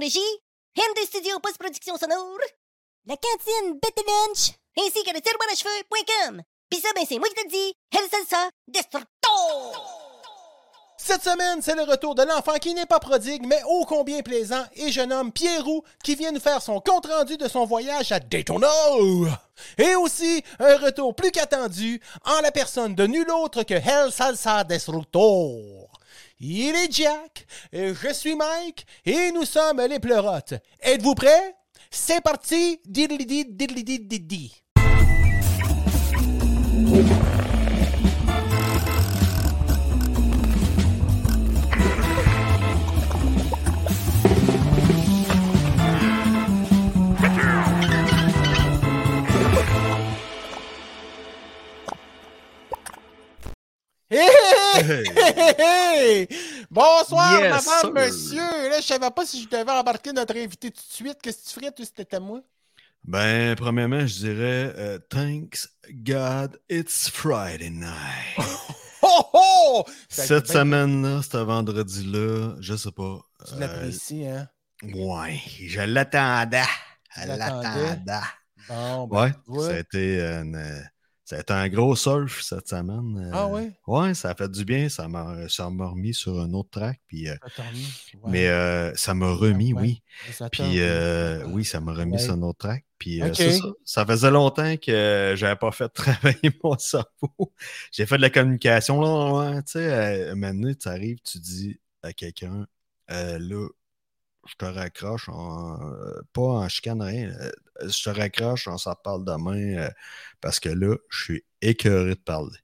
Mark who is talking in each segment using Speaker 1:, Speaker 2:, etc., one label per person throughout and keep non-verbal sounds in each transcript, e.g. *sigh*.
Speaker 1: régie, MD Studio Post-Production Sonore,
Speaker 2: La cantine Bête Lunch.
Speaker 1: ainsi que le tiroir à cheveux.com. Pis ça, ben c'est moi qui te le dis, El Salsa Destructor!
Speaker 3: Cette semaine, c'est le retour de l'enfant qui n'est pas prodigue, mais ô combien plaisant et jeune homme Pierrot qui vient nous faire son compte-rendu de son voyage à Daytona. Et aussi un retour plus qu'attendu en la personne de nul autre que Hell Salsa Destructor. Il est Jack, et je suis Mike, et nous sommes les pleurotes. Êtes-vous prêts? C'est parti! Diddly did, diddly did, diddy. Hey, hey, hey, hey, hey! Bonsoir,
Speaker 4: Yes,
Speaker 3: madame,
Speaker 4: sir.
Speaker 3: monsieur! Là, je savais pas si je devais embarquer notre invité tout de suite. Qu'est-ce que tu ferais, toi, si t'étais moi?
Speaker 4: Ben, premièrement, je dirais euh, Thanks God it's Friday night.
Speaker 3: Oh, oh!
Speaker 4: Cette
Speaker 3: Ça a été bien-
Speaker 4: semaine-là, ce vendredi-là, je sais pas.
Speaker 3: Tu
Speaker 4: euh,
Speaker 3: l'apprécies, hein?
Speaker 4: ouais, je l'attendais.
Speaker 3: Tu
Speaker 4: Je
Speaker 3: l'attendais.
Speaker 4: l'attendais.
Speaker 3: Bon, ben,
Speaker 4: Ouais,
Speaker 3: tu vois.
Speaker 4: ça a été une, euh, ça a été un gros surf cette semaine. euh,
Speaker 3: Ah ouais?
Speaker 4: Ouais, ça a fait du bien. Ça m'a ça m'a remis sur un autre track. Puis, euh,
Speaker 3: Attends, ouais.
Speaker 4: Mais euh, ça m'a remis,
Speaker 3: Ouais.
Speaker 4: oui.
Speaker 3: Ça attend.
Speaker 4: Puis euh, oui, ça m'a remis
Speaker 3: Ouais.
Speaker 4: sur notre track. Puis euh,
Speaker 3: Ok.
Speaker 4: c'est ça, ça faisait longtemps que euh, j'avais pas fait *laughs* travailler mon cerveau. J'ai fait de la communication là, ouais, tu sais, euh, un moment donné, tu arrives, tu dis à quelqu'un, euh, là, je te raccroche, en, euh, pas en chicane, rien, euh, je te raccroche, on s'en parle demain, euh, parce que là, je suis écœuré de parler.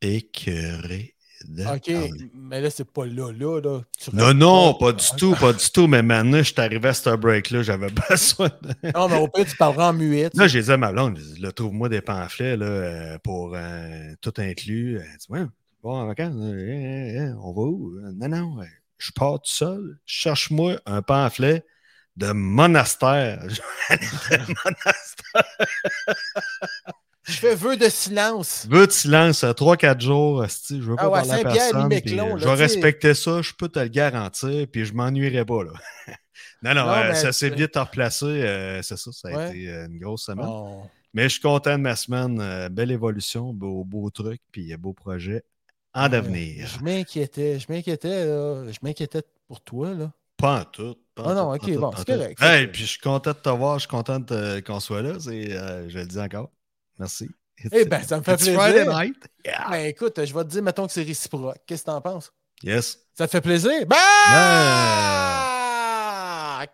Speaker 4: Écœuré de
Speaker 3: OK,
Speaker 4: parler.
Speaker 3: mais là, c'est pas là, là, là. Tu
Speaker 4: Ah Non,
Speaker 3: restes
Speaker 4: non,
Speaker 3: là.
Speaker 4: pas du tout, pas du tout. Mais maintenant, je suis arrivé à ce break-là, j'avais *laughs* besoin de...
Speaker 3: Non, mais au pire, tu parleras en muet. tu
Speaker 4: Là,
Speaker 3: sais.
Speaker 4: j'ai dit à ma blonde, j'ai dit, là, trouve-moi des pamphlets là, euh, pour euh, tout inclus. Elle dit, ouais, bon, en vacances, euh, euh, euh, on va où? Non, non, euh, je pars tout seul. Cherche-moi un pamphlet de monastère. Je vais aller de monastère.
Speaker 3: Je fais vœu de silence.
Speaker 4: Veux de silence, 3-4 euh, jours, asti, je veux pas
Speaker 3: Ah ouais,
Speaker 4: parler à
Speaker 3: Saint-Pierre,
Speaker 4: personne.
Speaker 3: Limeclon,
Speaker 4: puis, euh,
Speaker 3: là,
Speaker 4: je vais
Speaker 3: tu sais.
Speaker 4: respecter ça, je peux te le garantir, puis je m'ennuierai pas. Là. *laughs* non, non,
Speaker 3: Non,
Speaker 4: euh,
Speaker 3: mais
Speaker 4: ça
Speaker 3: tu-
Speaker 4: s'est vite replacé. euh, c'est ça, ça a
Speaker 3: Ouais.
Speaker 4: été euh, une grosse semaine.
Speaker 3: Bon.
Speaker 4: Mais je suis content de ma semaine. euh, belle évolution, beau, beau truc, puis euh, beau projet en
Speaker 3: Ouais.
Speaker 4: devenir.
Speaker 3: euh, Je m'inquiétais, je m'inquiétais, là. Je m'inquiétais pour toi, là.
Speaker 4: Pas en tout. pas en
Speaker 3: Ah non,
Speaker 4: tout,
Speaker 3: ok,
Speaker 4: pas en tout,
Speaker 3: bon,
Speaker 4: pas en
Speaker 3: c'est
Speaker 4: tout.
Speaker 3: correct, c'est
Speaker 4: Hey,
Speaker 3: correct.
Speaker 4: puis je suis content de te voir, je suis content de, euh, qu'on soit là. c'est, euh, je le dis encore. Merci.
Speaker 3: Eh
Speaker 4: *laughs*
Speaker 3: ben, ça me fait
Speaker 4: It's Friday
Speaker 3: plaisir.
Speaker 4: night. Yeah.
Speaker 3: Ben écoute, je vais te dire, mettons que c'est réciproque. Qu'est-ce que t'en penses?
Speaker 4: Yes.
Speaker 3: Ça te fait plaisir? Ben!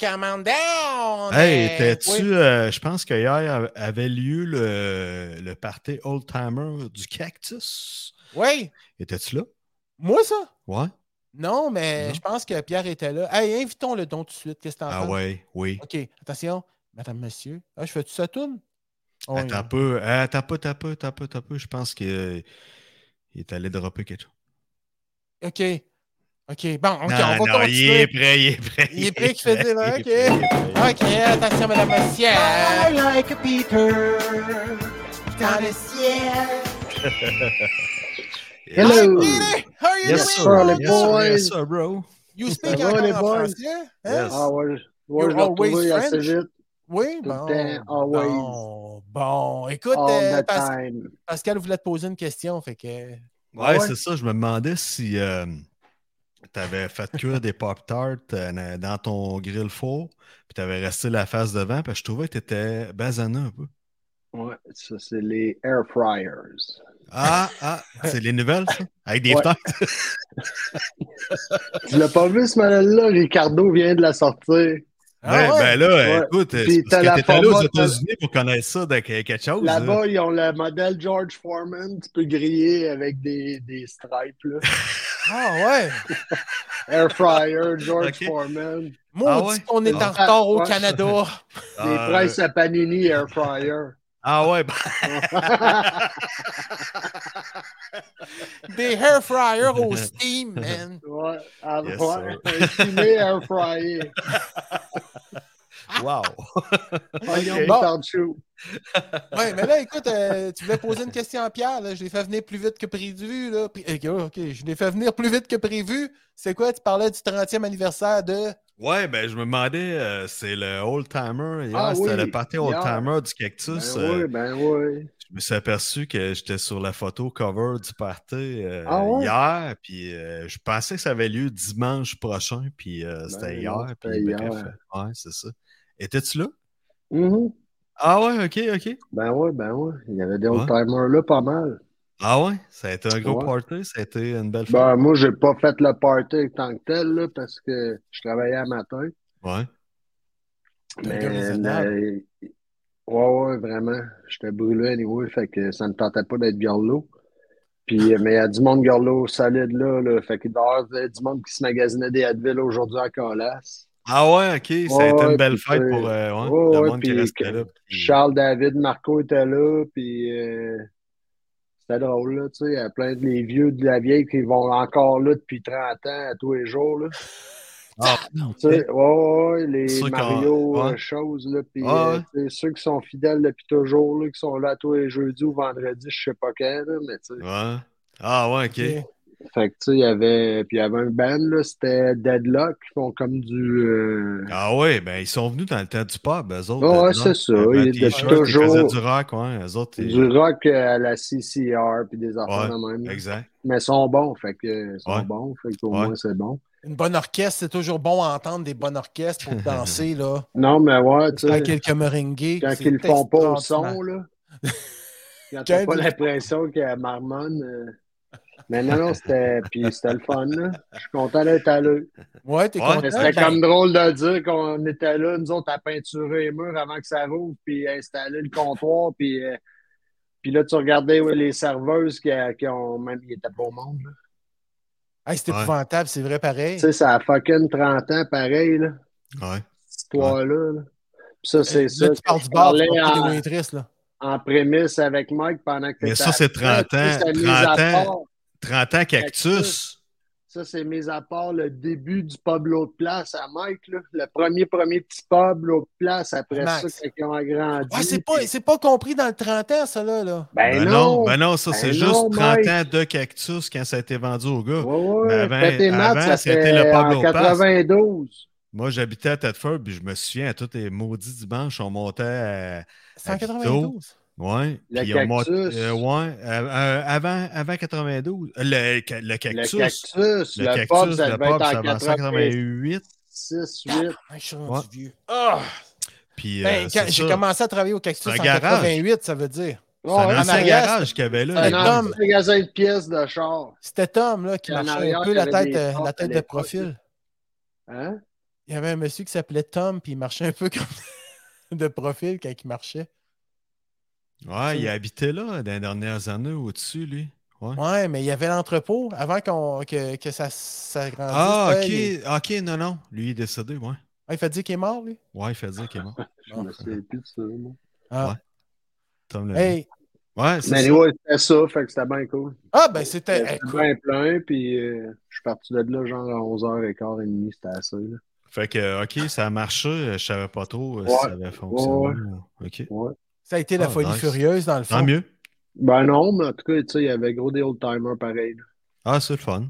Speaker 3: Come on down!
Speaker 4: Hey,
Speaker 3: eh,
Speaker 4: t'es-tu.
Speaker 3: oui.
Speaker 4: euh, je pense que hier av- avait lieu le, le party Old Timer du Cactus.
Speaker 3: Oui!
Speaker 4: Étais-tu là?
Speaker 3: Moi, ça?
Speaker 4: Ouais.
Speaker 3: Non, mais
Speaker 4: Non.
Speaker 3: je pense que Pierre était là. Hey, invitons-le donc tout de suite. Qu'est-ce que t'en
Speaker 4: Ah
Speaker 3: penses?
Speaker 4: ouais, oui.
Speaker 3: OK, attention. Madame, monsieur. Ah, je fais-tu ça tourne? Oh,
Speaker 4: Attends un
Speaker 3: oui.
Speaker 4: peu, attends un peu, attends un peu, attends un peu, attends un peu. Je pense qu'il euh, il est allé dropper quelque chose.
Speaker 3: OK. OK, bon, OK,
Speaker 4: Non,
Speaker 3: on va
Speaker 4: non, il
Speaker 3: continuer.
Speaker 4: est prêt, il est prêt.
Speaker 3: Il est prêt qu'il fait Ah, dire, là,
Speaker 4: il
Speaker 3: OK.
Speaker 4: est prêt, il est prêt.
Speaker 3: OK, attention, madame, monsieur.
Speaker 5: like a Peter dans le ciel.
Speaker 4: Yes,
Speaker 5: Hello.
Speaker 4: sir.
Speaker 3: Peter, how are you
Speaker 4: Yes,
Speaker 3: doing?
Speaker 4: sir.
Speaker 5: les
Speaker 4: Yes, sir.
Speaker 5: boys.
Speaker 4: Yes, sir, bro.
Speaker 3: You speak
Speaker 5: Ça va, les
Speaker 3: encore en
Speaker 5: boys?
Speaker 3: français? hein?
Speaker 4: Yes.
Speaker 5: Ah ouais, ouais
Speaker 3: You're
Speaker 5: je l'ai retrouvé
Speaker 3: always
Speaker 5: assez
Speaker 3: French.
Speaker 5: vite.
Speaker 3: Oui,
Speaker 5: Tout
Speaker 3: bon.
Speaker 5: le temps, always,
Speaker 3: Bon, bon. écoute, euh,
Speaker 5: all the
Speaker 3: Pas-
Speaker 5: time.
Speaker 3: Pascal voulait te poser une question, fait que...
Speaker 4: Ouais,
Speaker 5: ouais.
Speaker 4: c'est ça. Je me demandais si tu avais fait cuire des Pop-Tarts euh, dans ton grill four, puis tu avais resté la face devant, parce que je trouvais que tu étais basané un peu.
Speaker 5: Ouais, ça c'est les air fryers.
Speaker 4: Ah, ah, c'est les nouvelles, ça? Avec des
Speaker 5: Ouais.
Speaker 4: fenêtres.
Speaker 5: Tu l'as pas vu ce modèle-là? Ricardo vient de la sortir.
Speaker 3: ah
Speaker 4: Ouais, Ben là,
Speaker 5: Ah Ouais.
Speaker 4: écoute,
Speaker 5: Puis
Speaker 4: c'est parce
Speaker 5: t'as la
Speaker 4: que t'étais allé aux
Speaker 5: format-
Speaker 4: États-Unis pour connaître ça de quelque chose. là.
Speaker 5: Là-bas, ils ont le modèle George Foreman. Tu peux griller avec des, des stripes. Là.
Speaker 3: Ah ouais!
Speaker 5: Air fryer, George
Speaker 4: Ok.
Speaker 5: Foreman.
Speaker 3: Moi,
Speaker 4: Ah
Speaker 3: on dit
Speaker 4: ouais?
Speaker 3: qu'on est en
Speaker 4: Ah.
Speaker 3: retard au
Speaker 5: Ouais. *laughs*
Speaker 3: Canada.
Speaker 5: Des
Speaker 4: Ah,
Speaker 5: presses à panini air fryer.
Speaker 4: Ah
Speaker 5: *laughs*
Speaker 4: ouais, ben,
Speaker 3: Des hair fryers au
Speaker 4: *laughs*
Speaker 3: steam, man.
Speaker 5: ouais, à
Speaker 4: Yes,
Speaker 5: ouais, estimé air fryer.
Speaker 4: wow.
Speaker 5: Oignon
Speaker 3: Bon.
Speaker 5: caoutchouc.
Speaker 3: Ouais, mais là, écoute, euh, tu voulais poser une question à Pierre. Là. Je l'ai fait venir plus vite que prévu. euh, Là. Puis, ok, ok, je l'ai fait venir plus vite que prévu. C'est quoi? Tu parlais du 30e anniversaire de.
Speaker 4: Ouais, ben je me demandais, euh, c'est le old timer. Hier,
Speaker 5: Ah
Speaker 4: c'était
Speaker 5: oui,
Speaker 4: le party old
Speaker 5: hier.
Speaker 4: timer du
Speaker 5: Ben
Speaker 4: cactus. euh,
Speaker 5: oui, ben oui.
Speaker 4: Je me suis aperçu que j'étais sur la photo cover du party euh,
Speaker 5: Ah ouais?
Speaker 4: hier, puis euh, je pensais que ça avait lieu dimanche prochain, puis euh, c'était
Speaker 5: Ben non,
Speaker 4: hier, puis
Speaker 5: c'était
Speaker 4: bref,
Speaker 5: hier.
Speaker 4: euh, ouais, c'est ça. Étais-tu là?
Speaker 5: Mhm.
Speaker 4: Ah ouais, ok, ok.
Speaker 5: Ben oui, ben oui. Il y avait des
Speaker 4: Ouais.
Speaker 5: old timers là, pas mal.
Speaker 4: Ah ouais, ça a été un gros
Speaker 5: Ouais.
Speaker 4: party, ça a été une belle fête.
Speaker 5: Ben moi, j'ai pas fait le party tant que tel là, parce que je travaillais à matin.
Speaker 4: Ouais.
Speaker 6: T'es un
Speaker 5: Mais,
Speaker 6: gars raisonnable.
Speaker 5: mais- ouais, ouais, vraiment. J'étais brûlé anyway, fait que ça ne tentait pas d'être gorlot. Puis, euh, mais il y a du monde gorlot solide là, là. Fait qu'il doit y avoir du monde qui se magasinait des Advil aujourd'hui à Calas.
Speaker 4: Ah ouais, ok, ça a été
Speaker 5: Ouais,
Speaker 4: une belle
Speaker 5: puis
Speaker 4: fête
Speaker 5: c'est-
Speaker 4: pour euh, ouais,
Speaker 5: ouais,
Speaker 4: le
Speaker 5: ouais,
Speaker 4: monde qui
Speaker 5: puis
Speaker 4: restait
Speaker 5: que-
Speaker 4: là. puis-
Speaker 5: Charles David, Marco était là, puis euh, c'était drôle là, tu sais. Il y a plein de les vieux de la vieille qui vont encore là depuis 30 ans à tous les jours là.
Speaker 4: Ah,
Speaker 5: Tu sais, ouais, ouais, ouais, les
Speaker 4: Ceux qui ont-
Speaker 5: Mario
Speaker 4: ouais.
Speaker 5: euh, choses, là, puis
Speaker 4: Ouais,
Speaker 5: euh,
Speaker 4: ouais.
Speaker 5: tu sais, ceux qui sont fidèles depuis toujours, là, qui sont là tous les jeudis ou vendredis, je sais pas quand, là, mais tu sais.
Speaker 4: ouais. Ah ouais, ok.
Speaker 5: Fait que tu sais, il y avait, puis il y avait un band, là, c'était Deadlock, qui font comme du. euh,
Speaker 4: Ah ouais, ben ils sont venus dans le temps du pub, eux autres.
Speaker 5: Ouais,
Speaker 4: là,
Speaker 5: ouais,
Speaker 4: dedans.
Speaker 5: c'est ça,
Speaker 4: Avec
Speaker 5: ils-
Speaker 4: des
Speaker 5: depuis
Speaker 4: shirts,
Speaker 5: toujours-
Speaker 4: Ils faisaient du rock, ouais, eux autres. ils-
Speaker 5: du rock euh, à la CCR, puis des affaires de même. là.
Speaker 4: Exact.
Speaker 5: Mais ils sont bons, fait que euh, ils sont
Speaker 4: Ouais.
Speaker 5: bons, fait qu'au
Speaker 4: Ouais.
Speaker 5: moins c'est bon.
Speaker 6: Une bonne orchestre, c'est toujours bon à entendre des bonnes orchestres
Speaker 4: *laughs*
Speaker 6: pour danser, là.
Speaker 5: Non, mais ouais, tu
Speaker 6: Quand
Speaker 5: sais,
Speaker 6: quelques meringues.
Speaker 5: quand
Speaker 6: c'est
Speaker 5: ils le font pas au
Speaker 6: extraordinaire.
Speaker 5: son, là.
Speaker 6: *laughs*
Speaker 5: Quand t'as
Speaker 6: Quand
Speaker 5: pas
Speaker 6: ils-
Speaker 5: l'impression qu'elle marmonne. euh. Mais non, non, c'était. Puis c'était le fun, là. Je suis content d'être à l'eux.
Speaker 6: Ouais, t'es
Speaker 4: Ouais,
Speaker 6: content.
Speaker 5: Mais C'était
Speaker 6: ben,
Speaker 5: comme drôle de dire qu'on était là, nous autres, à peinturer les murs avant que ça rouvre, puis installer le comptoir, puis. euh, Puis là, tu regardais ouais, les serveuses qui, qui ont même. Ils étaient pas au monde. là.
Speaker 6: hey, c'est
Speaker 4: Ouais.
Speaker 6: épouvantable, c'est vrai pareil.
Speaker 5: Tu sais, ça a fucking 30 ans, pareil, là,
Speaker 4: Ouais.
Speaker 5: cette histoire-là. là. Puis ça, c'est
Speaker 6: Là,
Speaker 5: ça.
Speaker 6: tu parles
Speaker 5: que
Speaker 6: du
Speaker 5: je
Speaker 6: bar, tu
Speaker 5: parlais
Speaker 6: parles pas
Speaker 5: en-
Speaker 6: des waitress, là.
Speaker 5: en prémisse avec Mike pendant que
Speaker 4: Mais
Speaker 5: t'étais
Speaker 4: ça, c'est
Speaker 5: à-
Speaker 4: 30 ans.
Speaker 5: Ça, c'est mis
Speaker 4: 30
Speaker 5: à
Speaker 4: ans,
Speaker 5: part.
Speaker 4: 30 ans cactus.
Speaker 5: Cactus. Ça, c'est mis à part le début du pub l'autre place à Mike. là. Le premier, premier petit pub l'autre place après
Speaker 6: Max.
Speaker 5: ça, quand ils ont agrandi.
Speaker 6: Ouais, c'est pas, c'est pas compris dans le 30 ans, ça, là. là.
Speaker 5: Ben,
Speaker 4: Ben
Speaker 5: non.
Speaker 4: ben non, ça,
Speaker 5: Ben
Speaker 4: c'est
Speaker 5: non,
Speaker 4: juste 30
Speaker 5: Mike.
Speaker 4: ans de cactus quand ça a été vendu au gars.
Speaker 5: Ouais, ouais.
Speaker 4: Ben, avant-
Speaker 5: Faites tes maths,
Speaker 4: avant,
Speaker 5: ça
Speaker 4: c'était
Speaker 5: fait
Speaker 4: le pub
Speaker 5: en
Speaker 4: l'autre place.
Speaker 5: 92.
Speaker 4: Moi, j'habitais à Thetford, puis je me souviens, à tous les maudits dimanches, on montait à.
Speaker 6: 192.
Speaker 4: Ouais.
Speaker 5: Le
Speaker 4: puis on montait-
Speaker 5: cactus.
Speaker 4: euh, ouais. euh, euh, avant, avant 92. Le, ca- le cactus.
Speaker 5: Le cactus.
Speaker 4: Le
Speaker 5: Le,
Speaker 4: cactus,
Speaker 5: pub, ça
Speaker 4: le
Speaker 5: devait
Speaker 4: pub,
Speaker 5: être
Speaker 4: ça
Speaker 5: en
Speaker 4: va en 188.
Speaker 5: 86, 8.
Speaker 6: Ah, je suis rendu
Speaker 4: Ouais.
Speaker 6: vieux. Ah!
Speaker 4: Puis.
Speaker 6: Ben,
Speaker 4: euh,
Speaker 6: quand
Speaker 4: c'est
Speaker 6: j'ai
Speaker 4: ça.
Speaker 6: commencé à travailler au Cactus
Speaker 4: C'est
Speaker 6: en
Speaker 4: un garage.
Speaker 6: 88, ça veut dire.
Speaker 4: C'est un
Speaker 6: en
Speaker 4: ancien
Speaker 6: arrière,
Speaker 4: garage qu'il y avait là.
Speaker 5: un
Speaker 6: c'est
Speaker 4: les
Speaker 6: énorme.
Speaker 5: ancien
Speaker 4: gars.
Speaker 5: magasin de pièces de char.
Speaker 6: C'était Tom là, qui
Speaker 5: Et en
Speaker 6: marchait
Speaker 5: arrière,
Speaker 6: un peu
Speaker 5: il y
Speaker 6: la
Speaker 5: avait
Speaker 6: tête,
Speaker 5: des
Speaker 6: euh,
Speaker 5: portes
Speaker 6: la
Speaker 5: à
Speaker 6: tête de
Speaker 5: l'époque.
Speaker 6: profil.
Speaker 5: Hein?
Speaker 6: Il y avait un monsieur qui s'appelait Tom, puis il marchait un peu *laughs* comme de profil quand il marchait.
Speaker 4: Ouais, il habitait là dans les dernières années au-dessus, lui. Ouais.
Speaker 6: Ouais, mais il y avait l'entrepôt avant qu'on, que, que ça, ça grandisse.
Speaker 4: Ah,
Speaker 6: là,
Speaker 4: ok,
Speaker 6: Il,
Speaker 4: ok, non, non. Lui, il est décédé, ouais.
Speaker 6: Ah, il fait dire qu'il est mort, lui.
Speaker 4: Ouais, il fait dire qu'il est mort.
Speaker 6: *laughs*
Speaker 5: Je me souviens plus de ça, moi.
Speaker 6: Ah,
Speaker 4: Tom le
Speaker 6: hey.
Speaker 4: Ouais, c'est
Speaker 5: Mais
Speaker 4: ça.
Speaker 5: anyway, c'était ça, fait que c'était bien cool.
Speaker 6: ah ben c'était.
Speaker 5: C'était
Speaker 6: écoute,
Speaker 5: bien plein, puis euh, je suis parti de là genre à 11h15, c'était assez. Là.
Speaker 4: Fait que, ok, ça a marché. Je savais pas trop euh, si
Speaker 5: Ouais.
Speaker 4: ça avait fonctionné. Ok.
Speaker 6: ça a été la
Speaker 4: Ah,
Speaker 6: folie
Speaker 4: nice.
Speaker 6: furieuse dans le
Speaker 4: Tant
Speaker 6: fond.
Speaker 4: mieux.
Speaker 5: Ben non, mais en tout cas, tu sais, il y avait gros des old-timers pareil. là.
Speaker 4: Ah, c'est le fun.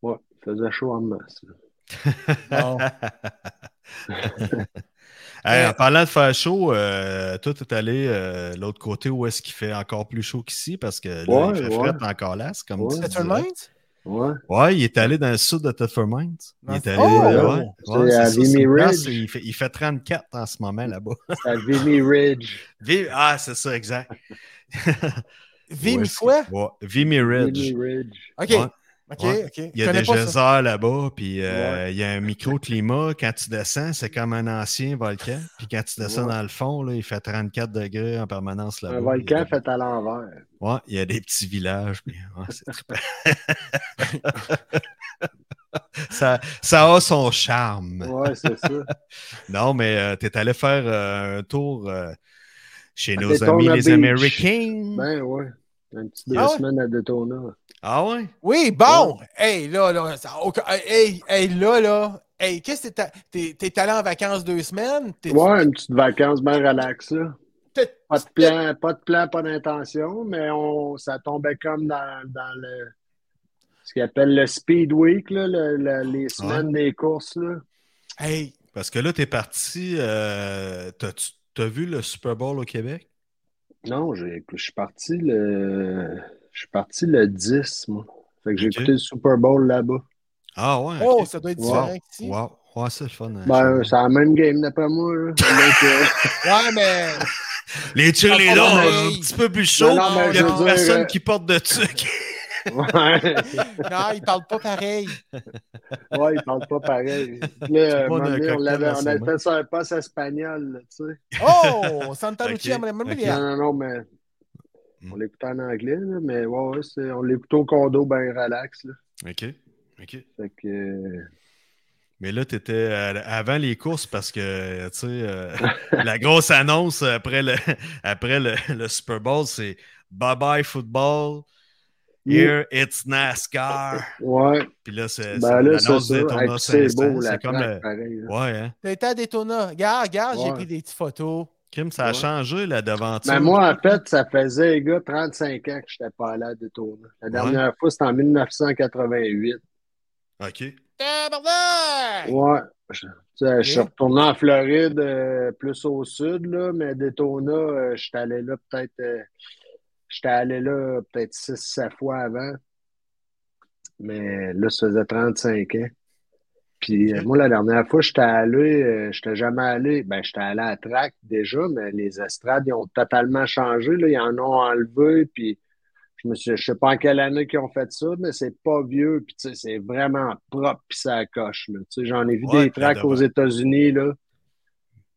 Speaker 5: Ouais, il faisait chaud en masse. là.
Speaker 6: Bon.
Speaker 4: *laughs* Hey,
Speaker 6: Euh,
Speaker 4: en parlant de faire chaud, euh, toi, t'es allé euh, de l'autre côté où est-ce qu'il fait encore plus chaud qu'ici parce que là,
Speaker 5: Ouais,
Speaker 4: il fait
Speaker 5: ouais.
Speaker 4: frette encore lasse, comme
Speaker 5: Ouais.
Speaker 4: tu
Speaker 6: C'était
Speaker 4: disais.
Speaker 6: tout le monde?
Speaker 5: Ouais.
Speaker 4: Ouais, il est allé dans le sud de Thetford Mines. Il est
Speaker 6: Dans-
Speaker 4: allé.
Speaker 6: Oh!
Speaker 4: euh, ouais,
Speaker 5: C'est
Speaker 4: ouais,
Speaker 5: à
Speaker 4: ça, c'est
Speaker 5: Vimy
Speaker 4: une place,
Speaker 5: Ridge.
Speaker 4: il, fait, il fait 34 en ce moment là-bas.
Speaker 5: C'était à Vimy Ridge.
Speaker 4: Vive- Ah, c'est ça, exact.
Speaker 6: Vime
Speaker 4: Où est-ce
Speaker 6: quoi?
Speaker 4: qu'il- Ouais, Vimy Ridge.
Speaker 5: Vimy Ridge.
Speaker 6: Ok,
Speaker 4: Ouais.
Speaker 6: ok,
Speaker 4: Ouais.
Speaker 6: ok.
Speaker 4: Il y
Speaker 6: Je
Speaker 4: a
Speaker 6: connais
Speaker 4: des
Speaker 6: pas ça.
Speaker 4: geysers là-bas, puis euh, il y a un microclimat. Quand tu descends, c'est comme un ancien volcan. Puis quand tu descends
Speaker 5: Ouais.
Speaker 4: dans le fond, là, il fait 34 degrés en permanence là-bas.
Speaker 5: Un
Speaker 4: Il y a
Speaker 5: volcan
Speaker 4: des-
Speaker 5: fait à l'envers.
Speaker 4: Ouais, il y a des petits villages. puis, ouais, c'est trippant. *laughs* ça, ça a son charme.
Speaker 5: Ouais, c'est ça.
Speaker 4: Non, mais euh, t'es allé faire euh, un tour euh, chez
Speaker 5: À
Speaker 4: nos
Speaker 5: Daytona
Speaker 4: amis les
Speaker 5: Beach.
Speaker 4: Américains.
Speaker 5: Ben ouais. Un petit deux
Speaker 6: Ah ouais?
Speaker 5: semaines à Daytona.
Speaker 4: Ah ouais?
Speaker 6: Oui, bon! Hey, là, là, ça a aucun- hey, hey, là, là, hey, qu'est-ce que t'es ta- t'es, t'es allé en vacances deux semaines? T'es-
Speaker 5: Ouais, une petite vacance bien relax, là.
Speaker 6: t'es-
Speaker 5: Pas de plan, pas de plan, pas d'intention, mais on, ça tombait comme dans, dans le ce qu'ils appelle le speed week, là, le- le- les semaines des courses. Là.
Speaker 6: Hey,
Speaker 4: Parce que là, t'es parti. euh, T'as-tu- t'as vu le Super Bowl au Québec?
Speaker 5: Non, j'ai- je suis parti le, je suis parti le 10, moi. Fait que j'ai
Speaker 4: Ok.
Speaker 5: écouté le Super Bowl là-bas.
Speaker 4: Ah ouais.
Speaker 6: oh,
Speaker 4: ok.
Speaker 6: ça doit être
Speaker 5: Wow.
Speaker 6: différent ici.
Speaker 4: Wow. Ouais, c'est le fun. hein,
Speaker 5: Ben,
Speaker 4: Charles.
Speaker 5: c'est la même game d'après moi, *laughs* là. Donc, euh,
Speaker 6: Ouais, mais.
Speaker 4: Les cheerleaders,
Speaker 6: Ah,
Speaker 4: là,
Speaker 6: ouais.
Speaker 4: un petit peu plus chaud.
Speaker 5: Non,
Speaker 6: mais
Speaker 4: Il n'y
Speaker 6: je
Speaker 4: a
Speaker 6: veux
Speaker 4: plus
Speaker 5: dire,
Speaker 4: personne
Speaker 5: euh,
Speaker 4: qui porte de tuc.
Speaker 5: *laughs* ouais,
Speaker 6: non, ils parlent pas pareil.
Speaker 5: ouais, ils parlent pas *laughs* pareil. Puis
Speaker 4: C'est
Speaker 5: Là, à un
Speaker 4: pas
Speaker 5: moment
Speaker 4: un
Speaker 5: donné, on
Speaker 4: cocktail
Speaker 5: l'avait,
Speaker 4: en
Speaker 5: on
Speaker 4: ce
Speaker 5: avait
Speaker 4: moment.
Speaker 5: fait ça un passe espagnol, là, tu sais.
Speaker 6: Oh, Santa Lucia,
Speaker 4: *laughs* Ok,
Speaker 6: Madame
Speaker 4: ok.
Speaker 6: Mobile.
Speaker 5: Non, non, non, mais
Speaker 4: Hmm.
Speaker 5: on l'écoutait en anglais, là, mais ouais, ouais, c'est- on l'écoutait au condo, ben relax, là.
Speaker 4: *laughs* OK. OK.
Speaker 5: Fait que, euh,
Speaker 4: Mais là, tu étais avant les courses parce que, tu sais, euh, la grosse annonce après le, *laughs* après le, le Super Bowl, c'est Bye bye football. Here it's NASCAR.
Speaker 5: ouais,
Speaker 4: Puis là, c'est
Speaker 5: ben
Speaker 4: c'est Euh,
Speaker 5: là, c'est
Speaker 4: l'annonce
Speaker 5: ça.
Speaker 4: de
Speaker 5: Hey,
Speaker 4: Daytona
Speaker 5: puis c'est beau,
Speaker 4: 500.
Speaker 5: la
Speaker 4: C'est comme
Speaker 5: track,
Speaker 4: le.
Speaker 5: pareil, là.
Speaker 4: Ouais, hein.
Speaker 6: T'as été à Daytona. Regarde, regarde, j'ai
Speaker 5: Ouais.
Speaker 6: pris des petites photos.
Speaker 4: Crime, ça a
Speaker 5: Ouais.
Speaker 4: changé la devanture.
Speaker 5: Mais moi, en fait, ça faisait, les gars, 35 ans que je n'étais pas allé à Daytona. La dernière fois, c'était en 1988.
Speaker 4: OK.
Speaker 6: Tabarnak!
Speaker 5: Ouais. Je, tu sais, je suis
Speaker 6: Ok.
Speaker 5: retourné en Floride, euh, plus au sud, là, mais Daytona, euh, je suis allé là peut-être... euh, J'étais allé là peut-être 6-7 fois avant. Mais là, ça faisait 35 ans. Puis euh,
Speaker 4: Ok.
Speaker 5: moi, la dernière fois, j'étais allé, euh, j'étais jamais allé. Ben, j'étais allé à Trac déjà, mais les estrades, ils ont totalement changé. Là. Ils en ont enlevé. Puis je me suis, je sais pas en quelle année qu'ils ont fait ça, mais c'est pas vieux. Puis tu sais, c'est vraiment propre. Puis ça coche. là. Tu sais, j'en ai vu
Speaker 4: Ouais,
Speaker 5: des
Speaker 4: puis la
Speaker 5: tracks aux
Speaker 4: devant-
Speaker 5: États-Unis, là.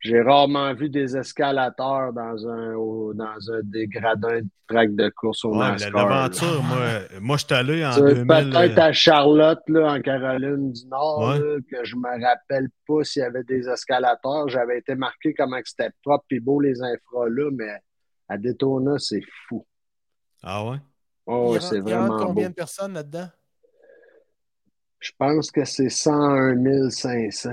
Speaker 5: J'ai rarement vu des escalateurs dans un, au- dans un des gradins de track de course au
Speaker 4: Ouais, mais la
Speaker 5: NASCAR. là.
Speaker 4: devanture, moi, moi je suis allé en euh,
Speaker 5: Tu
Speaker 4: 2000.
Speaker 5: sais, Peut-être à Charlotte, là, en Caroline du Nord,
Speaker 4: Ouais.
Speaker 5: là, que je me rappelle pas s'il y avait des escalateurs. J'avais été marqué comment que c'était propre et beau les infras là, mais à Daytona, c'est fou.
Speaker 4: Ah ouais?
Speaker 5: Oh,
Speaker 6: il rentre-
Speaker 5: c'est
Speaker 6: il rentre
Speaker 5: vraiment
Speaker 6: combien
Speaker 5: beau.
Speaker 6: de personnes là-dedans?
Speaker 5: Je pense que c'est 101 500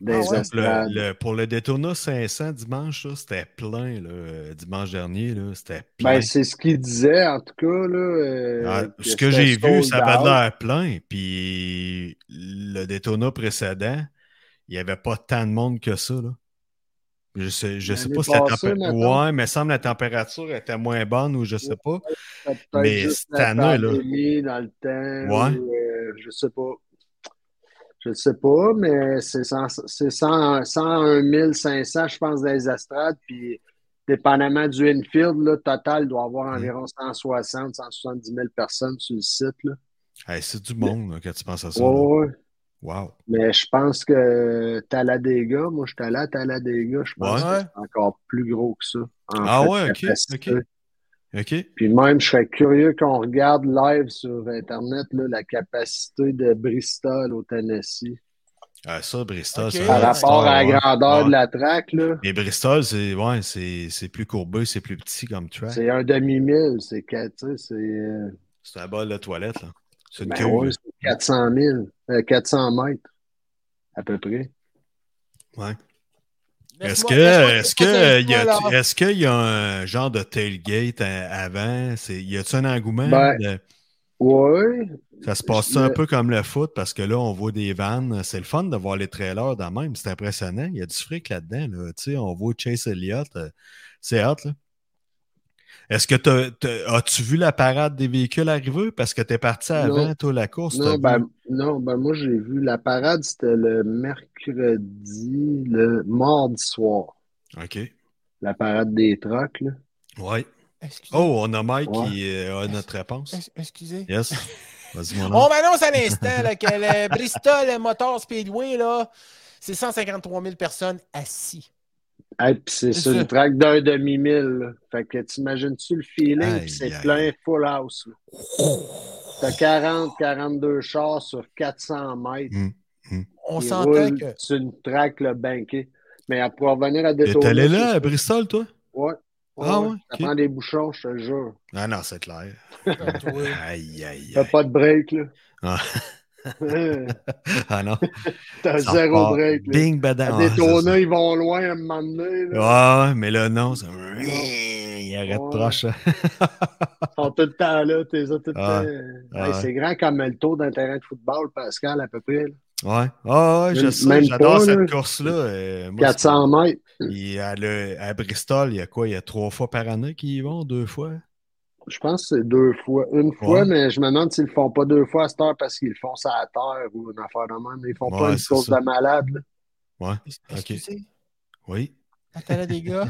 Speaker 5: des Ben,
Speaker 6: Ah ouais?
Speaker 5: estrades.
Speaker 4: Le- le- pour le Daytona 500 dimanche, là, c'était plein. là, euh, dimanche dernier, là, c'était plein.
Speaker 5: Ben, c'est ce qu'il disait, en tout cas, là. euh,
Speaker 4: Ah, ce que
Speaker 5: c'était
Speaker 4: j'ai vu,
Speaker 5: sold
Speaker 4: ça avait
Speaker 5: out.
Speaker 4: de l'air plein. Puis le Daytona précédent, il n'y avait pas tant de monde que ça. Là. Je sais, je sais
Speaker 5: Ben, L'année
Speaker 4: pas si la
Speaker 5: passée,
Speaker 4: température.
Speaker 5: mettons.
Speaker 4: Ouais, mais semble la température était moins bonne ou je sais pas.
Speaker 5: C'était peut-être
Speaker 4: Mais
Speaker 5: juste
Speaker 4: cette
Speaker 5: la
Speaker 4: année, là.
Speaker 5: pandémie dans le temps.
Speaker 4: Ouais.
Speaker 5: ou, euh, je sais pas. Je sais pas, mais c'est cent- c'est cent- 101 500, je pense, des estrades. Puis, dépendamment du infield, là, total, doit avoir
Speaker 4: Mm.
Speaker 5: environ 160, 170 000 personnes sur le site. Là.
Speaker 4: Hey, c'est du monde là, quand tu penses à ça. là.
Speaker 5: Ouais, ouais.
Speaker 4: Wow.
Speaker 5: Mais je pense que Talladega, moi, je suis allé à Talladega, je pense
Speaker 4: Ouais.
Speaker 5: que c'est encore plus gros que ça. en
Speaker 4: Ah
Speaker 5: fait,
Speaker 4: ouais, ok,
Speaker 5: capacité.
Speaker 4: ok. OK.
Speaker 5: Puis même, je serais curieux qu'on regarde live sur Internet là, la capacité de Bristol au Tennessee
Speaker 4: Ah, ça, Bristol,
Speaker 6: Ok.
Speaker 4: c'est un
Speaker 5: par
Speaker 4: autre
Speaker 5: rapport
Speaker 4: histoire,
Speaker 5: à la
Speaker 4: ouais.
Speaker 5: grandeur
Speaker 4: Ouais.
Speaker 5: de la track. Là,
Speaker 4: Mais Bristol, c'est ouais, c'est c'est plus courbé, c'est plus petit comme track.
Speaker 5: c'est un demi-mille, c'est quatre- tu sais, c'est euh,
Speaker 4: C'est un bol de toilette, là. C'est une
Speaker 5: ben
Speaker 4: queue,
Speaker 5: ouais,
Speaker 4: là.
Speaker 5: c'est 400 000, euh, 400 mètres à peu près.
Speaker 4: Ouais. Est-ce
Speaker 6: Laisse-moi-
Speaker 4: que
Speaker 6: laisse-moi-
Speaker 4: est-ce que
Speaker 6: laisse-moi-
Speaker 4: euh, y a
Speaker 6: laisse-moi, là.
Speaker 4: est-ce qu'il y a un genre de tailgate à- avant C'est y a-tu un engouement
Speaker 5: Ben,
Speaker 4: de-
Speaker 5: Ouais,
Speaker 4: Ça se passe
Speaker 5: je-
Speaker 4: un peu comme le foot parce que là on voit des vannes, c'est le fun de voir les trailers dans le même, c'est impressionnant, il y a du fric là-dedans là. Tu sais, on voit Chase Elliott, euh, c'est hâte là. Est-ce que t'as- t'as- as-tu vu la parade des véhicules arriver parce que t'es parti
Speaker 5: Non.
Speaker 4: avant toi la course t'as
Speaker 5: non,
Speaker 4: vu?
Speaker 5: ben, non, ben moi j'ai vu la parade, c'était le mercredi, le mardi soir,
Speaker 4: OK.
Speaker 5: la parade des trucks. là.
Speaker 4: Ouais.
Speaker 6: Excusez.
Speaker 4: Oh, on a Mike
Speaker 5: Ouais.
Speaker 4: qui euh, a notre réponse.
Speaker 6: Ex- Excusez. Oh,
Speaker 4: Yes. Vas-y
Speaker 6: On
Speaker 4: mon homme.
Speaker 6: m'annonce à l'instant là, que
Speaker 4: *laughs*
Speaker 6: le Bristol Motor Speedway, là, c'est 153 000 personnes assis.
Speaker 5: Hey, puis c'est
Speaker 6: C'est
Speaker 5: sur
Speaker 6: ça.
Speaker 5: une track d'un demi-mille. là. Fait que t'imagines-tu le feeling?
Speaker 4: Aïe,
Speaker 5: puis c'est
Speaker 4: aïe.
Speaker 5: plein full house. là. T'as 40, 42 chars sur 400 mètres.
Speaker 6: On
Speaker 5: Ils
Speaker 6: s'entend
Speaker 5: roulent
Speaker 6: que.
Speaker 5: sur une track le banquet. Mais pour revenir à
Speaker 4: T'es
Speaker 5: Daytona,
Speaker 4: allé
Speaker 5: c'est-
Speaker 4: là à Bristol toi
Speaker 5: Ouais. Ouais,
Speaker 4: Ah
Speaker 5: ouais.
Speaker 4: ouais,
Speaker 5: Ça
Speaker 4: ok.
Speaker 5: prend des bouchons, je te jure.
Speaker 4: Ah non, c'est clair.
Speaker 6: Ouais.
Speaker 4: *laughs* Aïe, aïe,
Speaker 5: T'as
Speaker 4: aïe.
Speaker 5: pas de break, là.
Speaker 4: Ah. Ah non.
Speaker 5: *laughs* T'as
Speaker 4: ça
Speaker 5: zéro
Speaker 4: repart.
Speaker 5: break, là.
Speaker 4: Bing,
Speaker 5: À
Speaker 4: badam. Ah,
Speaker 5: Daytona, ils vont loin à un moment donné.
Speaker 4: c'est ça.
Speaker 5: là.
Speaker 4: Ah, mais là, non. Ça... Il arrête
Speaker 5: Ouais.
Speaker 4: proche. hein.
Speaker 5: Ils sont tout le temps là. T'es tout le
Speaker 4: Ah.
Speaker 5: temps. Hey,
Speaker 4: Ah.
Speaker 5: C'est grand comme le taux d'un terrain de football, Pascal, à peu près. là.
Speaker 4: Ouais. Ah, ouais, je
Speaker 5: Même-
Speaker 4: sais,
Speaker 5: même
Speaker 4: j'adore
Speaker 5: pas,
Speaker 4: cette
Speaker 5: là.
Speaker 4: course-là. euh, moi,
Speaker 5: 400 mètres.
Speaker 4: c'est- il- à, le- à Bristol, il y a quoi? Il y a trois fois par année qu'ils y vont, deux fois?
Speaker 5: Je pense que c'est deux fois. Une fois,
Speaker 4: Ouais.
Speaker 5: mais je me demande s'ils le font pas deux fois à cette heure parce qu'ils le font ça à terre ou une affaire de même. Ils font
Speaker 4: Ouais,
Speaker 5: pas une
Speaker 4: c'est
Speaker 5: course
Speaker 4: ça.
Speaker 5: de malade. là.
Speaker 4: Ouais.
Speaker 6: Excusez.
Speaker 4: Oui.
Speaker 6: Attends là, les
Speaker 4: *laughs*
Speaker 6: gars.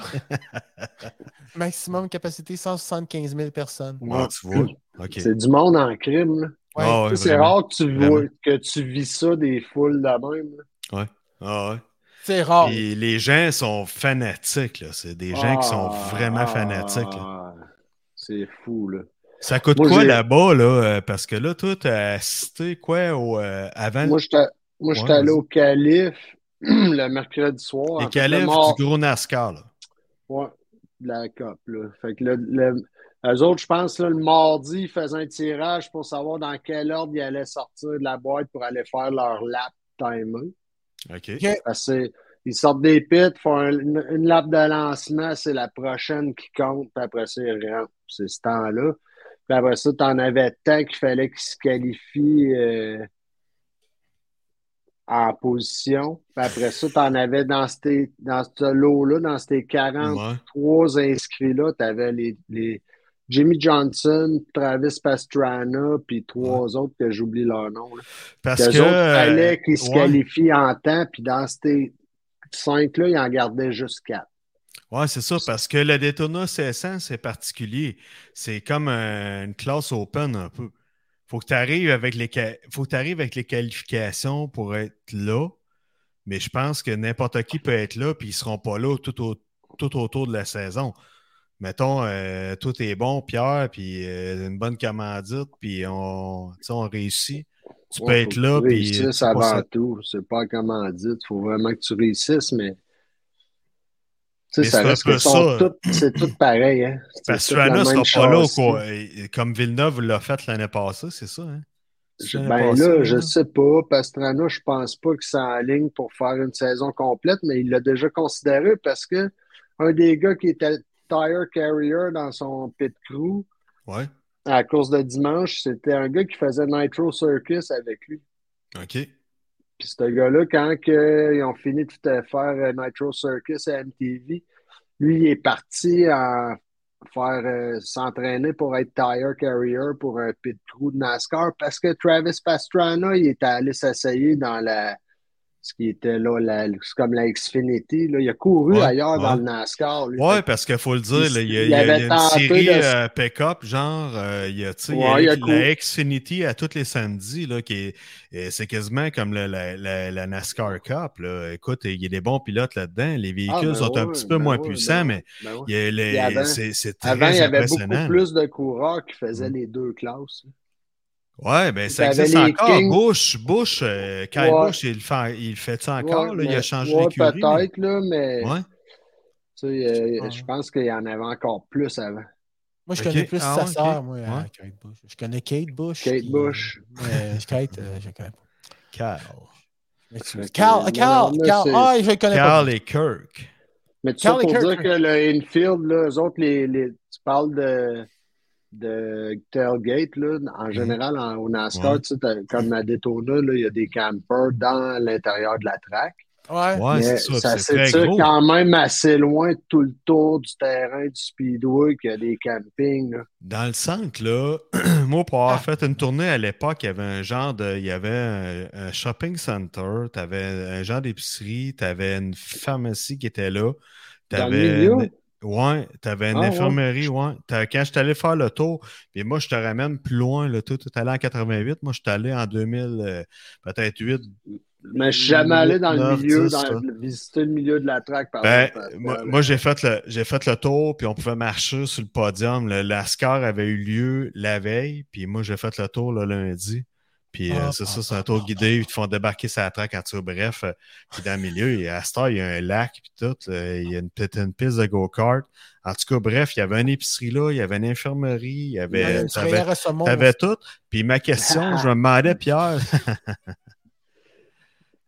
Speaker 6: Maximum capacité 175 000 personnes.
Speaker 4: Ouais, tu vois. OK.
Speaker 5: C'est du monde en crime. là.
Speaker 6: Ouais.
Speaker 4: Ah
Speaker 5: Tu sais, c'est
Speaker 4: vraiment.
Speaker 5: rare que tu, vois,
Speaker 4: Vraiment.
Speaker 5: que tu vis ça des foules de même. là.
Speaker 4: Ah, ouais.
Speaker 6: C'est rare.
Speaker 4: Et les gens sont fanatiques, là. C'est des gens qui sont
Speaker 5: Ah,
Speaker 4: vraiment fanatiques. là.
Speaker 5: ah, C'est fou, là.
Speaker 4: Ça coûte
Speaker 5: Moi,
Speaker 4: quoi
Speaker 5: j'ai-
Speaker 4: là-bas, là? euh, Parce que là, toi, t'as assisté quoi au, euh, avant
Speaker 5: Moi, j'étais moi, j'étais
Speaker 4: Ouais,
Speaker 5: allé
Speaker 4: vas-y.
Speaker 5: au Calife *clears throat* le mercredi soir.
Speaker 4: les
Speaker 5: En fait, le
Speaker 4: califs
Speaker 5: mort-
Speaker 4: du gros NASCAR, là.
Speaker 5: Ouais, de la COP, là. Fait que le, le- eux autres, je pense, là, le mardi, ils faisaient un tirage pour savoir dans quel ordre ils allaient sortir de la boîte pour aller faire leur lap timé.
Speaker 4: OK.
Speaker 6: Ok.
Speaker 5: Parce que ils sortent des pits, font un- une, une lap de lancement, c'est la prochaine qui compte, puis après ça, ils rentrent. C'est ce temps-là. Puis après ça, t'en avais tant qu'il fallait qu'ils se qualifient euh, en position. Puis après ça, t'en avais dans, ces- dans ce lot-là, dans ces 40
Speaker 4: Ouais.
Speaker 5: trois inscrits-là, tu avais les, les Jimmy Johnson, Travis Pastrana, puis trois autres que j'oublie leur nom. là.
Speaker 4: Parce
Speaker 5: Qu'eux
Speaker 4: que. euh,
Speaker 5: autres, fallait qu'ils se
Speaker 4: ouais.
Speaker 5: qualifient en temps, puis dans ces cinq-là, ils en gardaient juste quatre.
Speaker 4: Oui, c'est ça, parce que le Daytona 600, c'est particulier. C'est comme euh, une classe open un peu. Faut que tu arrives avec les qua- faut que t'arrives avec les qualifications pour être là, mais je pense que n'importe qui peut être là, puis ils seront pas là tout, au- tout autour de la saison. Mettons, euh, tout est bon, Pierre, puis euh, une bonne commandite, puis on, tu sais, on réussit. Tu peux
Speaker 5: Ouais,
Speaker 4: être
Speaker 5: faut
Speaker 4: là,
Speaker 5: que tu
Speaker 4: puis euh,
Speaker 5: réussisses
Speaker 4: tu passes
Speaker 5: avant
Speaker 4: à-
Speaker 5: tout. C'est pas comment dire. Il faut vraiment que tu réussisses, mais. Tu
Speaker 4: Mais
Speaker 5: sais, ça
Speaker 4: c'est un
Speaker 5: reste
Speaker 4: peu
Speaker 5: que
Speaker 4: ça.
Speaker 5: sont tous- c'est tout pareil. Hein. C'est tout la
Speaker 4: Pastrana
Speaker 5: même
Speaker 4: sera pas là,
Speaker 5: châssis.
Speaker 4: quoi. Et- et Comme Villeneuve l'a fait l'année passée, c'est ça, hein? C'est l'année
Speaker 5: Ben
Speaker 4: passée,
Speaker 5: là, je sais pas. Pastrana, je pense pas qu'il s'enligne pour faire une saison complète, mais il l'a déjà considéré parce que un des gars qui était tire carrier dans son pit crew
Speaker 4: Ouais,
Speaker 5: à la course de dimanche, c'était un gars qui faisait Nitro Circus avec lui.
Speaker 4: OK.
Speaker 5: Puis ce gars-là, quand que ils ont fini de faire euh, Nitro Circus à MTV, lui, il est parti en faire euh, s'entraîner pour être tire carrier pour un pit crew de NASCAR parce que Travis Pastrana, il est allé s'essayer dans la ce qui était là, la- c'est comme la Xfinity. Là. Il a couru
Speaker 4: Ouais,
Speaker 5: ailleurs dans
Speaker 4: ouais.
Speaker 5: le NASCAR. lui.
Speaker 4: Ouais,
Speaker 5: Fait
Speaker 4: parce qu'il faut le dire,
Speaker 5: il-
Speaker 4: là, il y a,
Speaker 5: il
Speaker 4: il y a- il y a
Speaker 5: avait
Speaker 4: une
Speaker 5: tenté
Speaker 4: série
Speaker 5: de-
Speaker 4: euh, pick-up, genre, euh, il y a, tu sais, il y a
Speaker 5: Ouais, il y a
Speaker 4: la
Speaker 5: cool.
Speaker 4: Xfinity à tous les samedis, là, qui est- et c'est quasiment comme le- la, la- la NASCAR Cup, là. Écoute, il y a des bons pilotes là-dedans. Les véhicules
Speaker 5: ben
Speaker 4: sont un
Speaker 5: ouais,
Speaker 4: petit peu
Speaker 5: ben
Speaker 4: moins
Speaker 5: ouais,
Speaker 4: puissants,
Speaker 5: ben
Speaker 4: mais
Speaker 5: que- ben ouais.
Speaker 4: il y a les-
Speaker 5: Puis avant-
Speaker 4: c'est c'est très
Speaker 5: Avant, il y avait beaucoup
Speaker 4: impressionnant. là. Mm.
Speaker 5: plus de coureurs qui faisaient les deux classes.
Speaker 4: Ouais, ben ça
Speaker 5: Puis t'avais
Speaker 4: existe
Speaker 5: les
Speaker 4: encore.
Speaker 5: Kings.
Speaker 4: Bush, Bush, euh, Kyle
Speaker 5: Ouais.
Speaker 4: Bush, il le fait, il fait ça encore,
Speaker 5: Ouais,
Speaker 4: là, il a
Speaker 5: mais-
Speaker 4: changé
Speaker 5: ouais,
Speaker 4: d'écurie. mais-
Speaker 5: peut-être, là, mais
Speaker 4: Ouais.
Speaker 5: tu sais, euh,
Speaker 4: Ah.
Speaker 5: je pense qu'il y en avait encore plus avant.
Speaker 6: Moi, je
Speaker 4: Ok.
Speaker 6: connais plus
Speaker 4: Ah
Speaker 6: sa
Speaker 4: ouais, ok.
Speaker 6: sœur, moi, à
Speaker 4: Ouais.
Speaker 6: Kate Bush. Je connais Kate Bush.
Speaker 5: Kate
Speaker 6: puis-
Speaker 5: Bush.
Speaker 6: Mais Kate, euh, je connais pas.
Speaker 4: Kyle.
Speaker 6: Je m'excuse.
Speaker 5: Fait que,
Speaker 6: Carl,
Speaker 5: non,
Speaker 6: Carl,
Speaker 5: non,
Speaker 6: Carl.
Speaker 5: c'est-
Speaker 6: Ah, je le connais pas.
Speaker 4: Carl et Kirk.
Speaker 5: Mais tout ça
Speaker 6: Charlie
Speaker 5: pour
Speaker 6: Kirk.
Speaker 5: dire que le infield, là, eux autres, les, les- tu parles de, de tailgate, là, en général, en- au NASCAR,
Speaker 4: Ouais.
Speaker 5: tu sais, t'as- comme à Daytona, là, il y a des campers dans l'intérieur de la track.
Speaker 6: Ouais.
Speaker 4: Ouais,
Speaker 5: mais
Speaker 4: c'est ça.
Speaker 5: ça
Speaker 4: puis C'est très
Speaker 5: s'étire
Speaker 4: gros.
Speaker 5: quand même assez loin tout le tour du terrain du speedway qu'il y a des campings. là.
Speaker 4: Dans le centre, là, *clears throat* moi, pour avoir fait une tournée à l'époque, il y avait un genre de. Il y avait un, un shopping center, t'avais un genre d'épicerie, t'avais une pharmacie qui était là.
Speaker 5: Dans le
Speaker 4: t'avais
Speaker 5: milieu?
Speaker 4: une- Ouais, t'avais une
Speaker 5: Ah, ouais.
Speaker 4: infirmerie, ouais. T'as- Quand je allé faire le tour, puis moi, je te ramène plus loin, là, tout est allé en 88, moi, je suis allé en 2000, euh, peut-être 8.
Speaker 5: Mais je suis jamais allé dans le
Speaker 4: Neuf,
Speaker 5: milieu,
Speaker 4: dix,
Speaker 5: dans, visiter le milieu de la track par
Speaker 4: Ben,
Speaker 5: exemple, parce
Speaker 4: moi,
Speaker 5: que-
Speaker 4: moi, j'ai fait le j'ai fait le tour, puis on pouvait marcher sur le podium. Le Lascar avait eu lieu la veille, puis moi j'ai fait le tour le lundi. Puis euh,
Speaker 6: Ah,
Speaker 4: c'est
Speaker 6: ah,
Speaker 4: ça, c'est
Speaker 6: ah,
Speaker 4: un tour
Speaker 6: ah,
Speaker 4: guidé, ils te font débarquer sur la track en dessous, bref, euh, puis dans le milieu, et à cette heure, il y a un lac, puis tout, euh, il y a une, peut-être une piste de go-kart. En tout cas, bref, il y avait une épicerie là, il y avait une infirmerie, il y avait,
Speaker 6: Ouais, je
Speaker 4: t'avais-
Speaker 6: connais Rosemont.
Speaker 4: T'avais tout. Puis ma question, je me demandais, Pierre. *laughs*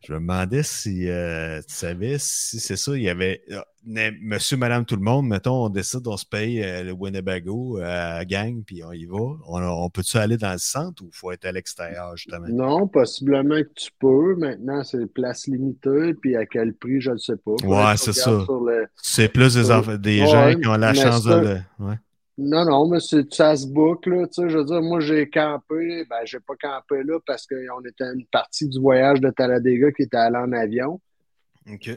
Speaker 4: Je me demandais si euh, tu savais si c'est ça, il y avait euh, na- monsieur, madame, tout le monde, mettons, on décide, on se paye euh, le Winnebago euh, à gang, puis on y va. On, on peut-tu aller dans le centre ou faut être à l'extérieur, justement?
Speaker 5: Non, possiblement que tu peux. Maintenant, c'est place limitée, puis à quel prix, je ne sais pas. Faudrait
Speaker 4: Ouais,
Speaker 5: que tu
Speaker 4: c'est
Speaker 5: regardes
Speaker 4: ça.
Speaker 5: sur le-
Speaker 4: C'est plus des, enf- des
Speaker 5: Euh, Ouais,
Speaker 4: gens qui ont la
Speaker 5: mais
Speaker 4: chance de
Speaker 5: ça-
Speaker 4: le. Ouais.
Speaker 5: Non, non, mais c'est- ça se boucle, là, tu sais, je veux dire, moi, j'ai campé, ben, j'ai pas campé là parce qu'on était une partie du voyage de Talladega qui était allé en avion,
Speaker 4: OK.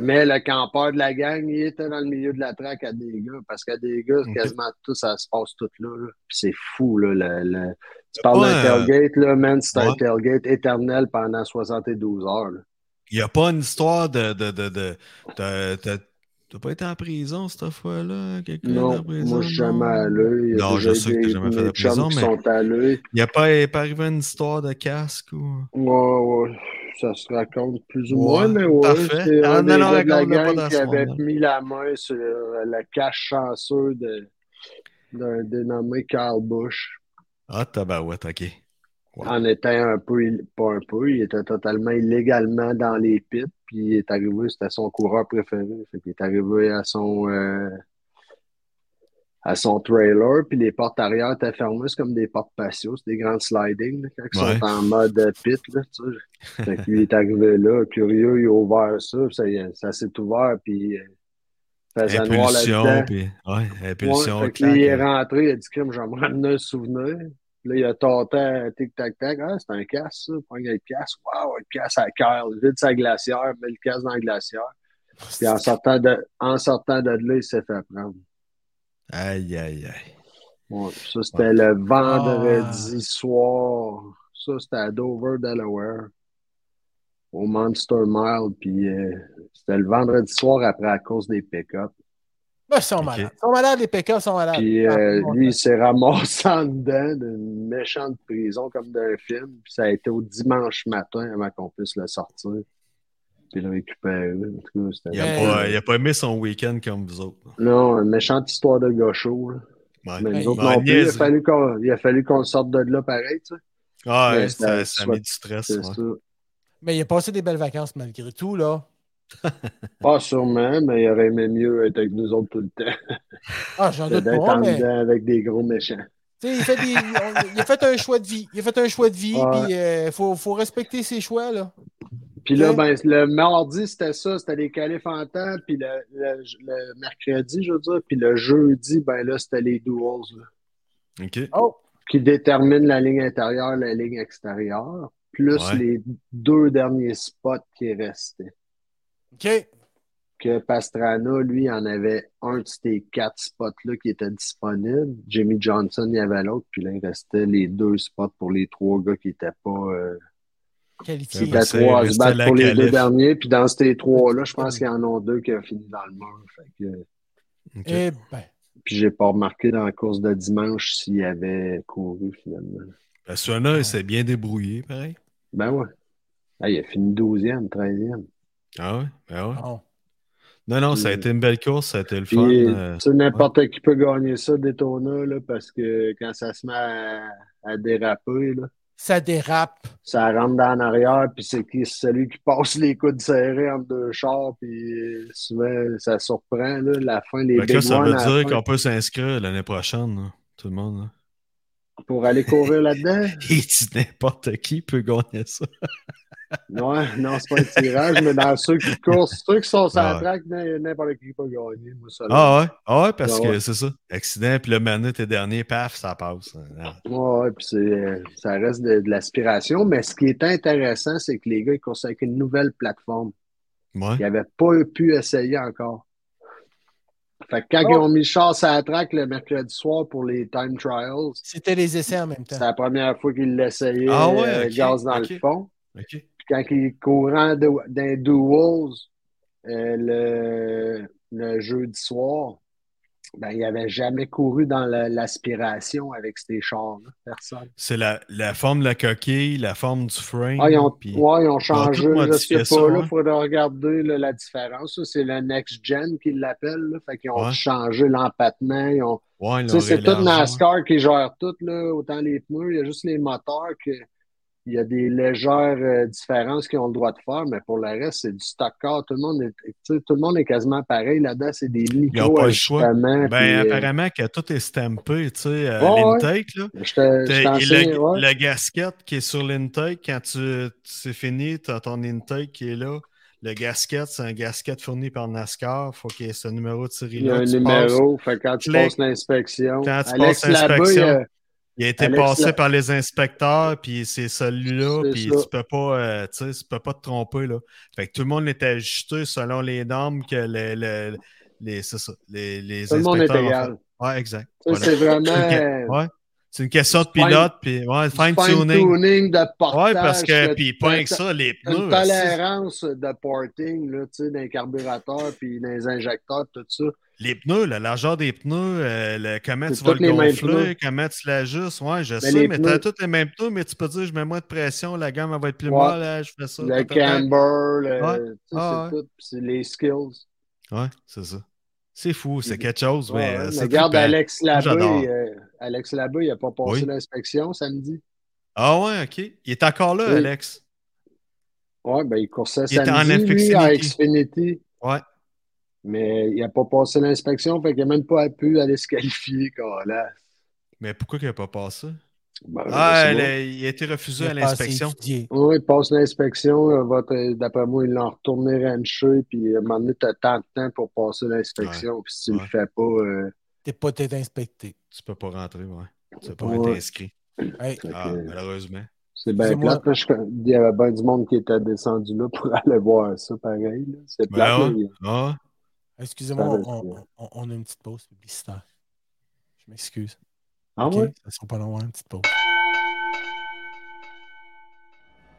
Speaker 5: mais le campeur de la gang, il était dans le milieu de la traque à Dega, parce qu'à Dega,
Speaker 4: Ok.
Speaker 5: quasiment tout, ça se passe tout là, là. Puis c'est fou, là, le, le- Tu
Speaker 4: C'est
Speaker 5: parles
Speaker 4: pas
Speaker 5: d'un
Speaker 4: un-
Speaker 5: tailgate, là, man, c'est un
Speaker 4: Ouais.
Speaker 5: tailgate éternel pendant 72 heures, là.
Speaker 4: Il n'y a pas une histoire de. de, de, de, de- de- T'as pas été en prison cette fois-là? Quelqu'un
Speaker 5: Non,
Speaker 4: en prison,
Speaker 5: moi, je suis jamais
Speaker 4: non?
Speaker 5: allé, il y a
Speaker 4: Non, je
Speaker 5: déjà
Speaker 4: sais
Speaker 5: eu
Speaker 4: que t'as
Speaker 5: des-
Speaker 4: jamais fait
Speaker 5: mes
Speaker 4: de
Speaker 5: chums
Speaker 4: prison,
Speaker 5: qui
Speaker 4: mais-
Speaker 5: sont allés,
Speaker 4: Il n'y a pas, est pas arrivé une histoire de casque ou.
Speaker 5: Ouais, ouais, ça se raconte plus ou
Speaker 4: Ouais,
Speaker 5: moins, mais ouais,
Speaker 4: parfait.
Speaker 5: c'est
Speaker 4: Ah,
Speaker 5: un
Speaker 4: non,
Speaker 5: des
Speaker 4: non,
Speaker 5: gars de la
Speaker 4: raconte-le pas
Speaker 5: gang
Speaker 4: dans
Speaker 5: qui
Speaker 4: ce
Speaker 5: avait
Speaker 4: moment-là.
Speaker 5: mis la main sur le cache chanceux de, d'un dénommé Carl Bush,
Speaker 4: Ah, tabarouette, ok. Ouais.
Speaker 5: en étant un peu, ill- pas un peu, il était totalement illégalement dans les pits, puis il est arrivé, c'était son coureur préféré, fait qu'il est arrivé à son, euh, à son trailer, puis les portes arrière étaient fermées, c'est comme des portes patio, c'est des grandes sliding, là, quand ils
Speaker 4: Ouais.
Speaker 5: sont en mode euh, pit, là, tu
Speaker 4: *laughs*
Speaker 5: sais. Fait que lui est arrivé là, curieux, il a ouvert ça, puis ça, y est, ça s'est ouvert, puis euh, faisait noir
Speaker 4: Impulsion,
Speaker 5: là-dedans.
Speaker 4: puis. Ouais,
Speaker 5: Ouais,
Speaker 4: impulsion.
Speaker 5: fait que
Speaker 4: claque,
Speaker 5: lui, il est
Speaker 4: hein.
Speaker 5: rentré, il a dit, crime, je vais me ramener un souvenir. Puis Là, il a tenté tic-tac-tac. Ah, c'est un casse, ça. Pogne le casse. Waouh, le casse à cœur. Il vide sa glacière, met le casse dans la glacière. Puis en sortant de, en sortant de là, il s'est fait prendre.
Speaker 4: Aïe, aïe, aïe.
Speaker 5: Ouais, ça, c'était le vendredi soir. Ça, c'était à Dover, Delaware, au Monster Mile. Puis euh, c'était le vendredi soir après à cause des pick-up.
Speaker 6: Ben, ils sont
Speaker 4: Ok.
Speaker 6: malades. Ils sont malades, les PK sont malades.
Speaker 5: Puis
Speaker 6: Ah,
Speaker 5: euh,
Speaker 6: bon,
Speaker 5: lui, il s'est ramassé en dedans d'une méchante prison comme d'un film. Puis ça a été au dimanche matin avant qu'on puisse le sortir. Puis le récupérer. En tout cas, c'était-
Speaker 4: Il n'a
Speaker 6: Ouais.
Speaker 5: euh,
Speaker 4: pas, il a pas aimé son week-end comme vous autres.
Speaker 5: Non, une méchante histoire de gaucho. là.
Speaker 4: Ouais.
Speaker 5: Mais
Speaker 6: Ouais.
Speaker 5: nous autres
Speaker 4: Ouais,
Speaker 5: non plus, il a
Speaker 4: niaise.
Speaker 5: fallu qu'on il a fallu qu'on sorte de là pareil, tu sais.
Speaker 4: Ah,
Speaker 5: Mais
Speaker 4: ouais, ça,
Speaker 5: ça-
Speaker 4: ça
Speaker 5: soit-
Speaker 4: met du stress.
Speaker 5: C'est
Speaker 4: ouais.
Speaker 5: ça.
Speaker 6: Mais il a passé des belles vacances malgré tout, là.
Speaker 5: Pas Ah, sûrement, mais il aurait aimé mieux être avec nous autres tout le temps.
Speaker 6: Ah, j'en
Speaker 5: que
Speaker 6: doute
Speaker 5: D'être
Speaker 6: pas,
Speaker 5: en
Speaker 6: mais.
Speaker 5: dedans avec des gros méchants.
Speaker 6: Tu sais, il, fait des- on- il a fait un choix de vie. Il a fait un choix de vie,
Speaker 5: Ouais.
Speaker 6: puis euh, faut, faut respecter ses choix, là.
Speaker 5: Puis là,
Speaker 6: Ouais.
Speaker 5: ben, le mardi, c'était ça, c'était les califs en temps, puis le, le- le mercredi, je veux dire, puis le jeudi, ben là, c'était les duels, là,
Speaker 4: OK.
Speaker 6: Oh!
Speaker 5: qui déterminent la ligne intérieure, la ligne extérieure, plus
Speaker 4: Ouais.
Speaker 5: les deux derniers spots qui restaient.
Speaker 6: OK.
Speaker 5: Que Pastrana, lui, en avait un de ces quatre spots-là qui étaient disponibles. Jimmy Johnson, il y avait l'autre, puis là, il restait les deux spots pour les trois gars qui n'étaient pas... euh,
Speaker 6: Qualifié.
Speaker 4: Ouais,
Speaker 5: Il y a
Speaker 4: ben, c'est-
Speaker 5: trois à
Speaker 4: c'est
Speaker 5: se battre
Speaker 4: la
Speaker 5: pour les
Speaker 4: qualif.
Speaker 5: deux derniers. Puis dans ces trois-là, je pense qu'il y en a deux qui ont fini dans le mur. Fait que-
Speaker 4: ok.
Speaker 6: Eh ben.
Speaker 5: Puis j'ai pas remarqué dans la course de dimanche s'il avait couru finalement.
Speaker 4: Ben, celui-là, il s'est bien débrouillé, pareil.
Speaker 5: Ben ouais. Ah, il a fini 12e, 13e.
Speaker 4: Ah ouais? Ben ouais.
Speaker 6: bon.
Speaker 4: Non, non, ça a
Speaker 5: Puis-
Speaker 4: été une belle course, ça a été le
Speaker 5: Puis
Speaker 4: fun. euh,
Speaker 5: tu sais, n'importe qui peut gagner ça, Daytona, là, parce que quand ça se met à, à déraper, là,
Speaker 6: Ça dérape.
Speaker 5: ça rentre dans l'arrière, puis c'est qui, c'est celui qui passe les coudes serrés entre deux chars, puis souvent ça surprend. Là, la fin,
Speaker 4: fait
Speaker 5: les
Speaker 4: Ben, que
Speaker 5: big
Speaker 4: là, ça
Speaker 5: ones
Speaker 4: veut
Speaker 5: à la
Speaker 4: dire
Speaker 5: fin,
Speaker 4: qu'on peut s'inscrire l'année prochaine, là, tout le monde.
Speaker 5: *laughs*
Speaker 4: là.
Speaker 5: pour aller
Speaker 4: *laughs*
Speaker 5: courir là-dedans.
Speaker 4: Et tu- n'importe qui peut gagner ça.
Speaker 5: Ouais, non, c'est pas un tirage, mais dans ceux qui courent, ceux qui sont sur la
Speaker 4: Ah Ouais.
Speaker 5: track, n- n'importe qui peut gagner. Moi, ça, là.
Speaker 4: Ah ouais? Ah ouais, parce
Speaker 5: Ah
Speaker 4: que
Speaker 5: ouais.
Speaker 4: c'est ça. Accident, puis le manette est dernier, paf, ça passe. Ah.
Speaker 5: Ouais, ouais, puis c'est, euh, ça reste de, de l'aspiration. Mais ce qui est intéressant, c'est que les gars, ils courent avec une nouvelle plateforme.
Speaker 4: Ouais.
Speaker 5: Ils n'avaient pas pu essayer encore. Fait que quand ils ont mis le char sur la track le mercredi soir pour les time trials,
Speaker 6: C'était les essais en même
Speaker 5: c'est
Speaker 6: temps.
Speaker 5: la première fois qu'ils l'essayaient,
Speaker 4: Ah ouais,
Speaker 5: euh,
Speaker 4: ok,
Speaker 5: gaz dans
Speaker 4: ok.
Speaker 5: le fond.
Speaker 4: OK.
Speaker 5: Puis quand il est courant de, d'un duels euh, le, le jeudi soir, ben, il n'avait jamais couru dans la- l'aspiration avec ces chars-là, personne.
Speaker 4: C'est la, la forme de la coquille, la forme du frame.
Speaker 5: Ah, ils ont,
Speaker 4: puis-
Speaker 5: ouais, ils ont
Speaker 4: ont
Speaker 5: changé,
Speaker 4: tout
Speaker 5: je
Speaker 4: modifié
Speaker 5: sais
Speaker 4: ça,
Speaker 5: pas, là,
Speaker 4: ouais.
Speaker 5: faudrait regarder là, la différence. Ça, C'est le next gen qui l'appelle, là. fait qu'ils ont
Speaker 4: Ouais.
Speaker 5: changé l'empattement, ils ont
Speaker 4: Ouais, ils
Speaker 5: Tu
Speaker 4: l'ont
Speaker 5: sais, c'est tout
Speaker 4: réélargi, ouais.
Speaker 5: NASCAR qui gère tout, là, autant les pneus, il y a juste les moteurs que Il y a des légères euh, différences qu'ils ont le droit de faire, mais pour le reste, c'est du stock-car. Tout, le monde est- tu sais, tout le monde est quasiment pareil. Là-dedans, c'est des
Speaker 4: Ils ont
Speaker 5: micro
Speaker 4: pas le choix.
Speaker 5: ajustements, puis,
Speaker 4: Ben,
Speaker 5: euh,
Speaker 4: apparemment que tout est stampé, tu sais, euh,
Speaker 5: Ouais, ouais.
Speaker 4: l'intake, là.
Speaker 5: je te- Euh, je
Speaker 4: T'as-
Speaker 5: t'enseigne,
Speaker 4: le,
Speaker 5: ouais.
Speaker 4: le gasket qui est sur l'intake, quand tu c'est fini, tu as ton intake qui est là. Le gasket, c'est un gasket fourni par NASCAR. Faut qu'il y ait ce numéro de série
Speaker 5: Il y a
Speaker 4: là.
Speaker 5: un
Speaker 4: tu passes.
Speaker 5: numéro. Fait que quand tu
Speaker 4: Clic.
Speaker 5: passes l'inspection,
Speaker 4: Quand tu
Speaker 5: Alex
Speaker 4: passes
Speaker 5: Labbé,
Speaker 4: l'inspection,
Speaker 5: euh,
Speaker 4: Il a été
Speaker 5: Alex,
Speaker 4: passé
Speaker 5: là-
Speaker 4: par les inspecteurs, puis c'est celui-là,
Speaker 5: C'est
Speaker 4: puis
Speaker 5: ça.
Speaker 4: tu peux pas, euh, tu sais, tu peux pas te tromper là. Fait que tout le monde est ajusté selon les normes que le- le- les, c'est ça, les, les
Speaker 5: tout le monde est
Speaker 4: inspecteurs ont
Speaker 5: égal.
Speaker 4: fait. Ouais, exact.
Speaker 5: Ça,
Speaker 4: Voilà. C'est
Speaker 5: C'est vraiment
Speaker 4: *laughs*
Speaker 5: euh,
Speaker 4: Ouais. C'est une question de
Speaker 5: Fine-
Speaker 4: pilote, puis ouais,
Speaker 5: fine
Speaker 4: fine-tuning.
Speaker 5: tuning de portage.
Speaker 4: Ouais, parce que,
Speaker 5: de-
Speaker 4: puis pas rien que
Speaker 5: de-
Speaker 4: ça, les
Speaker 5: Une
Speaker 4: pneus. aussi,
Speaker 5: tolérance de porting, là, tu sais, dans les carburateurs, puis dans les injecteurs, tout ça.
Speaker 4: les pneus, la largeur des pneus, euh, le- comment
Speaker 5: C'est
Speaker 4: tu vas
Speaker 5: tous
Speaker 4: le
Speaker 5: les mêmes pneus. Ben,
Speaker 4: gonfler, comment tu l'ajustes. Ouais, je
Speaker 5: les
Speaker 4: sais, mais t'as
Speaker 5: pneus-
Speaker 4: tous les mêmes pneus, mais tu peux dire, je mets moins de pression, la gamme elle va être plus
Speaker 5: Ouais.
Speaker 4: molle, là, je fais ça.
Speaker 5: Le
Speaker 4: ta, ta, ta.
Speaker 5: camber, le-
Speaker 4: Ouais.
Speaker 5: tu sais, c'est
Speaker 4: Ah,
Speaker 5: tout. puis c'est les skills.
Speaker 4: Ouais, c'est ça. C'est fou, c'est
Speaker 5: Mhm.
Speaker 4: quelque chose,
Speaker 5: Ouais,
Speaker 4: mais
Speaker 5: ouais,
Speaker 4: euh,
Speaker 5: mais
Speaker 4: c'est
Speaker 5: regarde,
Speaker 4: trippant.
Speaker 5: Alex Labbé,
Speaker 4: j'adore.
Speaker 5: euh, Alex Labbé, il n'a pas passé
Speaker 4: Oui.
Speaker 5: l'inspection samedi.
Speaker 4: Ah ouais, ok. Il est encore là,
Speaker 5: Oui.
Speaker 4: Alex.
Speaker 5: Ouais, ben, il coursait
Speaker 4: Il était en
Speaker 5: samedi, lui, à Xfinity.
Speaker 4: Ouais.
Speaker 5: Mais il n'a pas passé l'inspection, fait qu'il n'a même pas pu aller se qualifier, là. Ben,
Speaker 4: Mais pourquoi il n'a pas passé? Ah, elle a- il a été refusé à l'inspection.
Speaker 5: Oui, il passe l'inspection. euh, votre- euh, D'après moi, ils l'ont retourné rancher. Puis, euh, à un moment donné, tu as tant de temps pour passer l'inspection. Puis, si tu ne
Speaker 4: Ouais.
Speaker 5: le fais pas, euh,
Speaker 3: T'es pas t'es inspecté.
Speaker 4: Tu peux pas rentrer, ouais. Tu peux pas
Speaker 5: Ouais.
Speaker 4: être inscrit.
Speaker 3: Hey,
Speaker 5: fait que,
Speaker 4: Ah,
Speaker 5: euh,
Speaker 4: malheureusement.
Speaker 5: c'est bien
Speaker 3: c'est moi.
Speaker 5: plate. là, je- il y avait bien du monde qui était descendu là pour *laughs* aller voir ça, pareil. là. C'est
Speaker 4: Ben
Speaker 5: plate.
Speaker 4: ouais.
Speaker 5: mais-
Speaker 4: Ah,
Speaker 3: excusez-moi,
Speaker 5: Ça va
Speaker 3: on,
Speaker 5: être
Speaker 3: on- on- on a une petite pause publicitaire. Je m'excuse.
Speaker 5: Ah
Speaker 3: OK?
Speaker 5: ouais?
Speaker 3: Ça sera pas long, hein, une petite pause.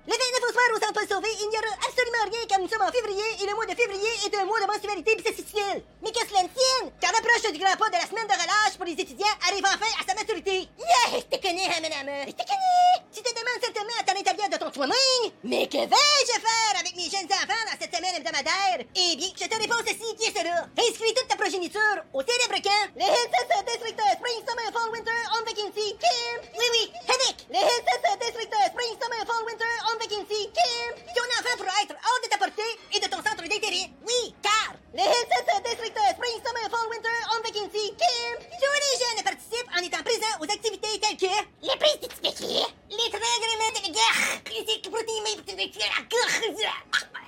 Speaker 1: Le 29 au soir au Centre Paul Sauvé, il n'y aura absolument rien car nous sommes en février et le mois de février est un mois de mensualité bissexuelle. Mais que cela ne tienne, car l'approche du grand pas de la semaine de relâche pour les étudiants arrive enfin à sa maturité. Yeah, je te connais, Hamanama, je te connais. Tu te demandes certainement à l'intérieur de ton swimming, mais que vais-je faire avec mes jeunes enfants dans cette semaine hebdomadaire? Eh bien, je te réponds ceci qui est cela. Inscris toute ta progéniture au célèbre camp, le Hilton District Spring Summer Fall Winter on Vacancy Camp. Oui, oui, avec le Hilton District Spring Summer Fall Winter on Vacancy Camp. Ton enfant pourra être hors de ta portée et de ton centre d'intérêt. Oui, car le Hilton District Spring Summer Fall Winter on Vacancy Camp. Tous les jeunes participent en étant présents aux activités telles que les prises d'expliquer, les tremblements de guerre, les protéines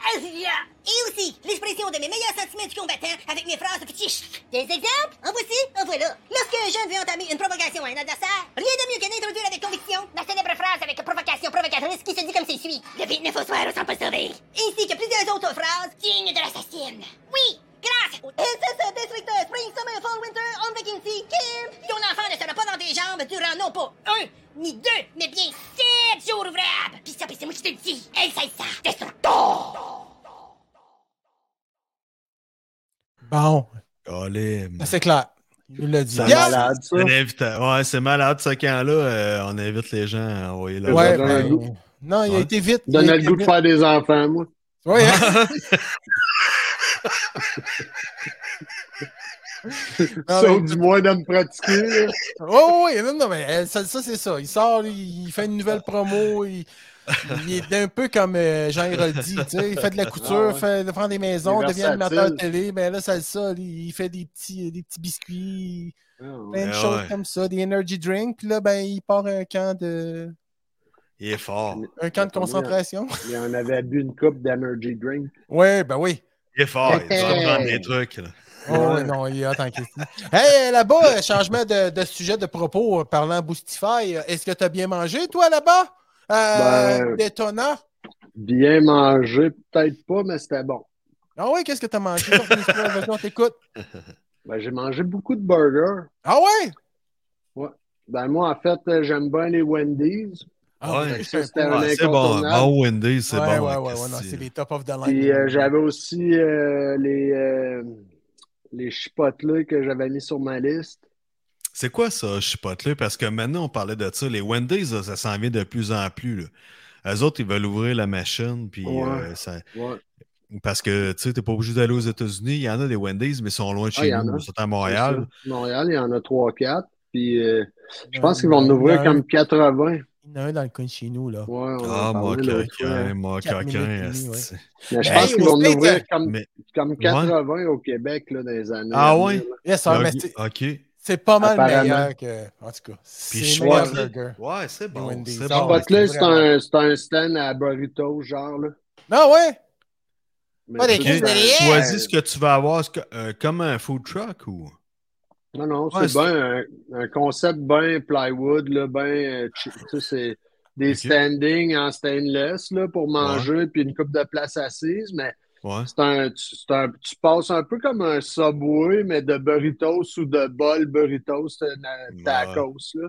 Speaker 1: et aussi l'expression de mes meilleurs sentiments du combattant avec mes phrases fétiches. Des exemples? En voici, en voilà. Lorsque un jeune veut entamer une provocation à un adversaire, rien de mieux que d'introduire avec conviction ma célèbre phrase avec provocation provocatrice qui se dit comme ceci suit. Le 29 au soir au centre sauvé. Ainsi que plusieurs autres phrases dignes de l'assassine. Oui, grâce au SS District Spring Summer Fall Winter on Vacancy Camp, ton enfant ne sera pas dans tes jambes durant non pas un ni deux, mais bien sept jours ouvrables. Pis ça, pis c'est moi qui te le dis. Elle sait ça. Destructor!
Speaker 3: Bon,
Speaker 4: Golem.
Speaker 3: c'est clair. Il nous l'a dit.
Speaker 4: Ça
Speaker 3: Yes!
Speaker 4: va,
Speaker 5: Malade, ça.
Speaker 4: On invite à- Ouais, c'est malade ce camp-là. euh, on invite les gens à envoyer leur
Speaker 3: Ouais,
Speaker 5: Ça donne
Speaker 3: ben,
Speaker 5: le goût.
Speaker 3: non, il a
Speaker 4: Ouais.
Speaker 3: été vite. il a
Speaker 5: Donnait
Speaker 3: été
Speaker 5: le goût de
Speaker 3: vite.
Speaker 5: faire des enfants, moi.
Speaker 3: Ouais, hein?
Speaker 5: *laughs*
Speaker 3: Non,
Speaker 5: Sauf
Speaker 3: mais-
Speaker 5: du moins de me pratiquer. là.
Speaker 3: Oh oui, non, non, mais euh, ça, ça, c'est ça. Il sort, il, il fait une nouvelle promo, il, il est un peu comme euh, Jean Héroldi, tu sais, il fait de la couture,
Speaker 5: Ah ouais.
Speaker 3: fait, il prend des maisons,
Speaker 5: Il est
Speaker 3: devient
Speaker 5: versatile.
Speaker 3: animateur télé, mais là, c'est ça, il, il fait des petits, euh, des petits biscuits,
Speaker 5: Ah,
Speaker 3: plein de
Speaker 4: Ouais,
Speaker 3: choses
Speaker 4: ouais.
Speaker 3: comme ça, des energy drinks, puis là, ben, il part à un camp de,
Speaker 4: Il est fort.
Speaker 3: un camp de concentration.
Speaker 5: Mais on avait bu une coupe d'energy drink.
Speaker 3: *laughs* Ouais, ben oui.
Speaker 4: Il est fort. Il doit
Speaker 5: Hey.
Speaker 4: prendre des trucs. là.
Speaker 3: Oh, ouais, non, il est hot en question. Hey, là-bas, euh, changement de, de sujet de propos, euh, parlant Boostify, euh, est-ce que t'as bien mangé, toi, là-bas? Euh,
Speaker 5: Ben-
Speaker 3: Détonnant.
Speaker 5: Bien mangé, peut-être pas, mais c'était bon.
Speaker 3: Ah oui, qu'est-ce que t'as mangé? Vas-y, on t'écoute.
Speaker 5: Ben, j'ai mangé beaucoup de burgers.
Speaker 3: Ah ouais?
Speaker 5: Ben, moi, en fait, euh, j'aime bien les Wendy's.
Speaker 3: Ah
Speaker 4: Ouais.
Speaker 3: je sais
Speaker 5: C'est un
Speaker 3: pas.
Speaker 4: Ouais, c'est bon.
Speaker 5: incontournable.
Speaker 4: Bon, Wendy, c'est
Speaker 3: ouais,
Speaker 4: bon.
Speaker 3: ouais,
Speaker 4: hein,
Speaker 3: ouais, ouais, non,
Speaker 4: Christy.
Speaker 3: c'est les top of the line.
Speaker 5: Puis euh, j'avais aussi euh, les, euh, les chipotlés que j'avais mis sur ma liste.
Speaker 4: C'est quoi ça, chipotle? Parce que maintenant, on parlait de ça. Les Wendy's, là, ça s'en vient de plus en plus. Là. Eux autres, ils veulent ouvrir la machine. Puis,
Speaker 5: Ouais.
Speaker 4: euh, ça-
Speaker 5: Ouais.
Speaker 4: Parce que tu sais, t'es pas obligé d'aller aux États-Unis. Il y en a des Wendy's, mais ils sont loin de
Speaker 5: Ah, il
Speaker 4: chez
Speaker 5: y en
Speaker 4: nous.
Speaker 5: a.
Speaker 4: Ils sont à
Speaker 5: c'est
Speaker 4: Montréal.
Speaker 5: ça. Montréal, il y en a 3-4. Puis euh, je pense qu'ils vont en ouvrir comme 80.
Speaker 3: Il Il y en a un dans le coin de chez nous, là.
Speaker 5: Ouais, on en
Speaker 4: Ah,
Speaker 5: a
Speaker 4: mon
Speaker 5: parlé l'autre
Speaker 4: coquin,
Speaker 5: fois.
Speaker 4: mon
Speaker 3: Quatre
Speaker 4: coquin.
Speaker 3: minutes et demie,
Speaker 4: esti.
Speaker 5: Mais je
Speaker 3: Ben,
Speaker 5: pense
Speaker 3: hey,
Speaker 5: qu'ils vont
Speaker 3: au
Speaker 5: en
Speaker 3: fait,
Speaker 5: ouvrir
Speaker 3: euh,
Speaker 5: comme,
Speaker 4: Mais,
Speaker 5: comme 80 au Québec là, dans les années.
Speaker 4: ah
Speaker 5: à
Speaker 4: ouais?
Speaker 5: venir, là.
Speaker 3: Yes, sir, mais
Speaker 4: Log-
Speaker 3: c'est-
Speaker 4: Ok.
Speaker 3: c'est pas mal
Speaker 5: Apparemment.
Speaker 3: meilleur que. En tout cas, c'est
Speaker 4: je
Speaker 3: le meilleur
Speaker 4: crois-
Speaker 3: burger.
Speaker 4: Ouais, c'est bon.
Speaker 3: Wendy's.
Speaker 4: C'est
Speaker 3: Ah,
Speaker 4: bon.
Speaker 3: ouais,
Speaker 5: Fait que là, c'est
Speaker 3: vraiment-
Speaker 5: un, c'est un stand à burrito, genre. Là.
Speaker 3: Non, Ah ouais!
Speaker 5: Mais
Speaker 3: Pas des
Speaker 5: c'est
Speaker 3: crises
Speaker 5: dans-
Speaker 3: de
Speaker 4: Ok.
Speaker 3: rien.
Speaker 4: Ben, Choisis ce que tu vas avoir ce que- euh, comme un food truck ou.
Speaker 5: Non, non,
Speaker 4: Ouais,
Speaker 5: c'est
Speaker 4: c'est-
Speaker 5: bien un, un concept bien plywood, là, bien. euh, chi- tu sais, c'est des
Speaker 4: Ok.
Speaker 5: standings en stainless là, pour manger, puis une coupe de place assise, mais
Speaker 4: Ouais.
Speaker 5: c'est un, tu- c'est un, tu passes un peu comme un subway, mais de burritos ou de bol burritos, c'est un-
Speaker 4: Ouais.
Speaker 5: tacos. Là.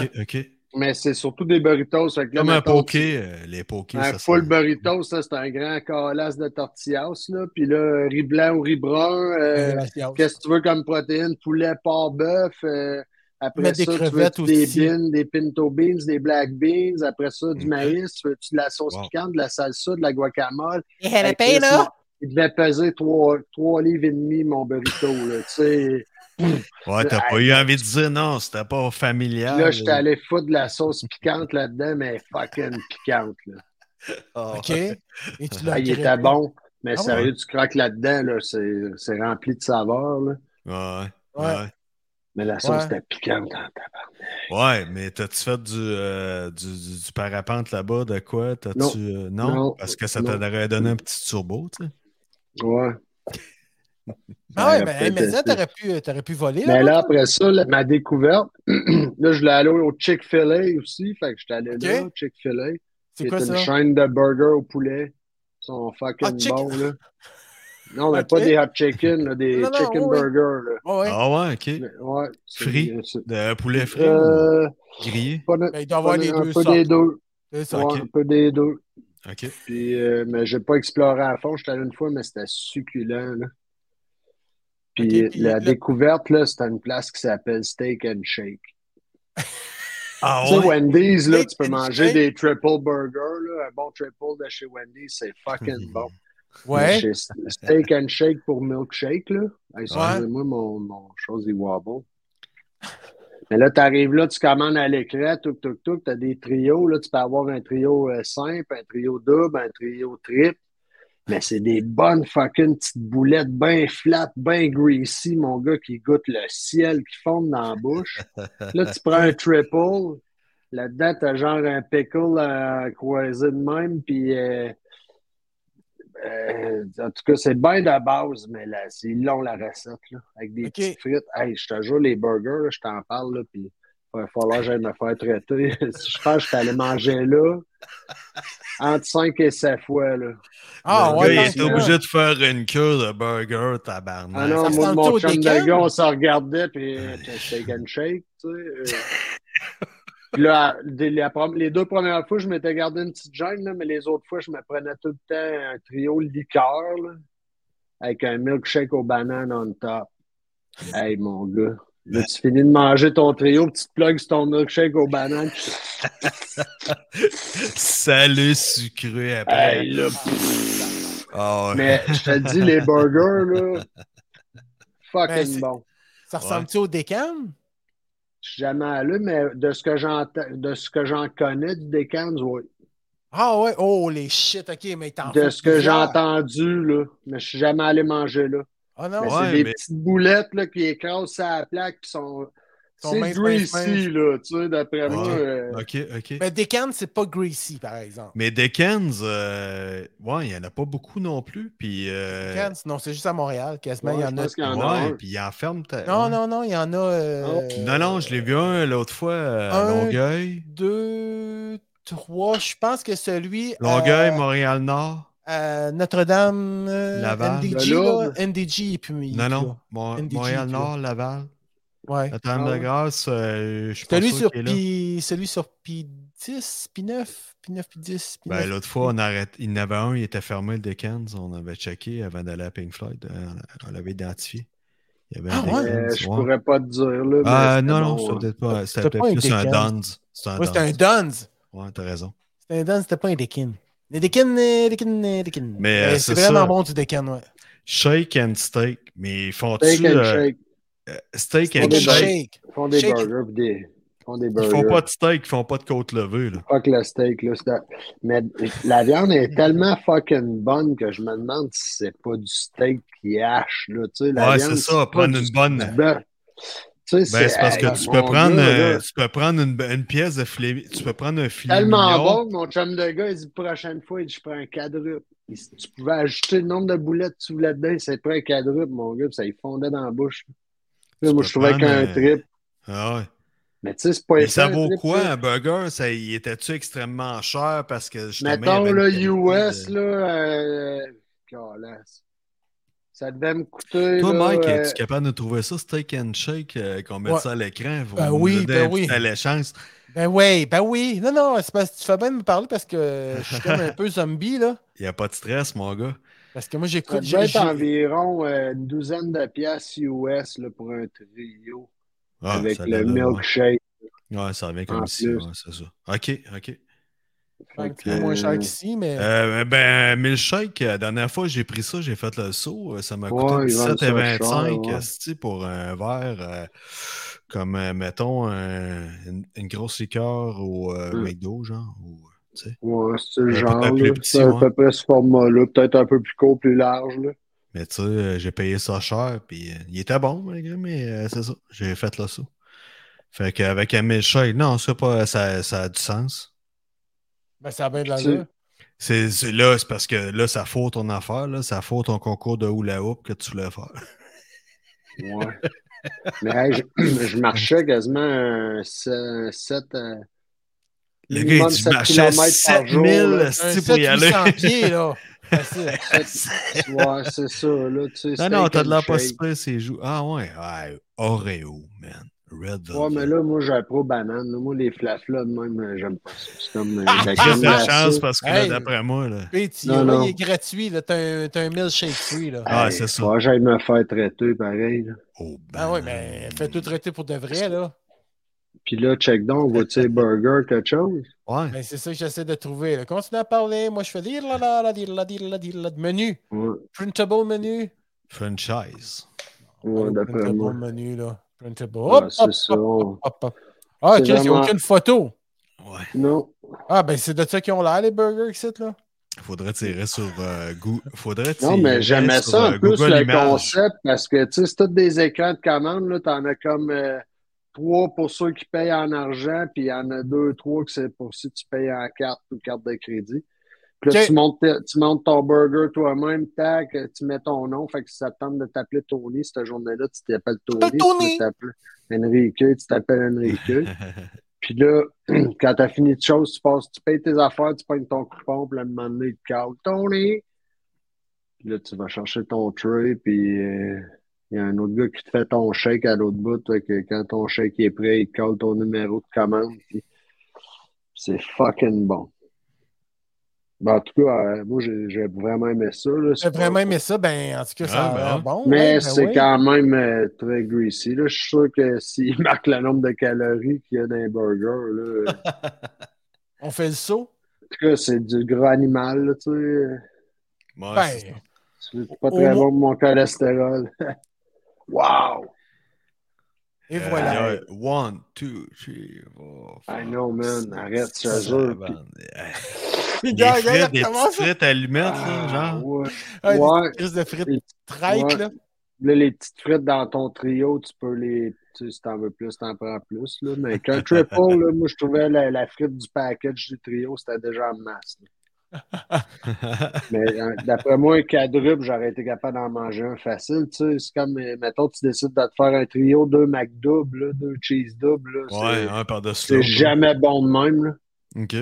Speaker 4: Ok, ok.
Speaker 5: Mais c'est surtout des burritos. fait que là,
Speaker 4: Comme un
Speaker 5: mettons,
Speaker 4: poké, euh, les pokés.
Speaker 5: Un
Speaker 4: ça,
Speaker 5: full
Speaker 4: c'est-
Speaker 5: burritos, ça, c'est un grand calasse de tortillas, là. Puis là, riz blanc ou riz brun, euh, qu'est-ce que tu veux comme protéines? Poulet, porc, bœuf. euh, après
Speaker 3: Mettre
Speaker 5: ça,
Speaker 3: des
Speaker 5: tu veux
Speaker 3: crevettes
Speaker 5: des
Speaker 3: aussi. Mm-hmm.
Speaker 5: beans, des pinto beans, des black beans. Après ça, du
Speaker 4: Ok.
Speaker 5: maïs. Tu veux-tu de la sauce
Speaker 4: Wow.
Speaker 5: piquante, de la salsa, de la guacamole?
Speaker 2: Et
Speaker 5: Fait que, sinon, Il devait peser trois, trois livres et demi, mon burrito, là. Tu sais,
Speaker 4: Ouais, t'as pas eu envie de dire non, c'était pas
Speaker 3: Ah,
Speaker 4: familial.
Speaker 5: ben, là, j'étais allé foutre de la sauce piquante là-dedans, mais fucking piquante, là.
Speaker 4: Ah,
Speaker 3: Ok. Et tu l'as
Speaker 5: Ah, il était
Speaker 3: grippé.
Speaker 5: bon, mais
Speaker 3: Ah ouais?
Speaker 5: sérieux, tu croques là-dedans, là, c'est c'est rempli de saveurs. Là.
Speaker 4: Ouais.
Speaker 3: Ouais.
Speaker 4: Ouais.
Speaker 5: Mais la sauce
Speaker 3: Ouais.
Speaker 5: était piquante. en tabarnak.
Speaker 4: Ouais, mais t'as-tu fait du, euh, du, du- du parapente là-bas de quoi? T'as-tu.
Speaker 5: Non.
Speaker 4: euh, non?
Speaker 5: Non.
Speaker 4: Parce que ça
Speaker 5: Non.
Speaker 4: t'aurait donné un petit turbo, tu sais.
Speaker 5: Ouais.
Speaker 3: Ah ouais,
Speaker 5: J'aurais
Speaker 3: mais,
Speaker 5: peut-être
Speaker 3: mais ça,
Speaker 5: testé.
Speaker 3: t'aurais pu, euh, t'aurais pu voler. là.
Speaker 5: Mais là, après ça, la- ma découverte, *clears throat* là, je voulais aller au Chick-fil-A aussi. Fait que j'étais allé
Speaker 3: Ok.
Speaker 5: là, au Chick-fil-A.
Speaker 3: C'est quoi
Speaker 5: une
Speaker 3: ça?
Speaker 5: chaîne de burgers au poulet. Ils sont
Speaker 3: Ah,
Speaker 5: fucking
Speaker 3: chick-
Speaker 5: bons,
Speaker 3: *laughs*
Speaker 5: là. Non, mais
Speaker 3: Ok.
Speaker 5: pas des hot chicken, là, des
Speaker 3: Non, non,
Speaker 5: chicken
Speaker 3: oui, oui.
Speaker 5: burgers, là.
Speaker 3: Ouais, ouais.
Speaker 4: Ah ouais, ok.
Speaker 5: Mais, ouais, c'est-
Speaker 4: Frit?
Speaker 5: c'est-
Speaker 4: De poulet frit ou
Speaker 5: Euh,
Speaker 4: grillé?
Speaker 5: pas de-
Speaker 3: Ben, il doit avoir
Speaker 5: pas de-
Speaker 3: les
Speaker 5: un
Speaker 3: deux
Speaker 5: peu
Speaker 3: sortes.
Speaker 5: des deux.
Speaker 3: C'est ça.
Speaker 5: Ouais,
Speaker 4: ok.
Speaker 5: Un peu des deux.
Speaker 4: Ok.
Speaker 5: Puis, euh, mais j'ai pas exploré à fond. J'étais allé une fois, mais c'était succulent. là. Puis, euh,
Speaker 3: Ok, puis
Speaker 5: la
Speaker 3: là-
Speaker 5: découverte, là, c'était une place qui s'appelle Steak and Shake.
Speaker 4: Ah
Speaker 5: tu sais,
Speaker 4: ouais?
Speaker 5: Wendy's, là,
Speaker 3: Steak
Speaker 5: tu peux
Speaker 3: and
Speaker 5: manger
Speaker 3: Shake.
Speaker 5: des triple burgers. Là. Un bon triple de chez Wendy's, c'est
Speaker 4: *laughs*
Speaker 5: fucking bon. Mais
Speaker 3: Ouais.
Speaker 5: Chez Steak and Shake pour milkshake, là. Hey, Excusez-moi, mon, mon chose est wobble. Mais là, tu arrives là, tu commandes à l'écran, tout, tout, tout, tu as des trios. Là, tu peux avoir un trio euh, simple, un trio double, un trio triple. Mais c'est des bonnes fucking petites boulettes bien flat, bien greasy, mon gars, qui goûtent le ciel, qui fondent dans la bouche. Là, tu prends un triple. Là-dedans, t'as genre un pickle à croiser de même, puis euh, euh, en tout cas, c'est bien de la base, mais là, c'est long la recette, là, avec des
Speaker 3: Ok.
Speaker 5: petites frites. Hey, je te jure, les burgers, là, je t'en parle, là, puis il va falloir que j'aille me faire traiter. *laughs* je pense que je t'allais manger là entre 5 et 7 fois, là.
Speaker 3: Ah,
Speaker 4: le
Speaker 3: ouais,
Speaker 4: gars,
Speaker 3: non,
Speaker 4: il
Speaker 3: c'est
Speaker 4: est
Speaker 3: là.
Speaker 4: obligé de faire une queue de burger, tabarnak.
Speaker 5: Ah non,
Speaker 3: ça
Speaker 5: moi,
Speaker 3: ressemble
Speaker 5: mon
Speaker 3: au
Speaker 5: chum
Speaker 3: bacon?
Speaker 5: de gars, on se regardait, puis euh, shake and shake, tu *laughs* sais. euh. Puis là, dès la prom- les deux premières fois, je m'étais gardé une petite gêne, là, mais les autres fois, je me prenais tout le temps un trio liqueur, là, avec un milkshake aux bananes on top. Hey, mon gars. Là, tu finis de manger ton trio, puis tu te plugues sur ton milkshake aux bananes.
Speaker 4: Salut sucré après.
Speaker 5: Hey, là,
Speaker 4: Ah ouais.
Speaker 5: mais je te dis, les burgers, *laughs* là,
Speaker 3: Mais
Speaker 5: fucking
Speaker 3: Ben, c'est-
Speaker 5: bon.
Speaker 3: Ça ressemble-tu au décan?
Speaker 5: Je suis jamais allé, mais de ce que j'entends, de ce que j'en connais du Decans, oui.
Speaker 3: Ah ouais. Oh, les shit. OK, mais t'en
Speaker 5: De
Speaker 3: fais
Speaker 5: ce que j'ai
Speaker 3: plusieurs.
Speaker 5: entendu, là. Mais je suis jamais allé manger là.
Speaker 3: Ah
Speaker 5: Mais
Speaker 3: non.
Speaker 4: Ouais,
Speaker 5: c'est des
Speaker 4: mais-
Speaker 5: petites boulettes là, qui écrasent à la plaque qui sont.
Speaker 3: Sont
Speaker 5: c'est
Speaker 3: minces,
Speaker 5: greasy,
Speaker 3: minces, minces.
Speaker 5: là, tu sais, d'après moi.
Speaker 4: Ouais.
Speaker 5: euh,
Speaker 4: Ok, ok.
Speaker 3: Mais décan, c'est pas greasy, par exemple.
Speaker 4: Mais Dickens, euh, ouais, il n'y en a pas beaucoup non plus. Puis, euh,
Speaker 3: Décan, non, c'est juste à Montréal. Quasiment,
Speaker 5: ouais,
Speaker 3: il y
Speaker 5: je
Speaker 3: en a.
Speaker 5: pense Ah qu'il y en a
Speaker 4: ouais,
Speaker 5: un.
Speaker 4: puis il enferme ta-
Speaker 3: Non,
Speaker 4: ouais.
Speaker 3: non, non, il y en a. euh,
Speaker 4: Non, non, je l'ai vu un l'autre fois euh, à
Speaker 3: un-
Speaker 4: Longueuil.
Speaker 3: Deux, trois. Je pense que celui.
Speaker 4: Longueuil,
Speaker 3: à-
Speaker 4: Montréal-Nord.
Speaker 3: à Notre-Dame, euh,
Speaker 4: Laval.
Speaker 3: NDG,
Speaker 5: Le
Speaker 3: là,
Speaker 5: Louvre.
Speaker 3: NDG, et puis. il
Speaker 4: Non,
Speaker 3: est
Speaker 4: non. Mon-
Speaker 3: NDG,
Speaker 4: Montréal-Nord, Laval.
Speaker 3: là. Ouais.
Speaker 4: La Tame
Speaker 5: Ah
Speaker 4: de
Speaker 5: ouais.
Speaker 4: Grâce, euh, je suis pas
Speaker 3: Celui
Speaker 4: sûr
Speaker 3: sur,
Speaker 4: qu'il est là.
Speaker 3: pi, celui sur pi 10, pi 9, pi 9, pi 10, pi
Speaker 4: Ben,
Speaker 3: 9.
Speaker 4: l'autre fois, on arrête... il y en avait un, il était fermé, le Dickens. On avait checké avant d'aller à Pink Floyd. euh, on- on l'avait identifié. Il y avait un
Speaker 3: Ah ouais?
Speaker 5: euh,
Speaker 4: Dickens,
Speaker 5: je
Speaker 4: ouais.
Speaker 5: pourrais pas te dire, là. mais
Speaker 4: Ah,
Speaker 5: c'était
Speaker 4: non, non,
Speaker 5: bon,
Speaker 4: c'était
Speaker 5: hein.
Speaker 4: peut-être pas. C'était
Speaker 3: C'était
Speaker 4: peut-être
Speaker 3: pas un
Speaker 4: plus un
Speaker 3: Dickens.
Speaker 4: Duns. C'était un
Speaker 3: Ouais, c'était un
Speaker 4: Duns.
Speaker 3: Duns.
Speaker 4: Ouais, t'as raison.
Speaker 3: C'était un Duns, c'était pas un Dekin. Les Dekin, les Dekin, les Dekin.
Speaker 4: Mais, euh,
Speaker 3: c'est
Speaker 4: c'est
Speaker 3: vraiment
Speaker 4: ça.
Speaker 3: bon du Dekin, ouais.
Speaker 4: Shake and steak. Mais ils font-tu.
Speaker 5: Steak and
Speaker 4: euh,
Speaker 5: shake.
Speaker 4: euh, steak
Speaker 5: Steak
Speaker 4: and
Speaker 5: and
Speaker 4: shake.
Speaker 5: shake. Ils font des
Speaker 3: Shake.
Speaker 5: burgers, puis des. font des
Speaker 4: Ils
Speaker 5: burgers.
Speaker 4: font pas de steak, ils font pas de côte levée. Là.
Speaker 5: Fuck le steak, là. c'est la- Mais la viande est tellement fucking bonne que je me demande si c'est pas du steak qui hache, là. Tu sais, la
Speaker 4: Ouais,
Speaker 5: viande,
Speaker 4: c'est ça,
Speaker 5: pas
Speaker 4: prendre
Speaker 5: du-
Speaker 4: une bonne.
Speaker 5: du
Speaker 4: Ben,
Speaker 5: bœuf. Tu sais,
Speaker 4: c'est parce que
Speaker 5: hey,
Speaker 4: tu
Speaker 5: mon
Speaker 4: peux
Speaker 5: gars,
Speaker 4: prendre, euh,
Speaker 5: là,
Speaker 4: tu peux prendre une, une pièce de filet, tu peux prendre un filet
Speaker 5: Tellement
Speaker 4: mignon.
Speaker 5: bon, mon chum de gars, il dit prochaine fois, il dit, je prends un quadruple. Il dit, Tu pouvais ajouter le nombre de boulettes que tu voulais dedans, c'est pas un quadruple, mon gars, puis ça y fondait dans la bouche. Là,
Speaker 4: Tu
Speaker 5: moi,
Speaker 4: peux
Speaker 5: je trouvais
Speaker 4: prendre,
Speaker 5: qu'un
Speaker 4: euh,
Speaker 5: trip.
Speaker 4: Ah ouais.
Speaker 5: Mais tu sais, c'est pas
Speaker 4: Mais
Speaker 5: épais,
Speaker 4: ça
Speaker 5: un
Speaker 4: vaut
Speaker 5: trip,
Speaker 4: quoi
Speaker 5: tu sais.
Speaker 4: un burger? Ça, il était-tu extrêmement cher parce que justement.
Speaker 5: Mettons,
Speaker 4: il y
Speaker 5: là,
Speaker 4: avait une qualité
Speaker 5: US,
Speaker 4: de-
Speaker 5: là, euh, calasse. ça devait me coûter.
Speaker 4: Toi,
Speaker 5: là,
Speaker 4: Mike,
Speaker 5: euh,
Speaker 4: es-tu capable de trouver ça, steak and shake, euh, qu'on mette
Speaker 3: Ouais.
Speaker 4: ça à l'écran? Vous
Speaker 3: Ben
Speaker 4: nous
Speaker 3: oui,
Speaker 4: donnez
Speaker 3: ben
Speaker 4: une petite
Speaker 3: oui.
Speaker 4: alléchance.
Speaker 3: Ben oui, ben oui. Non, non, c'est parce que tu fais bien de me parler parce que je suis comme un peu zombie, là.
Speaker 4: Il n'y a pas de stress, mon gars.
Speaker 3: Parce que moi,
Speaker 5: ça
Speaker 3: j'écoute.
Speaker 5: devait
Speaker 3: j'ai-
Speaker 5: être environ euh, une douzaine de piastres US là, pour un trio
Speaker 4: Ah,
Speaker 5: avec
Speaker 4: ça
Speaker 5: le
Speaker 4: donne, ouais.
Speaker 5: milkshake.
Speaker 4: Ouais, ça revient comme
Speaker 5: En
Speaker 4: ici,
Speaker 5: plus.
Speaker 4: ouais, c'est ça. OK, OK.
Speaker 3: un
Speaker 5: Fait
Speaker 3: petit
Speaker 5: que,
Speaker 3: peu moins cher
Speaker 5: euh,
Speaker 3: qu'ici, mais.
Speaker 4: Euh, ben, milkshake, la dernière fois j'ai pris ça, j'ai fait le saut. euh, Ça m'a coûté
Speaker 5: Ouais, ils vendent
Speaker 4: 17 et
Speaker 5: ça cher,
Speaker 4: 25
Speaker 5: ouais.
Speaker 4: esti, pour un verre euh, comme, euh, mettons, un- une, une grosse liqueur au euh,
Speaker 5: Hmm.
Speaker 4: McDo, genre. ou-
Speaker 5: Ouais, c'est le
Speaker 4: Peut-être
Speaker 5: genre.
Speaker 4: un plus
Speaker 5: là.
Speaker 4: petit,
Speaker 5: C'est à
Speaker 4: ouais.
Speaker 5: peu près ce format-là. Peut-être un peu plus court, plus large. Là.
Speaker 4: Mais tu sais, euh, j'ai payé ça cher, puis euh, il était bon, malgré, mais euh, c'est ça, j'ai fait le saut. Fait qu'avec un milkshake, non, ça, pas, euh, ça, ça a du sens.
Speaker 3: Ben, ça a bien de
Speaker 5: Tu-
Speaker 3: l'allure.
Speaker 4: C'est c'est- là, c'est parce que là, ça faut ton affaire, là, ça faut ton concours de hula hoop que tu voulais faire.
Speaker 5: Ouais.
Speaker 4: *laughs*
Speaker 5: Mais hey, je, je marchais quasiment un euh, 7.
Speaker 4: Le gars, il dit, marchait 7000
Speaker 3: Un
Speaker 4: esti, pour y
Speaker 3: 700 *laughs*
Speaker 4: aller.
Speaker 3: pieds, là. Facile.
Speaker 5: Ouais, c'est ça. Là, tu sais,
Speaker 4: non,
Speaker 5: steak
Speaker 4: non, t'as de la
Speaker 5: and shake.
Speaker 4: possibilité, c'est jou. Ah ouais, ouais, Oreo, man. Red Velvet.
Speaker 5: Ouais, mais là, moi, j'ai pro banane. là. Moi, les flaflas, de même, euh, j'aime pas ça. C'est comme euh, la crème
Speaker 4: Juste de
Speaker 5: glacée.
Speaker 4: chance parce que là,
Speaker 3: Hey.
Speaker 4: d'après moi, là.
Speaker 3: Et tu- là,
Speaker 5: Non, non.
Speaker 3: il est gratuit, là. T'as un, t'as un milkshake free, là.
Speaker 4: Ah,
Speaker 5: Hey,
Speaker 4: c'est ça.
Speaker 5: faudrait que j'aille me faire traiter, pareil. là.
Speaker 4: Oh, ben.
Speaker 3: Ah oui, mais fais tout traiter pour de vrai, là.
Speaker 5: Puis là, check donc, vois-tu les burgers, quelque chose?
Speaker 4: Ouais.
Speaker 3: Ben, c'est ça que j'essaie de trouver. là. Continue à parler. Moi, je fais dire la la la dire la dire la dire la menu.
Speaker 5: Ouais,
Speaker 3: Printable menu.
Speaker 4: Franchise. Oh,
Speaker 5: ouais d'après
Speaker 3: Printable
Speaker 5: moi.
Speaker 3: menu, là. Printable.
Speaker 5: Ouais,
Speaker 3: Hop, hop,
Speaker 5: c'est ça. on-
Speaker 3: hop, hop. Ah, ok,
Speaker 5: C'est
Speaker 3: il n'y a
Speaker 5: vraiment-
Speaker 3: aucune photo.
Speaker 4: Ouais.
Speaker 5: Non.
Speaker 3: Ah, ben, c'est de ça qu'ils ont l'air, les burgers, ici, là.
Speaker 4: Faudrait tirer sur euh, Goo- Faudrait tirer
Speaker 5: Non, mais j'aimais
Speaker 4: sur,
Speaker 5: ça
Speaker 4: euh,
Speaker 5: en plus,
Speaker 4: Google
Speaker 5: le
Speaker 4: Images. *laughs*
Speaker 5: concept, parce que, tu sais, c'est tous des écrans de commande, là. T'en as comme euh, trois pour ceux qui payent en argent, puis il y en a deux, trois que c'est pour si tu payes en carte ou carte de crédit. Puis là,
Speaker 3: Ok.
Speaker 5: tu, montes, ta- tu montes ton burger toi-même, tac, tu mets ton nom, fait que si ça te tente de t'appeler Tony, cette journée-là, tu t'appelles Tony. Si tu veux
Speaker 3: Tony.
Speaker 5: t'appeler Enrique, tu t'appelles
Speaker 4: *laughs*
Speaker 5: Enrique.
Speaker 3: Ben,
Speaker 5: Puis là, *clears throat* quand t'as fini de choses, tu passes, tu payes tes affaires, tu pognes ton coupon, puis là, à un moment donné, il te cale Tony! Puis là, tu vas chercher ton tray, puis euh, il y a un autre gars qui te fait ton chèque à l'autre bout, fait que quand ton chèque est prêt, il te cale ton numéro de commande, puis c'est fucking bon. Ben, en tout cas, euh, moi, j'ai j'ai vraiment aimé ça. là.
Speaker 3: J'ai
Speaker 5: C'est
Speaker 3: vraiment
Speaker 5: pas-
Speaker 3: aimé ça. Ben, en tout cas,
Speaker 4: Ah,
Speaker 3: ça a
Speaker 4: ben,
Speaker 3: l'air
Speaker 4: ouais.
Speaker 3: bon.
Speaker 5: mais
Speaker 3: ouais, ben
Speaker 5: c'est
Speaker 3: oui.
Speaker 5: quand même euh, très greasy. Là. Je suis sûr que s'il marque le nombre de calories qu'il y a dans les burgers, là, en
Speaker 3: On fait le saut.
Speaker 5: tout cas, c'est du gros animal. Là, tu sais.
Speaker 4: Ouais, c'est ça.
Speaker 3: Ben,
Speaker 5: C'est pas
Speaker 3: Au
Speaker 5: très
Speaker 3: moins-
Speaker 5: bon pour mon cholestérol. *laughs* wow!
Speaker 3: et
Speaker 4: Euh,
Speaker 3: voilà.
Speaker 4: il y a One, two, three, four.
Speaker 5: I
Speaker 4: five,
Speaker 5: know, man.
Speaker 4: six,
Speaker 5: Arrête, je te
Speaker 4: seven.
Speaker 5: jure,
Speaker 4: *laughs* Des
Speaker 3: Regarde,
Speaker 4: frites,
Speaker 3: regarde
Speaker 4: des
Speaker 3: comment
Speaker 4: petites
Speaker 3: ça-
Speaker 4: frites allumettes, là,
Speaker 5: hein, Ah,
Speaker 4: genre.
Speaker 5: ouais.
Speaker 3: Ah, des
Speaker 5: Ouais.
Speaker 3: petites crises de frites
Speaker 5: Et-
Speaker 3: traîques,
Speaker 5: ouais.
Speaker 3: là. Ben,
Speaker 5: Là, les petites frites dans ton trio, tu peux les. Tu sais, si t'en veux plus, t'en prends plus. Là. Mais qu'un triple, là, moi, je trouvais la, la frite du package du trio, c'était déjà en masse. là. Mais euh, d'après moi, un quadruple, j'aurais été capable d'en manger un facile. Tu sais, c'est comme, euh, mettons, tu décides de te faire un trio, deux McDouble, là, deux cheese double.
Speaker 4: *laughs* ouais, hein.
Speaker 5: là,
Speaker 4: un
Speaker 5: c'est-
Speaker 4: par-dessus
Speaker 5: c'est
Speaker 4: l'autre.
Speaker 5: jamais bon de même. Là.
Speaker 4: OK.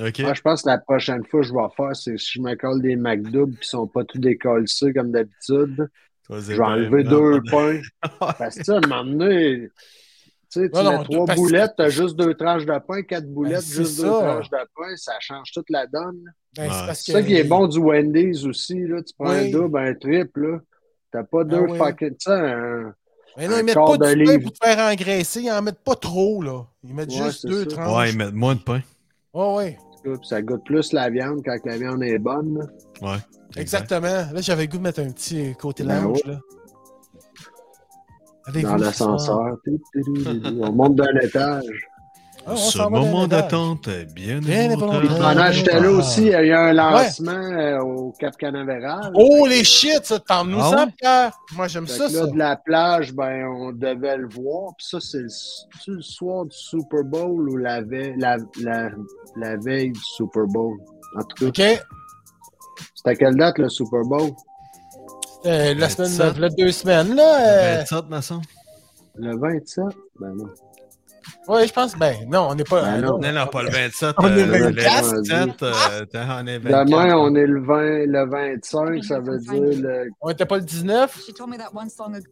Speaker 4: OK.
Speaker 5: Moi, je pense que la prochaine fois que je vais faire, c'est si je me colle des McDoubles qui sont pas tous décollés comme d'habitude,
Speaker 4: Toi, c'est
Speaker 5: je vais
Speaker 4: pas
Speaker 5: enlever
Speaker 4: évident.
Speaker 5: deux pains. Parce que, tu sais, à un moment donné, tu sais, tu
Speaker 3: Non, non,
Speaker 5: mets trois
Speaker 3: parce que-
Speaker 5: boulettes, t'as juste deux tranches de pain, quatre boulettes,
Speaker 3: c'est
Speaker 5: juste deux
Speaker 3: ça.
Speaker 5: tranches de pain, ça change toute la donne.
Speaker 3: Ben,
Speaker 4: Ouais.
Speaker 3: c'est parce
Speaker 5: C'est ça
Speaker 3: que-
Speaker 5: qui est bon du Wendy's aussi, là. Tu prends
Speaker 3: Oui.
Speaker 5: un double, un triple, là. T'as pas deux
Speaker 3: oui.
Speaker 5: fucking. Tu sais, un.
Speaker 3: Mais non,
Speaker 5: Un
Speaker 3: ils mettent
Speaker 5: quart
Speaker 3: pas
Speaker 5: de
Speaker 3: du pain
Speaker 5: livre.
Speaker 3: pour te faire engraisser. Ils en mettent pas trop, là. Ils mettent
Speaker 5: Ouais,
Speaker 3: juste
Speaker 5: c'est
Speaker 3: deux
Speaker 5: ça.
Speaker 4: *laughs* Ouais,
Speaker 3: tranches.
Speaker 4: mais moins de pain.
Speaker 3: Ouais, ouais.
Speaker 5: là, puis ça goûte plus la viande quand la viande est bonne. là.
Speaker 4: Ouais.
Speaker 3: Exactement. Là, j'avais le goût de mettre un petit côté
Speaker 5: Ben
Speaker 3: lounge, là. Avec
Speaker 5: Dans
Speaker 3: vous ce soir.
Speaker 5: l'ascenseur. On monte d'un étage.
Speaker 3: Ah, on
Speaker 4: Ce
Speaker 3: s'en va dans
Speaker 4: moment
Speaker 3: les nuages.
Speaker 4: d'attente est bien,
Speaker 3: Bien Ah,
Speaker 4: involontaire.
Speaker 3: involontaire.
Speaker 5: Pendant que Ah, j'étais là aussi, il y a eu un lancement euh, au Cap Canaveral.
Speaker 3: Oh,
Speaker 5: Fait que,
Speaker 3: les shit, ça, t'emmenes-nous
Speaker 4: Ah
Speaker 3: ça,
Speaker 4: ouais?
Speaker 3: Pierre. Moi, j'aime
Speaker 5: Fait
Speaker 3: ça,
Speaker 5: que
Speaker 3: ça.
Speaker 5: là, de la plage, ben, on devait le voir. Puis ça, c'est le, c'est le soir du Super Bowl ou la, ve- la, la- la veille du Super Bowl. En tout
Speaker 3: OK.
Speaker 5: cas, c'était à quelle date le Super Bowl?
Speaker 3: Euh, la
Speaker 4: Le
Speaker 3: semaine,
Speaker 4: sept.
Speaker 3: la deux semaines, là. euh,
Speaker 4: Ça, de maçon.
Speaker 5: Le 27? Ben non.
Speaker 3: ouais, je pense. Ben, non, on n'est pas.
Speaker 5: Ben non.
Speaker 4: Non, non, pas le 27.
Speaker 3: On est
Speaker 4: euh, le
Speaker 3: 24.
Speaker 4: 27, euh, t'es- on est 24.
Speaker 5: Demain, on est le 20, le 25, ça veut dire le,
Speaker 3: On n'était pas le 19.
Speaker 7: She told me that once long ago.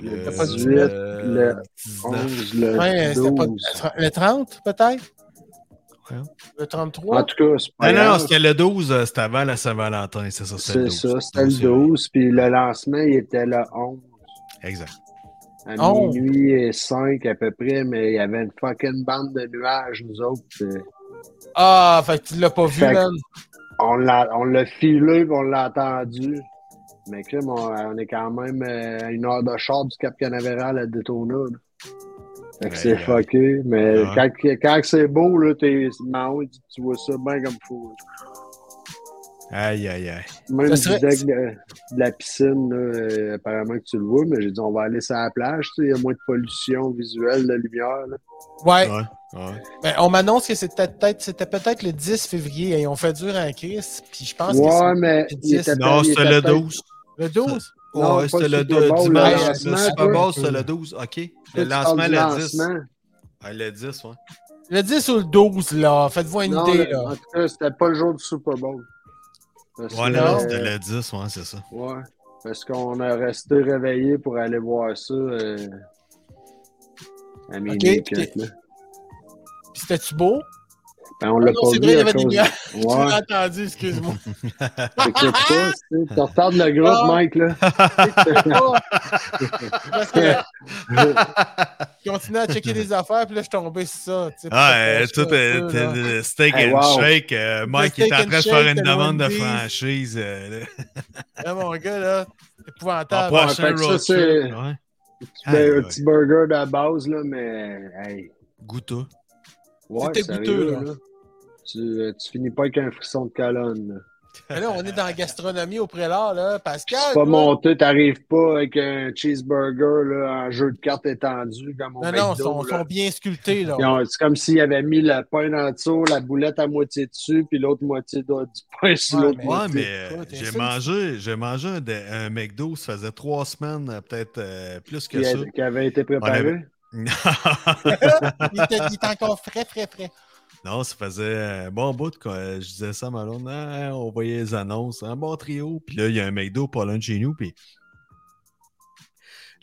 Speaker 5: le
Speaker 4: Le
Speaker 5: 18, le
Speaker 4: 19.
Speaker 5: 11, le
Speaker 3: Ouais, c'était pas
Speaker 5: 12.
Speaker 3: le, le 30, peut-être?
Speaker 4: Ouais.
Speaker 3: Le 33?
Speaker 5: En tout cas, c'est pas
Speaker 4: Non, non, non,
Speaker 5: grave.
Speaker 4: c'était le 12, euh, c'était avant la Saint-Valentin, c'est ça, c'était le
Speaker 5: C'est
Speaker 4: 12.
Speaker 5: ça, c'était le 12, puis le lancement, il était le 11.
Speaker 4: Exact.
Speaker 5: À
Speaker 3: Oh.
Speaker 5: minuit et 5 à peu près, mais il y avait une fucking bande de nuages, nous autres. euh,
Speaker 3: Ah, fait que tu l'as pas vu,
Speaker 5: Fait que-
Speaker 3: man.
Speaker 5: On l'a on l'a filé, puis on l'a entendu. Mais crime, on, on est quand même euh, à une heure de char du Cap Canaveral à Daytona. là. Fait que
Speaker 4: Ouais,
Speaker 5: c'est
Speaker 4: ouais.
Speaker 5: fucké, mais
Speaker 4: Ouais.
Speaker 5: quand, que- quand que c'est beau, là, t'es, Mao, il dit, tu vois ça bien comme fou.
Speaker 4: Aïe, aïe, aïe.
Speaker 3: Ça
Speaker 5: Même du
Speaker 3: serait-
Speaker 5: deck de, de la piscine, là, euh, apparemment que tu le vois, mais j'ai dit on va aller sur la plage, tu sais, il y a moins de pollution visuelle, de lumière. là.
Speaker 3: Ouais.
Speaker 4: Ouais, ouais.
Speaker 3: Ben, on m'annonce que c'était peut-être, c'était peut-être le 10 février et ils ont fait dur en crise. Puis je pense que
Speaker 5: Ouais,
Speaker 3: c'est
Speaker 5: mais
Speaker 3: le
Speaker 5: il
Speaker 3: 10.
Speaker 5: était
Speaker 4: Non,
Speaker 5: il
Speaker 4: c'était
Speaker 5: était
Speaker 4: le
Speaker 5: peut-être-
Speaker 4: 12.
Speaker 3: le 12.
Speaker 5: Non,
Speaker 4: Ouais,
Speaker 5: pas
Speaker 4: c'était le
Speaker 5: le Super
Speaker 4: 12.
Speaker 5: Bowl, le
Speaker 4: dimanche,
Speaker 5: lancement,
Speaker 4: le Super Bowl,
Speaker 5: toi.
Speaker 4: c'était le 12, OK. Le
Speaker 5: Toi, tu parles
Speaker 4: lancement,
Speaker 5: du
Speaker 4: le 10.
Speaker 5: lancement.
Speaker 4: Ouais, le 10, ouais.
Speaker 3: Le 10 ou le 12, là. Faites-vous une
Speaker 5: Non,
Speaker 3: idée,
Speaker 5: le-
Speaker 3: là.
Speaker 5: en tout cas, c'était pas le jour du Super Bowl. Parce
Speaker 4: Ouais,
Speaker 5: que,
Speaker 4: non,
Speaker 3: non.
Speaker 5: euh,
Speaker 4: c'était le 10, ouais, c'est ça.
Speaker 5: ouais, parce qu'on a resté réveillé pour aller voir ça euh, à minuit et
Speaker 3: puis
Speaker 5: quelques, là.
Speaker 3: Puis c'était-tu beau?
Speaker 5: Ben, on l'a
Speaker 3: Ah non,
Speaker 5: pas
Speaker 3: c'est
Speaker 5: vu
Speaker 3: vrai, il y
Speaker 5: à
Speaker 3: avait des
Speaker 5: cause-
Speaker 3: lumières. Tu
Speaker 5: Ouais,
Speaker 3: *laughs* l'as entendu,
Speaker 4: *laughs*
Speaker 3: excuse-moi.
Speaker 5: t'écoutes pas, tu sais, tu retardes le groupe,
Speaker 3: Ah. *laughs*
Speaker 5: Mike, là. *laughs*
Speaker 3: Parce que je continuais à checker des affaires, puis là, je suis tombé sur ça. tu sais,
Speaker 4: Ah,
Speaker 3: parce
Speaker 4: euh,
Speaker 3: que
Speaker 4: tout
Speaker 3: je suis un
Speaker 4: est
Speaker 3: peu, là.
Speaker 4: est- steak
Speaker 5: Hey,
Speaker 4: and
Speaker 5: wow.
Speaker 4: shake. euh, Mike il
Speaker 3: steak
Speaker 4: est en
Speaker 3: and
Speaker 4: train de
Speaker 3: shake,
Speaker 4: faire une
Speaker 3: t'as le
Speaker 4: demande de
Speaker 3: Wendy's.
Speaker 4: franchise. euh, là.
Speaker 3: Là, mon gars, là, c'est
Speaker 4: Mon
Speaker 3: épouvantable.
Speaker 5: ouais,
Speaker 4: prochain
Speaker 5: fait que ça,
Speaker 4: road
Speaker 5: c'est-
Speaker 4: trip, ouais.
Speaker 5: Tu fais
Speaker 4: Aïe,
Speaker 5: un petit burger de la base, là, mais hey,
Speaker 4: Goûteux.
Speaker 5: ouais,
Speaker 3: C'était
Speaker 5: sérieux,
Speaker 3: goûteux, là.
Speaker 5: Tu, euh, tu finis pas avec un frisson de colonne. là.
Speaker 3: Mais là, on est dans la gastronomie au prélat, là. Pascal.
Speaker 5: C'est pas
Speaker 3: toi-
Speaker 5: monté, t'arrives pas avec un cheeseburger là, en jeu de cartes étendu comme on
Speaker 3: Non, non, ils sont, sont bien sculptés, là.
Speaker 5: C'est comme s'il avait mis le pain dans le dessous, la boulette à moitié dessus, puis l'autre moitié de- du pain sur
Speaker 3: Ouais,
Speaker 5: l'autre
Speaker 3: mais-
Speaker 5: moitié.
Speaker 4: Ouais, mais euh,
Speaker 3: toi, t'es
Speaker 4: j'ai
Speaker 3: sûr?
Speaker 4: mangé, j'ai mangé un, de- un McDo, ça faisait trois semaines, euh, peut-être euh, plus que
Speaker 5: Qui,
Speaker 4: ça.
Speaker 5: a- qui avait été préparé.
Speaker 4: Non.
Speaker 3: Il était- il est encore frais, frais, frais.
Speaker 4: non, ça faisait un bon bout quand euh, je disais ça à ma blonde, Ah, on voyait les annonces, un bon trio. Puis là, il y a un McDo pas loin de chez nous, puis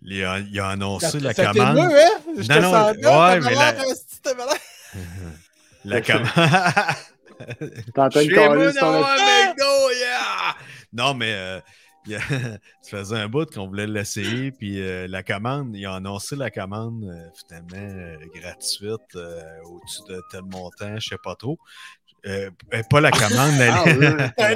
Speaker 4: il a, il a annoncé la
Speaker 3: Ça
Speaker 4: commande.
Speaker 3: t'émeut, hein? Je
Speaker 4: Non,
Speaker 3: te
Speaker 4: non,
Speaker 3: sens là,
Speaker 4: ouais, mais
Speaker 3: t'as
Speaker 4: la-
Speaker 3: malade, hein, si t'as malade.
Speaker 4: *laughs* La commande. *laughs*
Speaker 5: T'es en train de
Speaker 4: Chez moi,
Speaker 5: coller sur ton-
Speaker 4: d'avoir un McDo, yeah! Non, mais euh, *laughs* il y a- ça faisait un bout qu'on voulait l'essayer, puis euh, la commande, ils ont annoncé la commande euh, finalement euh, gratuite euh, au-dessus de tel montant, je sais pas trop. Euh, euh, pas la commande, elle-
Speaker 5: Ah,
Speaker 4: *laughs*
Speaker 5: ouais.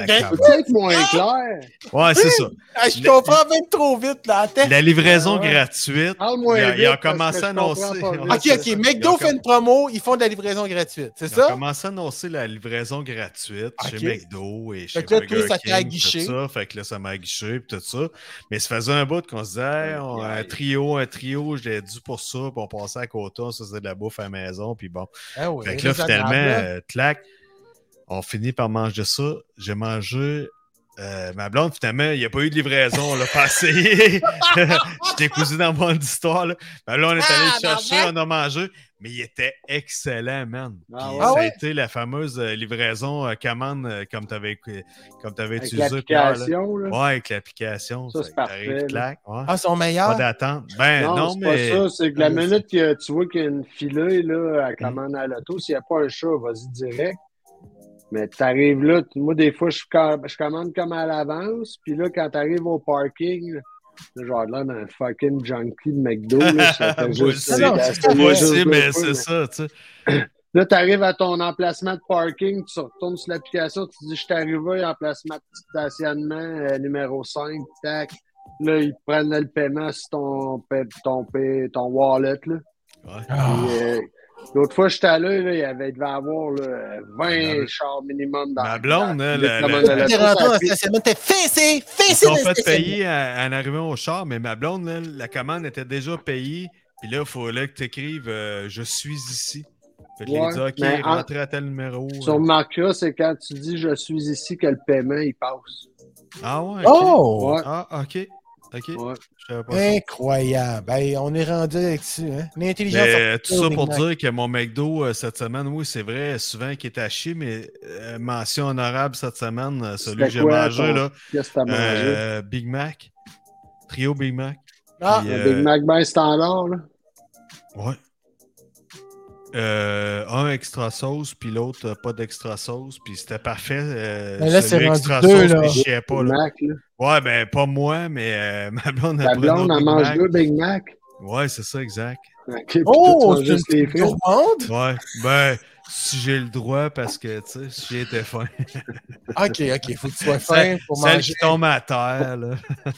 Speaker 4: la
Speaker 3: Ben,
Speaker 4: commande.
Speaker 5: Peut-être moins clair.
Speaker 4: Ouais, c'est ça.
Speaker 3: Ah, Je comprends même trop vite, là. Attends.
Speaker 4: La livraison
Speaker 5: Ah ouais.
Speaker 4: gratuite.
Speaker 5: Parle moins
Speaker 4: ils, ont- ils
Speaker 5: vite,
Speaker 4: ont
Speaker 5: parce
Speaker 4: commencé
Speaker 5: que
Speaker 4: à
Speaker 5: je comprends
Speaker 4: annoncer.
Speaker 5: pas
Speaker 4: ils ont-
Speaker 5: vite.
Speaker 3: Ok, ok. McDo fait une promo, ils font de la livraison gratuite, c'est
Speaker 4: Ils ont
Speaker 3: ça?
Speaker 4: commencé à annoncer la livraison gratuite
Speaker 3: Ok.
Speaker 4: chez McDo et chez
Speaker 3: que là,
Speaker 4: Burger
Speaker 3: toi, ça t'a
Speaker 4: King,
Speaker 3: aguiché.
Speaker 4: tout ça. Fait que là, ça m'a aguiché et tout ça. Mais ça faisait un bout qu'on se disait, hey, on- un trio, un trio, j'ai dû pour ça, puis on passait à côté, on se faisait de la bouffe à la maison, puis bon.
Speaker 3: Ah oui,
Speaker 4: fait que là,
Speaker 3: raisonnable,
Speaker 4: finalement,
Speaker 3: là.
Speaker 4: euh, clac, on finit par manger ça. J'ai mangé... euh, ma blonde, finalement, il n'y a pas eu de livraison, on l'a pas *laughs* essayé. J'étais cousu dans mon histoire. Là. Ben là, on est allé
Speaker 2: Ah,
Speaker 4: le chercher,
Speaker 2: ben,
Speaker 4: on a mangé, mais il était excellent, man. Puis
Speaker 5: Ah ouais?
Speaker 4: Ça
Speaker 3: Ah ouais?
Speaker 4: a été la fameuse euh, livraison euh, commande euh, comme tu avais, comme t'avais
Speaker 5: Avec
Speaker 4: utilisé. Pierre, là.
Speaker 5: l'application, là.
Speaker 4: Ouais, avec l'application.
Speaker 5: Ça,
Speaker 4: Fait
Speaker 5: c'est
Speaker 4: que t'arrives,
Speaker 5: parfait,
Speaker 4: clac, ouais.
Speaker 3: Ah, ils sont
Speaker 4: Pas
Speaker 3: meilleurs.
Speaker 4: d'attente. Ben non,
Speaker 5: Non, c'est
Speaker 4: mais. Euh,
Speaker 5: pas ça. C'est que la
Speaker 3: Ah, oui,
Speaker 5: minute que tu vois qu'il y a une filée là, à commande à l'auto, s'il n'y a pas un chat, vas-y direct. Mais t'arrives là, tu- moi, des fois, je, com- je commande comme à l'avance. Puis là, quand t'arrives au parking, là, là, genre là, d'un fucking junkie de
Speaker 4: *laughs*
Speaker 5: McDo, là, ça fait
Speaker 4: Moi
Speaker 5: juste
Speaker 4: aussi.
Speaker 5: ça,
Speaker 3: Non,
Speaker 5: ça
Speaker 3: c'est
Speaker 5: fait
Speaker 3: pas
Speaker 4: Moi
Speaker 5: juste
Speaker 4: aussi,
Speaker 5: deux
Speaker 4: mais
Speaker 5: fois,
Speaker 4: c'est ça, tu sais.
Speaker 5: Là, t'arrives à ton emplacement de parking, tu retournes sur l'application, tu dis, je suis arrivé à emplacement de stationnement euh, numéro 5, tac. Là, ils te prennent le paiement sur ton, pa- ton, pa- ton wallet, là.
Speaker 3: Ah.
Speaker 4: Ouais.
Speaker 5: Puis, euh, L'autre fois, j'étais allé, là, il y avait, devait avoir là, 20
Speaker 4: Ma-
Speaker 5: chars minimum dans
Speaker 4: Ah, Ma blonde, hein,
Speaker 5: dans-
Speaker 4: la-
Speaker 5: dans-
Speaker 4: la-
Speaker 5: dans- dans-
Speaker 4: Elle
Speaker 3: T'es
Speaker 5: dans-
Speaker 3: rentré en
Speaker 5: dans-
Speaker 3: stationnement, t'es fessé,
Speaker 4: Ils
Speaker 3: fessé
Speaker 4: sont
Speaker 3: dans le
Speaker 4: fait
Speaker 3: stationnement.
Speaker 4: payer à- en arrivant au char, mais ma blonde, là, la commande était déjà payée. Puis là, il fallait que tu écrives Je suis ici. Fait que
Speaker 5: Ouais,
Speaker 4: les OK,
Speaker 5: mais en-
Speaker 4: rentrez à tel numéro.
Speaker 5: Ce remarque-là, c'est quand tu dis je suis ici que le paiement il passe.
Speaker 4: Ah ouais. ok.
Speaker 3: Oh!
Speaker 5: Ouais,
Speaker 4: Ah, ok. Ok.
Speaker 5: ouais.
Speaker 4: Je savais pas ça.
Speaker 3: Incroyable. Hey, on est rendu là-dessus. Hein? L'intelligence
Speaker 4: Mais,
Speaker 3: artificielle
Speaker 4: euh, tout ça
Speaker 3: au
Speaker 4: pour
Speaker 3: Big Mac.
Speaker 4: dire que mon McDo euh, cette semaine, oui, c'est vrai, souvent qui est à chier, mais euh, mention honorable cette semaine, euh, celui
Speaker 5: C'était
Speaker 4: que j'ai
Speaker 5: quoi
Speaker 4: mangé,
Speaker 5: ton-
Speaker 4: là,
Speaker 5: Qu'est-ce que t'as mangé?
Speaker 4: euh, Big Mac, trio Big Mac.
Speaker 3: Ah,
Speaker 4: puis,
Speaker 5: Un
Speaker 4: euh,
Speaker 5: Big Mac ben standard, là.
Speaker 4: Ouais. Euh, un extra sauce, puis l'autre euh, pas d'extra sauce, puis c'était parfait. euh,
Speaker 3: Mais Ben là,
Speaker 4: celui
Speaker 3: c'est rendu
Speaker 4: extra
Speaker 3: deux,
Speaker 4: sauce,
Speaker 3: là.
Speaker 4: mais je chiais pas.
Speaker 5: Big
Speaker 4: Là.
Speaker 5: Mac, là.
Speaker 4: Ouais, ben pas moi, mais euh, *laughs* ma blonde
Speaker 5: Ta
Speaker 4: pris un
Speaker 5: blonde,
Speaker 4: autre
Speaker 5: elle
Speaker 4: Big
Speaker 5: mange
Speaker 4: Mac.
Speaker 5: deux Big Mac.
Speaker 4: Ouais, c'est ça, exact.
Speaker 5: Ok, puis
Speaker 3: Oh,
Speaker 5: toi, tu
Speaker 3: c'est
Speaker 5: manges juste les
Speaker 3: une
Speaker 5: frites.
Speaker 3: gourmande?
Speaker 4: Ouais, ben, si j'ai le droit, parce que, tu sais, si j'étais faim.
Speaker 3: OK, OK, faut que tu sois fin
Speaker 4: Celle,
Speaker 3: pour
Speaker 4: celle
Speaker 3: manger.
Speaker 4: qui tombe à terre, là.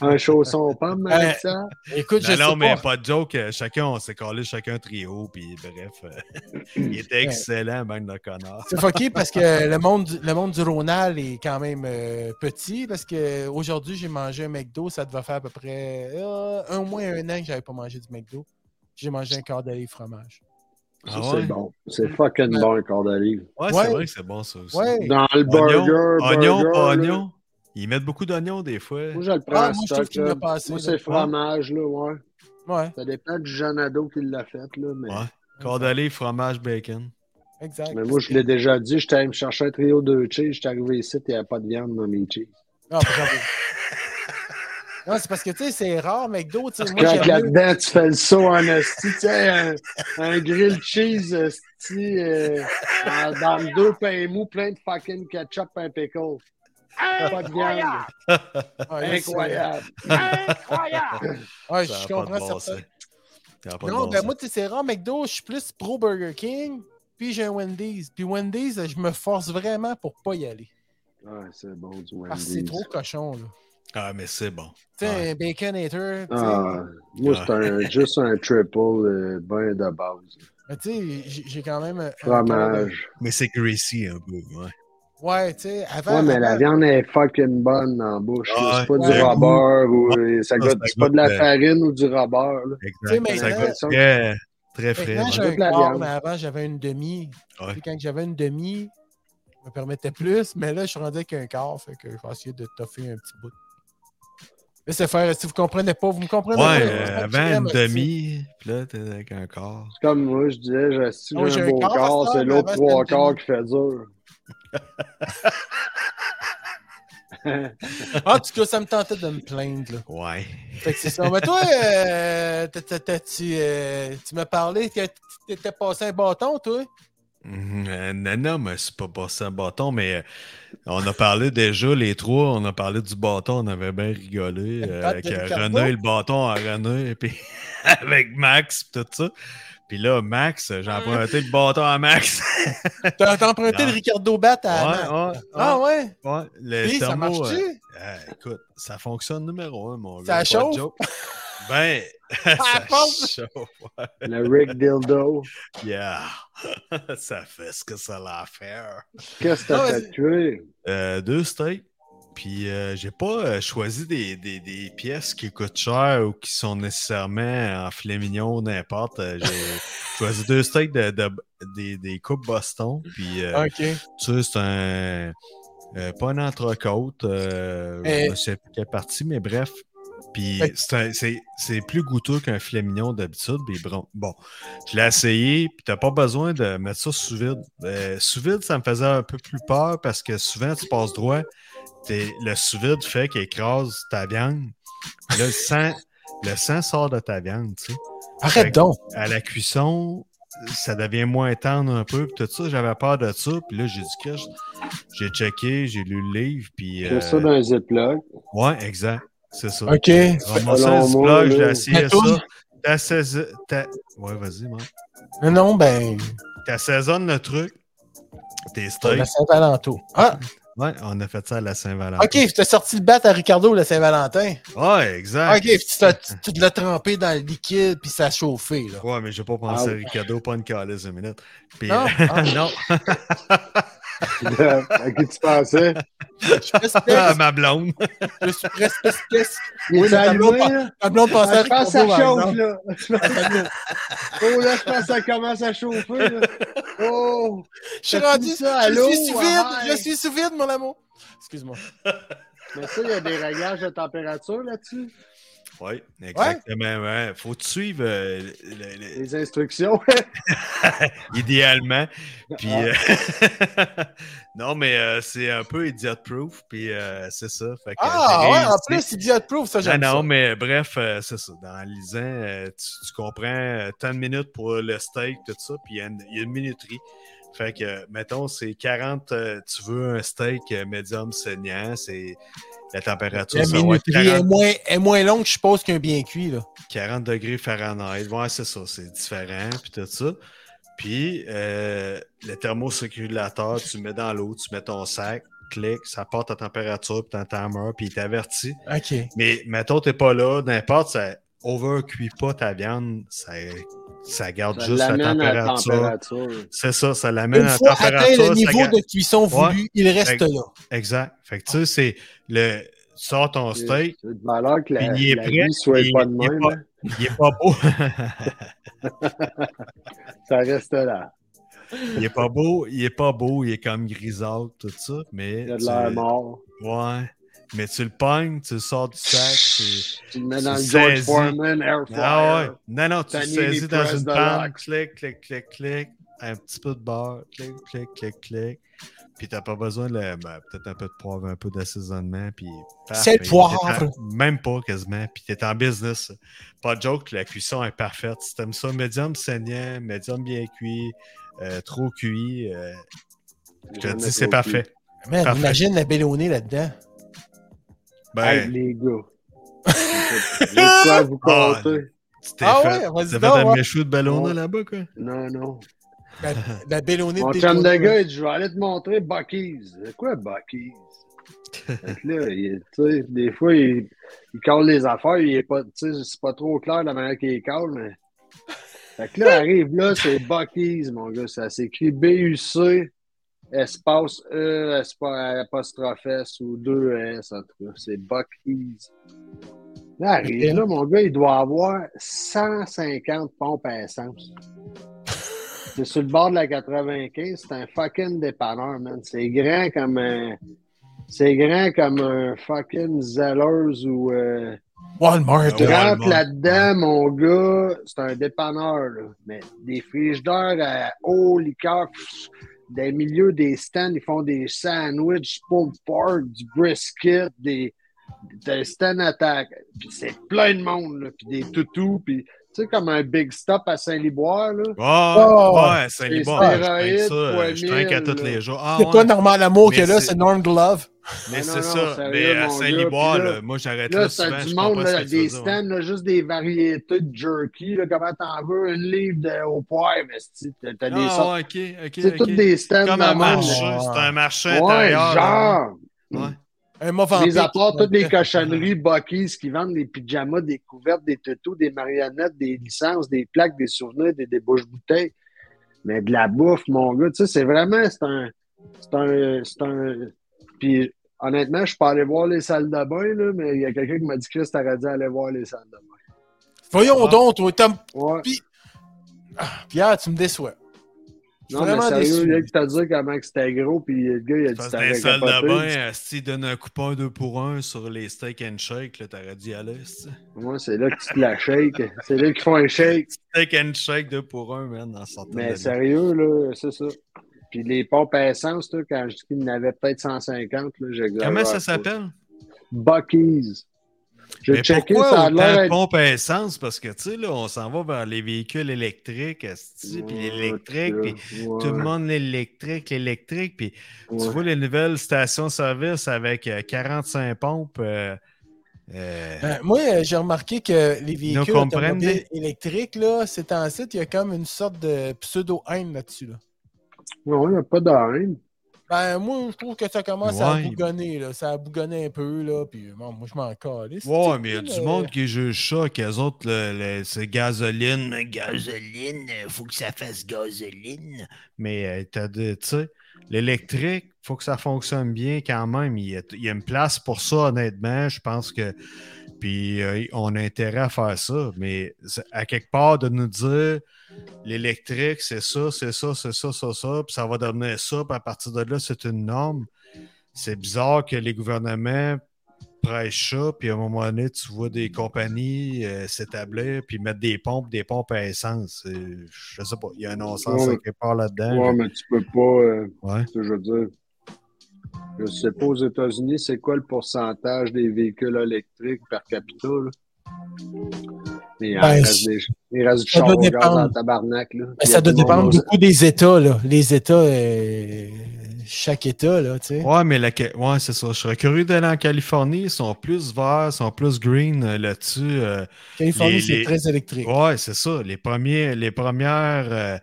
Speaker 5: Un chausson aux pommes,
Speaker 3: Ouais.
Speaker 5: avec ça.
Speaker 3: Écoute, je
Speaker 4: Non, non,
Speaker 3: sais
Speaker 4: mais
Speaker 3: pas.
Speaker 4: pas de joke. euh, Chacun, on s'est collé chacun trio, puis bref. euh, *laughs* il était excellent, même le connard.
Speaker 3: C'est fucké parce que le monde, du- le monde du Ronal est quand même euh, petit. Parce que aujourd'hui, j'ai mangé un McDo. Ça devait faire à peu près euh, un au moins un an que j'avais pas mangé du McDo. J'ai mangé un quart d'allée fromage.
Speaker 5: Ça,
Speaker 4: Ah ouais?
Speaker 5: C'est bon. C'est fucking bon, un corps d'olive.
Speaker 4: Ouais,
Speaker 3: Ouais.
Speaker 4: c'est vrai que c'est bon, ça aussi.
Speaker 3: Ouais.
Speaker 5: Dans le
Speaker 4: Oignon,
Speaker 5: burger,
Speaker 4: oignon,
Speaker 5: burger,
Speaker 4: pas
Speaker 5: là.
Speaker 4: oignon. Ils mettent beaucoup d'oignons, des fois.
Speaker 5: Moi, je le prends
Speaker 3: Ah,
Speaker 5: en
Speaker 3: moi, je trouve
Speaker 5: stock,
Speaker 3: qu'il
Speaker 5: là.
Speaker 3: l'a pas assez,
Speaker 5: Moi,
Speaker 3: là. Ah.
Speaker 5: c'est fromage, là, ouais.
Speaker 3: Ouais,
Speaker 5: Ça dépend du jeune ado qui l'a fait, là, mais...
Speaker 4: Ouais. Cordelier, fromage, bacon.
Speaker 3: exact.
Speaker 5: Mais moi, je l'ai déjà dit, j'étais allé me chercher un trio de cheese, j'étais arrivé ici, il n'y avait pas de viande dans mes cheese.
Speaker 3: Non, pas grave. Ah,
Speaker 5: *laughs*
Speaker 3: Non, c'est parce que, tu sais, c'est rare, McDo, tu sais, moi, j'aime
Speaker 5: Quand
Speaker 3: mieux-
Speaker 5: là-dedans, tu fais le saut en esti, tu sais, un, un grilled cheese, esti, euh, dans, dans deux pains mous, plein de fucking ketchup et pickle. Pas de viande.
Speaker 3: Ah, là, c'est-
Speaker 5: Incroyable.
Speaker 3: Ouais,
Speaker 4: Ça a
Speaker 3: je
Speaker 4: pas de
Speaker 3: comprends
Speaker 4: bon
Speaker 3: ça.
Speaker 4: sens. Ça a pas de
Speaker 3: Non,
Speaker 4: bon
Speaker 3: ben
Speaker 4: sens.
Speaker 3: moi, tu sais, c'est rare, McDo, je suis plus pro Burger King, puis j'ai un Wendy's. Puis Wendy's, je me force vraiment pour pas y aller.
Speaker 5: Ouais, c'est bon du
Speaker 3: Parce que Ah, c'est
Speaker 5: Wendy's.
Speaker 3: trop cochon, là.
Speaker 4: Ah, mais c'est bon.
Speaker 3: Tu sais,
Speaker 4: Ouais.
Speaker 3: un Bacon Hater, tu sais.
Speaker 5: Ah, moi, c'est un, juste un triple euh, ben de base.
Speaker 3: Mais tu sais, j'ai- j'ai quand même. un- un-
Speaker 5: Fromage.
Speaker 4: Mais c'est greasy un peu, ouais.
Speaker 3: Ouais, tu sais, avant.
Speaker 5: Ouais, mais la
Speaker 3: avant-
Speaker 5: viande est fucking bonne en bouche. là. C'est pas
Speaker 3: Ouais.
Speaker 5: du robeur ou euh, ça
Speaker 4: Ouais,
Speaker 5: goûte,
Speaker 4: ça
Speaker 5: c'est pas de
Speaker 4: goûte,
Speaker 5: la
Speaker 4: euh,
Speaker 5: farine ou du robeur. là.
Speaker 3: Tu sais,
Speaker 4: Exact.
Speaker 3: mais
Speaker 4: Ça
Speaker 3: maintenant-
Speaker 4: goûte très, très frais.
Speaker 3: Maintenant,
Speaker 4: ouais.
Speaker 3: j'ai
Speaker 5: Ouais.
Speaker 3: un
Speaker 5: Toute la
Speaker 3: quart,
Speaker 5: viande.
Speaker 3: mais avant, j'avais une demi. Tu sais,
Speaker 4: Ouais.
Speaker 3: Quand j'avais une demi, je me permettais plus, mais là, je suis rendu avec un quart, fait que je vais essayer de toffer un petit bout. Laissez faire, si vous comprenez pas, vous me comprenez
Speaker 4: Ouais,
Speaker 3: pas,
Speaker 4: euh,
Speaker 3: je comprends
Speaker 4: avant une
Speaker 3: que j'aime,
Speaker 4: demi, puis là, t'es avec un quart.
Speaker 5: C'est Comme moi, je disais, j'ai- si
Speaker 3: Oh,
Speaker 5: j'ai un beau
Speaker 3: quart,
Speaker 5: corps,
Speaker 3: pasteur,
Speaker 5: c'est
Speaker 3: mais
Speaker 5: l'autre
Speaker 3: avant,
Speaker 5: trois
Speaker 3: c'était une
Speaker 5: quarts qui fait dur.
Speaker 3: tu sais. Ah, En tout cas, ça me tentait de me plaindre, là.
Speaker 4: Ouais.
Speaker 3: Fait que c'est ça. Mais toi, euh, t'as- t'as- t'as- tu, euh, tu m'as parlé que tu t'étais passé un bâton, toi.
Speaker 4: Mhm, euh, Non, non, mais c'est pas passé un bâton, mais euh, on a parlé déjà, les trois, on a parlé du bâton, on avait bien rigolé euh,
Speaker 3: patte
Speaker 4: avec
Speaker 3: de
Speaker 4: euh,
Speaker 3: Ricardo.
Speaker 4: René, le bâton à René, *laughs* puis avec Max, puis tout ça. Puis là, Max, euh, j'ai
Speaker 3: Ah.
Speaker 4: emprunté le bâton à Max.
Speaker 3: T'as t'as emprunté
Speaker 4: Non.
Speaker 3: le Ricardo Bat à.
Speaker 4: Ouais, ouais,
Speaker 3: *laughs* ah
Speaker 4: ouais,
Speaker 3: ouais?
Speaker 4: ouais. Le
Speaker 3: Puis, ça
Speaker 4: thermo,
Speaker 3: marche-tu?
Speaker 4: euh, euh, écoute, ça fonctionne numéro un,
Speaker 3: Ça
Speaker 4: mon gars. pas de
Speaker 3: chauffe? *laughs*
Speaker 4: joke. Ben, *laughs*
Speaker 3: Ah,
Speaker 4: ça
Speaker 3: pauvre!
Speaker 4: chauffe.
Speaker 5: Le Rick Dildo.
Speaker 4: Yeah. *laughs* ça fait ce que ça l'a à faire.
Speaker 5: Qu'est-ce que t'as
Speaker 3: Non, mais-
Speaker 5: fait tuer?
Speaker 4: Euh, deux steaks. Puis euh, j'ai pas euh, choisi des, des- des pièces qui coûtent cher ou qui sont nécessairement en filet mignon ou n'importe. Euh, J'ai choisi deux steaks de, de- des, des coupes Boston. Puis euh,
Speaker 3: Ok.
Speaker 4: tu sais, c'est un. euh, pas un entrecôte. Euh,
Speaker 3: Euh.
Speaker 4: Je ne sais plus quelle partie, mais bref. Puis
Speaker 3: Fait-
Speaker 4: c'est un- c'est c'est plus goûteux qu'un filet mignon d'habitude. Puis bon, bon, je l'ai essayé. Puis t'as pas besoin de mettre ça sous vide. Euh, sous vide, ça me faisait un peu plus peur parce que souvent tu passes droit. t'es- Le sous vide fait qu'il écrase ta viande. Là, le sang, le sang sort de ta viande. Tu sais
Speaker 3: Arrête donc.
Speaker 4: à la cuisson, ça devient moins tendre un peu. puis tout ça, j'avais peur de ça. Puis là, j'ai dit que j'ai checké, j'ai lu le livre. Puis,
Speaker 5: J'ai ça
Speaker 4: euh,
Speaker 5: dans un ziploc.
Speaker 4: *laughs* Ouais, exact. C'est ça. Ah,
Speaker 3: Ok.
Speaker 4: Ramassé
Speaker 5: Selon
Speaker 4: un
Speaker 5: moi,
Speaker 4: ziploc, j'ai
Speaker 5: là-
Speaker 4: essayé
Speaker 3: Mais toi-
Speaker 4: ça. T'assaisonnes. t'as- Ouais, vas-y, man.
Speaker 3: Non, non, ben.
Speaker 4: T'assaisonnes le truc. Tes
Speaker 3: La
Speaker 4: steaks.
Speaker 3: Saint-Valentin. Ah!
Speaker 4: Ouais, on a fait ça à la Saint-Valentin.
Speaker 3: Ok, tu t'es sorti le bat à Ricardo le Saint-Valentin.
Speaker 4: Ouais, exact.
Speaker 3: Ok, puis tu t'as- tu- tu l'as trempé dans le liquide, puis ça a chauffé. Là.
Speaker 4: Ouais, mais j'ai pas pensé
Speaker 5: Ah
Speaker 4: à Ricardo, pas une calice de minute. Puis,
Speaker 3: Non?
Speaker 4: euh, *laughs*
Speaker 3: Ah.
Speaker 4: non.
Speaker 5: à qui tu pensais?
Speaker 4: Ah,
Speaker 3: Je
Speaker 4: ma blonde. *laughs*
Speaker 3: suis presque spécialiste. Oui,
Speaker 5: Il est
Speaker 3: mais ta blonde,
Speaker 5: allumé, là.
Speaker 3: Ma blonde pensait à
Speaker 5: Ah, Je pense que ça
Speaker 3: Ricardo. hein, par
Speaker 5: chauffe,
Speaker 3: exemple.
Speaker 5: là. *laughs* Oh, là, je pense que ça commence à chauffer, là. Oh!
Speaker 3: Je suis
Speaker 5: T'as
Speaker 3: rendu.
Speaker 5: fini ça à
Speaker 3: Je
Speaker 5: l'eau,
Speaker 3: suis sous
Speaker 5: ouais.
Speaker 3: vide. Je suis sous vide, mon amour. Excuse-moi.
Speaker 5: Mais ça, il y a des réglages de température là-dessus.
Speaker 4: Ouais, exactement. Ouais. Faut te suivre euh, le- le-
Speaker 5: Les instructions.
Speaker 4: idéalement. Puis, euh, *laughs* non, mais euh, c'est un peu idiot proof. Puis, euh, c'est ça. Fait que j'ai
Speaker 3: Ah, ouais, en
Speaker 4: réussi.
Speaker 3: plus, idiot proof, ça,
Speaker 4: Ah
Speaker 3: j'aime
Speaker 4: non,
Speaker 3: ça.
Speaker 4: mais bref, euh, c'est ça. Dans lisant, euh, tu, tu comprends euh, tant de minutes pour le steak, tout ça, puis il y a une- il y, a une minuterie. Fait que, euh, mettons, c'est 40, euh, tu veux un steak euh, médium saignant, c'est la température,
Speaker 3: La
Speaker 4: ça va être
Speaker 3: minuterie
Speaker 4: 40,
Speaker 3: est moins, est moins longue, je suppose, qu'un bien cuit. Là.
Speaker 4: 40 degrés Fahrenheit. Ouais, c'est ça, c'est différent, puis tout ça. Puis, euh, le thermocirculateur, tu le mets dans l'eau, tu mets ton sac, clic, ça porte ta température, puis ton timer, puis il t'avertit.
Speaker 3: OK.
Speaker 4: Mais mettons, t'es pas là, n'importe, ça overcuit pas ta viande, ça, ça garde
Speaker 5: Ça
Speaker 4: juste la
Speaker 5: l'amène à la
Speaker 4: température.
Speaker 5: température.
Speaker 4: C'est ça, ça l'amène
Speaker 3: Une
Speaker 4: à
Speaker 3: fois
Speaker 4: la
Speaker 3: atteint
Speaker 4: température.
Speaker 3: le
Speaker 4: ça
Speaker 3: niveau
Speaker 4: garde-
Speaker 3: de cuisson voulu, il reste
Speaker 4: Fait-
Speaker 3: là.
Speaker 4: Exact. Fait que tu sais, c'est le. Tu sors ton steak,
Speaker 5: C'est de valeur que
Speaker 4: Puis
Speaker 5: la,
Speaker 4: il est
Speaker 5: la
Speaker 4: prêt,
Speaker 5: vie soit
Speaker 4: il-
Speaker 5: pas de
Speaker 4: il est
Speaker 5: même.
Speaker 4: pas-
Speaker 5: hein.
Speaker 4: il est pas beau. *laughs*
Speaker 5: Ça reste là.
Speaker 4: il est pas beau, il est pas beau, il est comme grisâtre, tout ça. Mais
Speaker 5: Il y a de
Speaker 4: tu-
Speaker 5: l'air mort.
Speaker 4: Ouais. Mais tu le pognes, tu le sors du sac, tu.
Speaker 5: Tu le mets dans le
Speaker 4: Tu
Speaker 5: George
Speaker 4: saisis.
Speaker 5: Foreman Air
Speaker 4: Ah ouais.
Speaker 5: Fryer.
Speaker 4: Non, non, tu le
Speaker 5: Panini
Speaker 4: saisis dans
Speaker 5: press
Speaker 4: une
Speaker 5: de
Speaker 4: panne,
Speaker 5: lock.
Speaker 4: clic, clic, clic, clic, un petit peu de beurre, clic, clic, clic, clic. Puis t'as pas besoin de le- ben, peut-être un peu de poivre, un peu d'assaisonnement, puis... paf,
Speaker 3: C'est le
Speaker 4: t'es
Speaker 3: poivre.
Speaker 4: en- même pas, quasiment, puis t'es en business. Pas de joke, la cuisson est parfaite. Si t'aimes ça, médium saignant, médium bien cuit, euh, trop cuit, euh, je te
Speaker 5: J'en ai
Speaker 4: dis, c'est
Speaker 5: trop
Speaker 4: parfait.
Speaker 5: plus.
Speaker 3: Man,
Speaker 4: Parfait.
Speaker 3: imagine la belle au nez là-dedans.
Speaker 5: Hey,
Speaker 4: Ben, *laughs*
Speaker 5: les gars. J'ai de quoi vous
Speaker 4: Ah,
Speaker 5: compter.
Speaker 4: tu t'es
Speaker 3: Ah
Speaker 4: fait...
Speaker 3: ouais, vas-y
Speaker 4: tu t'es fait
Speaker 3: donc,
Speaker 4: un
Speaker 3: ouais.
Speaker 4: méchou de ballon
Speaker 5: Ouais.
Speaker 4: là-bas, quoi.
Speaker 5: Non, non.
Speaker 3: La, la belle au nez
Speaker 5: Mon
Speaker 3: de
Speaker 5: chum de
Speaker 3: Détourné.
Speaker 5: gars, il dit, je vais aller te montrer Bucky's. C'est quoi Bucky's? Fait que là, il- tu sais, des fois, il, il colle les affaires, il est pas, tu sais, c'est pas trop clair la manière qu'il les colle, mais. Fait que là, arrive là, c'est Bucky's, mon gars. Ça s'écrit B-U-C, espace E, espace apostrophe S ou 2 S, en tout cas. C'est Bucky's. Là, arrive là, mon gars, il doit avoir 150 pompes à essence. C'est sur le bord de la 95, c'est un fucking dépanneur, man. C'est grand comme un. C'est grand comme un fucking Zellers ou. Euh...
Speaker 3: Walmart.
Speaker 4: Ah Ouais.
Speaker 3: là.
Speaker 5: Rentre
Speaker 4: Walmart.
Speaker 5: là-dedans, mon gars, c'est un dépanneur, là. Mais des frigidaires à eau, liqueur, pff, dans le milieu des stands, ils font des sandwichs, pulled pork, du brisket, des, des stands attack. Puis c'est plein de monde, là. Puis des toutous, puis tu sais, comme un big stop à Saint-Liboire, là.
Speaker 4: Oh,
Speaker 3: Oh,
Speaker 4: ouais, c'est les
Speaker 5: les
Speaker 4: bons. Je trinque
Speaker 5: stéroïdes,
Speaker 4: ça.
Speaker 5: poids
Speaker 4: Je trinque à
Speaker 5: mille,
Speaker 4: tous les
Speaker 5: là.
Speaker 4: jours. Ah,
Speaker 3: C'est
Speaker 4: ouais,
Speaker 3: pas Normal Amour
Speaker 4: Mais
Speaker 3: que là,
Speaker 4: c'est-
Speaker 3: c'est Norm Glove.
Speaker 4: Mais
Speaker 5: Ah, non,
Speaker 4: c'est
Speaker 5: non,
Speaker 4: ça.
Speaker 5: sérieux,
Speaker 4: mais à
Speaker 5: mon gars,
Speaker 4: Saint-Liboire,
Speaker 5: puis là-
Speaker 4: là, moi, j'arrête là,
Speaker 5: Là,
Speaker 4: souvent.
Speaker 5: c'est
Speaker 4: je
Speaker 5: du
Speaker 4: comprends
Speaker 5: monde,
Speaker 4: pas ce
Speaker 5: là,
Speaker 4: que tu veux
Speaker 5: des
Speaker 4: dire, ouais.
Speaker 5: stands, là, juste des variétés de jerky, là, comment t'en veux, une livre de, au poivre, esti, t'as t'as des
Speaker 4: Ah,
Speaker 5: sortes.
Speaker 4: ouais, ok, ok.
Speaker 5: C'est
Speaker 4: ok.
Speaker 5: toutes des stands
Speaker 4: Comme
Speaker 5: de
Speaker 4: un
Speaker 5: même, là.
Speaker 4: marché. C'est un marché
Speaker 5: Ouais,
Speaker 4: intérieur. là.
Speaker 5: genre. Mmh,
Speaker 4: Ouais.
Speaker 3: Un mauvais
Speaker 5: Les
Speaker 3: vampire.
Speaker 5: apports, toutes les cochonneries, Bucky's qui vendent des pyjamas, des couvertes, des tutos, des marionnettes, des licences, des plaques, des souvenirs, des, des bouches-bouteilles. Mais de la bouffe, mon gars, tu sais, c'est vraiment, c'est un, c'est un, c'est un, puis honnêtement, je suis pas allé voir les salles de bain, là, mais il y a quelqu'un qui m'a dit, Chris, t'aurais dû aller voir les salles de bain.
Speaker 3: *laughs* Voyons donc, toi, Tom
Speaker 5: Ouais.
Speaker 3: Pierre, tu me déçois. Je suis
Speaker 5: Non, mais
Speaker 3: vraiment
Speaker 5: sérieux, il y a
Speaker 3: déçu.
Speaker 5: que t'as dit comment que c'était gros, puis le gars, il a dit
Speaker 4: Parce que dans
Speaker 5: t'avais
Speaker 4: les salles de
Speaker 5: capoté.
Speaker 4: bain, euh, si tu donnes un coupon 2 pour 1 sur les steak and shake, là, t'aurais dit à l'est.
Speaker 5: Ouais, c'est là que tu te la shakes. c'est là qu'ils font un shake.
Speaker 4: Steak and shake 2 pour 1, man, en sortant
Speaker 5: Mais
Speaker 4: de là.
Speaker 5: sérieux, là, c'est ça. Puis les pompes à essence, là, quand je dis qu'il y en avait peut-être 150, là, ah, j'exagère
Speaker 4: Comment
Speaker 5: pas.
Speaker 4: ça s'appelle?
Speaker 5: Bucky's. J'ai
Speaker 4: Mais
Speaker 5: checké,
Speaker 4: pourquoi
Speaker 5: ça a
Speaker 4: autant
Speaker 5: l'air
Speaker 4: de
Speaker 5: être-
Speaker 4: pompe à essence? Parce que, tu sais, là, on s'en va vers les véhicules électriques, esti, puis l'électrique, puis
Speaker 5: Ouais,
Speaker 4: tout le monde l'électrique, l'électrique, puis
Speaker 5: ouais.
Speaker 4: Tu vois les nouvelles stations-service avec euh, 45 pompes. euh, euh,
Speaker 3: Ben, moi, euh, j'ai remarqué que les véhicules
Speaker 4: comprennent, hein.
Speaker 3: automobiles électriques, là, c'est en site, il y a comme une sorte de pseudo-haine là-dessus. Là.
Speaker 5: Non, il n'y a pas de haine.
Speaker 3: Ben, moi, je trouve que ça commence à
Speaker 4: Ouais.
Speaker 3: bougonner, là. Ça a bougonné un peu, là. Puis, bon, moi, je m'en calisse.
Speaker 4: Ouais,
Speaker 3: Tu
Speaker 4: mais il y a
Speaker 3: sais,
Speaker 4: du
Speaker 3: euh,
Speaker 4: monde qui juge ça, qu'elles autres, le- le- c'est gasoline, mais gasoline, euh, faut que ça fasse gasoline. Mais euh, t'as de- tu sais, l'électrique, faut que ça fonctionne bien quand même. Il y a, il y a une place pour ça, honnêtement. Je pense que. Puis euh, on a intérêt à faire ça, mais c'est- à quelque part de nous dire l'électrique, c'est ça, c'est ça, c'est ça, ça, ça, puis ça va devenir ça, puis à partir de là, c'est une norme. C'est bizarre que les gouvernements prêchent ça, puis à un moment donné, tu vois des compagnies euh, s'établir, puis mettre des pompes, des pompes à essence. Euh, Je sais pas, il y a un non-sens
Speaker 5: Ouais.
Speaker 4: à quelque part là-dedans.
Speaker 5: Ouais, mais tu peux pas. euh,
Speaker 4: Ouais.
Speaker 5: tu sais, je veux dire. Je sais pas, aux États-Unis, c'est quoi le pourcentage des véhicules électriques par capita, là? Mais il, en
Speaker 3: Ben,
Speaker 5: reste des, il reste du
Speaker 3: ça doit
Speaker 5: charbon
Speaker 3: dépendre.
Speaker 5: dans le tabarnak, là.
Speaker 3: Ben,
Speaker 5: Il y a
Speaker 3: ça doit
Speaker 5: tout le
Speaker 3: dépendre
Speaker 5: monde
Speaker 3: beaucoup des États, là. Les États, euh, chaque État, là, tu sais.
Speaker 4: Ouais, mais la... Ca- ouais, c'est ça. Je serais curieux d'aller en Californie. Ils sont plus verts, ils sont plus green euh, là-dessus. euh,
Speaker 3: Californie,
Speaker 4: les-
Speaker 3: c'est
Speaker 4: les-
Speaker 3: très électrique.
Speaker 4: Ouais, c'est ça. Les premiers, les premières, euh,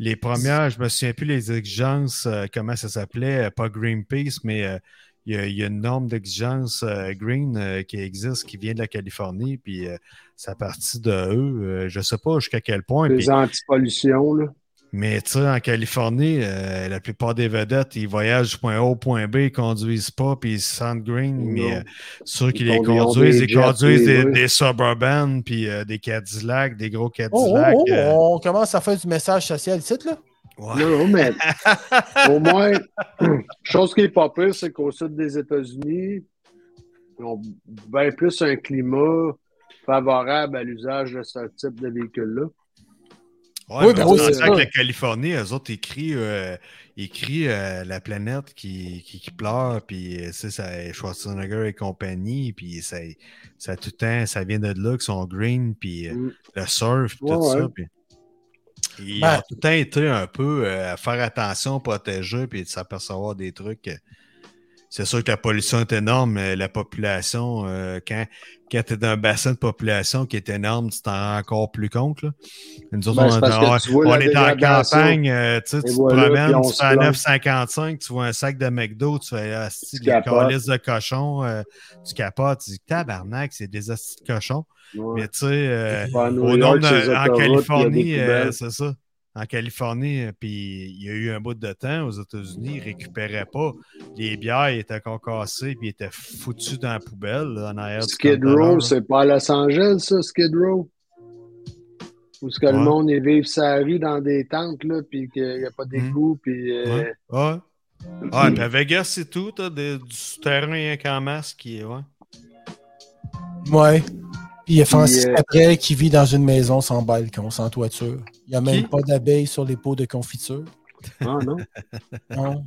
Speaker 4: les premières, je me souviens plus les exigences, euh, comment ça s'appelait, euh, pas Greenpeace, mais euh, il y a- il y, a une norme d'exigences euh, green euh, qui existe, qui vient de la Californie, puis euh, ça partit de eux. euh, je sais pas jusqu'à quel point. puis-
Speaker 5: Des antipollutions, là.
Speaker 4: mais tu sais, en Californie, euh, la plupart des vedettes, ils voyagent du point A au point B, ils conduisent pas, puis ils se sentent green,
Speaker 5: Non.
Speaker 4: mais euh, ceux qui
Speaker 5: Ils
Speaker 4: les
Speaker 5: conduisent
Speaker 4: conduisent,
Speaker 5: des
Speaker 4: ils
Speaker 5: jets,
Speaker 4: conduisent
Speaker 5: des
Speaker 4: des,
Speaker 5: Rolls.
Speaker 4: des Suburban, puis euh, des Cadillac, des gros
Speaker 3: Oh, oh,
Speaker 4: Cadillac.
Speaker 3: oh,
Speaker 4: euh,
Speaker 3: on commence à faire du message social ici, là.
Speaker 4: ouais.
Speaker 5: Non,
Speaker 4: *laughs*
Speaker 5: non, mais au moins, *clears throat* chose qui est pas pire, c'est qu'au sud des États-Unis, ils ont bien plus un climat favorable à l'usage de ce type de véhicule-là.
Speaker 3: Oui,
Speaker 4: Ouais, mais
Speaker 3: ben oui,
Speaker 4: on
Speaker 3: c'est
Speaker 4: sent que
Speaker 3: ça.
Speaker 4: la Californie, eux autres, ils crient, euh, ils crient, euh, la planète qui, qui, qui pleure, puis euh, tu sais, ça, Schwarzenegger et compagnie, puis ça, ça tout le temps, ça vient de là, qu'ils sont green, puis euh,
Speaker 5: Mm.
Speaker 4: le surf, puis
Speaker 5: Ouais,
Speaker 4: tout ça.
Speaker 5: ouais.
Speaker 4: Puis, ils
Speaker 3: Ben-
Speaker 4: ont tout le temps été un peu euh, à faire attention, protéger, puis de s'apercevoir des trucs. euh. C'est sûr que la pollution est énorme, mais la population, euh, quand, quand tu es dans un bassin de population qui est énorme, tu t'en rends encore plus compte. Là. Nous autres,
Speaker 5: Ben, c'est
Speaker 4: on,
Speaker 5: parce
Speaker 4: on-
Speaker 5: que tu vois
Speaker 4: on
Speaker 5: la
Speaker 4: est en
Speaker 5: dégradation.
Speaker 4: campagne, euh, tu sais, tu te
Speaker 5: voilà, puis
Speaker 4: promènes,
Speaker 5: on
Speaker 4: tu
Speaker 5: se
Speaker 4: fais à
Speaker 5: plante.
Speaker 4: 9,55, tu vois un sac de McDo, tu fais ah, asti,
Speaker 5: Tu
Speaker 4: des
Speaker 5: capotes.
Speaker 4: calices de cochons, euh, tu capotes, tu dis tabarnak, c'est des astis de cochons.
Speaker 5: Ouais.
Speaker 4: Mais tu sais, euh,
Speaker 5: Pas à New
Speaker 4: au
Speaker 5: York,
Speaker 4: nombre
Speaker 5: ces
Speaker 4: de- en
Speaker 5: autoroutes, il y a des
Speaker 4: Californie, euh,
Speaker 5: poubelles.
Speaker 4: c'est ça. En Californie, euh, puis il y a eu un bout de temps aux États-Unis, ils récupéraient pas. Les bières étaient encore cassées, puis étaient foutues dans la poubelle, là, en arrière du
Speaker 5: Skid
Speaker 4: conteneur,
Speaker 5: Row,
Speaker 4: là.
Speaker 5: c'est pas à Los Angeles, ça, Skid Row? Où ce que le
Speaker 4: Ouais.
Speaker 5: monde, ils vivent sa rue dans des tentes, là, puis qu'il n'y a pas d'égout, puis... euh,
Speaker 4: Hmm. Ouais. Ouais. Ouais, puis à Vegas, c'est tout. T'as des- du souterrain qu'en masse qui est. Ouais.
Speaker 3: Ouais. Puis il y a Francis
Speaker 5: euh,
Speaker 3: Cabrel qui vit dans une maison sans balcon, sans toiture. Il n'y a même
Speaker 4: Qui?
Speaker 3: pas d'abeilles sur les pots de
Speaker 4: *laughs*
Speaker 3: confiture.
Speaker 5: Ah,
Speaker 3: *laughs*
Speaker 5: non?
Speaker 3: Non.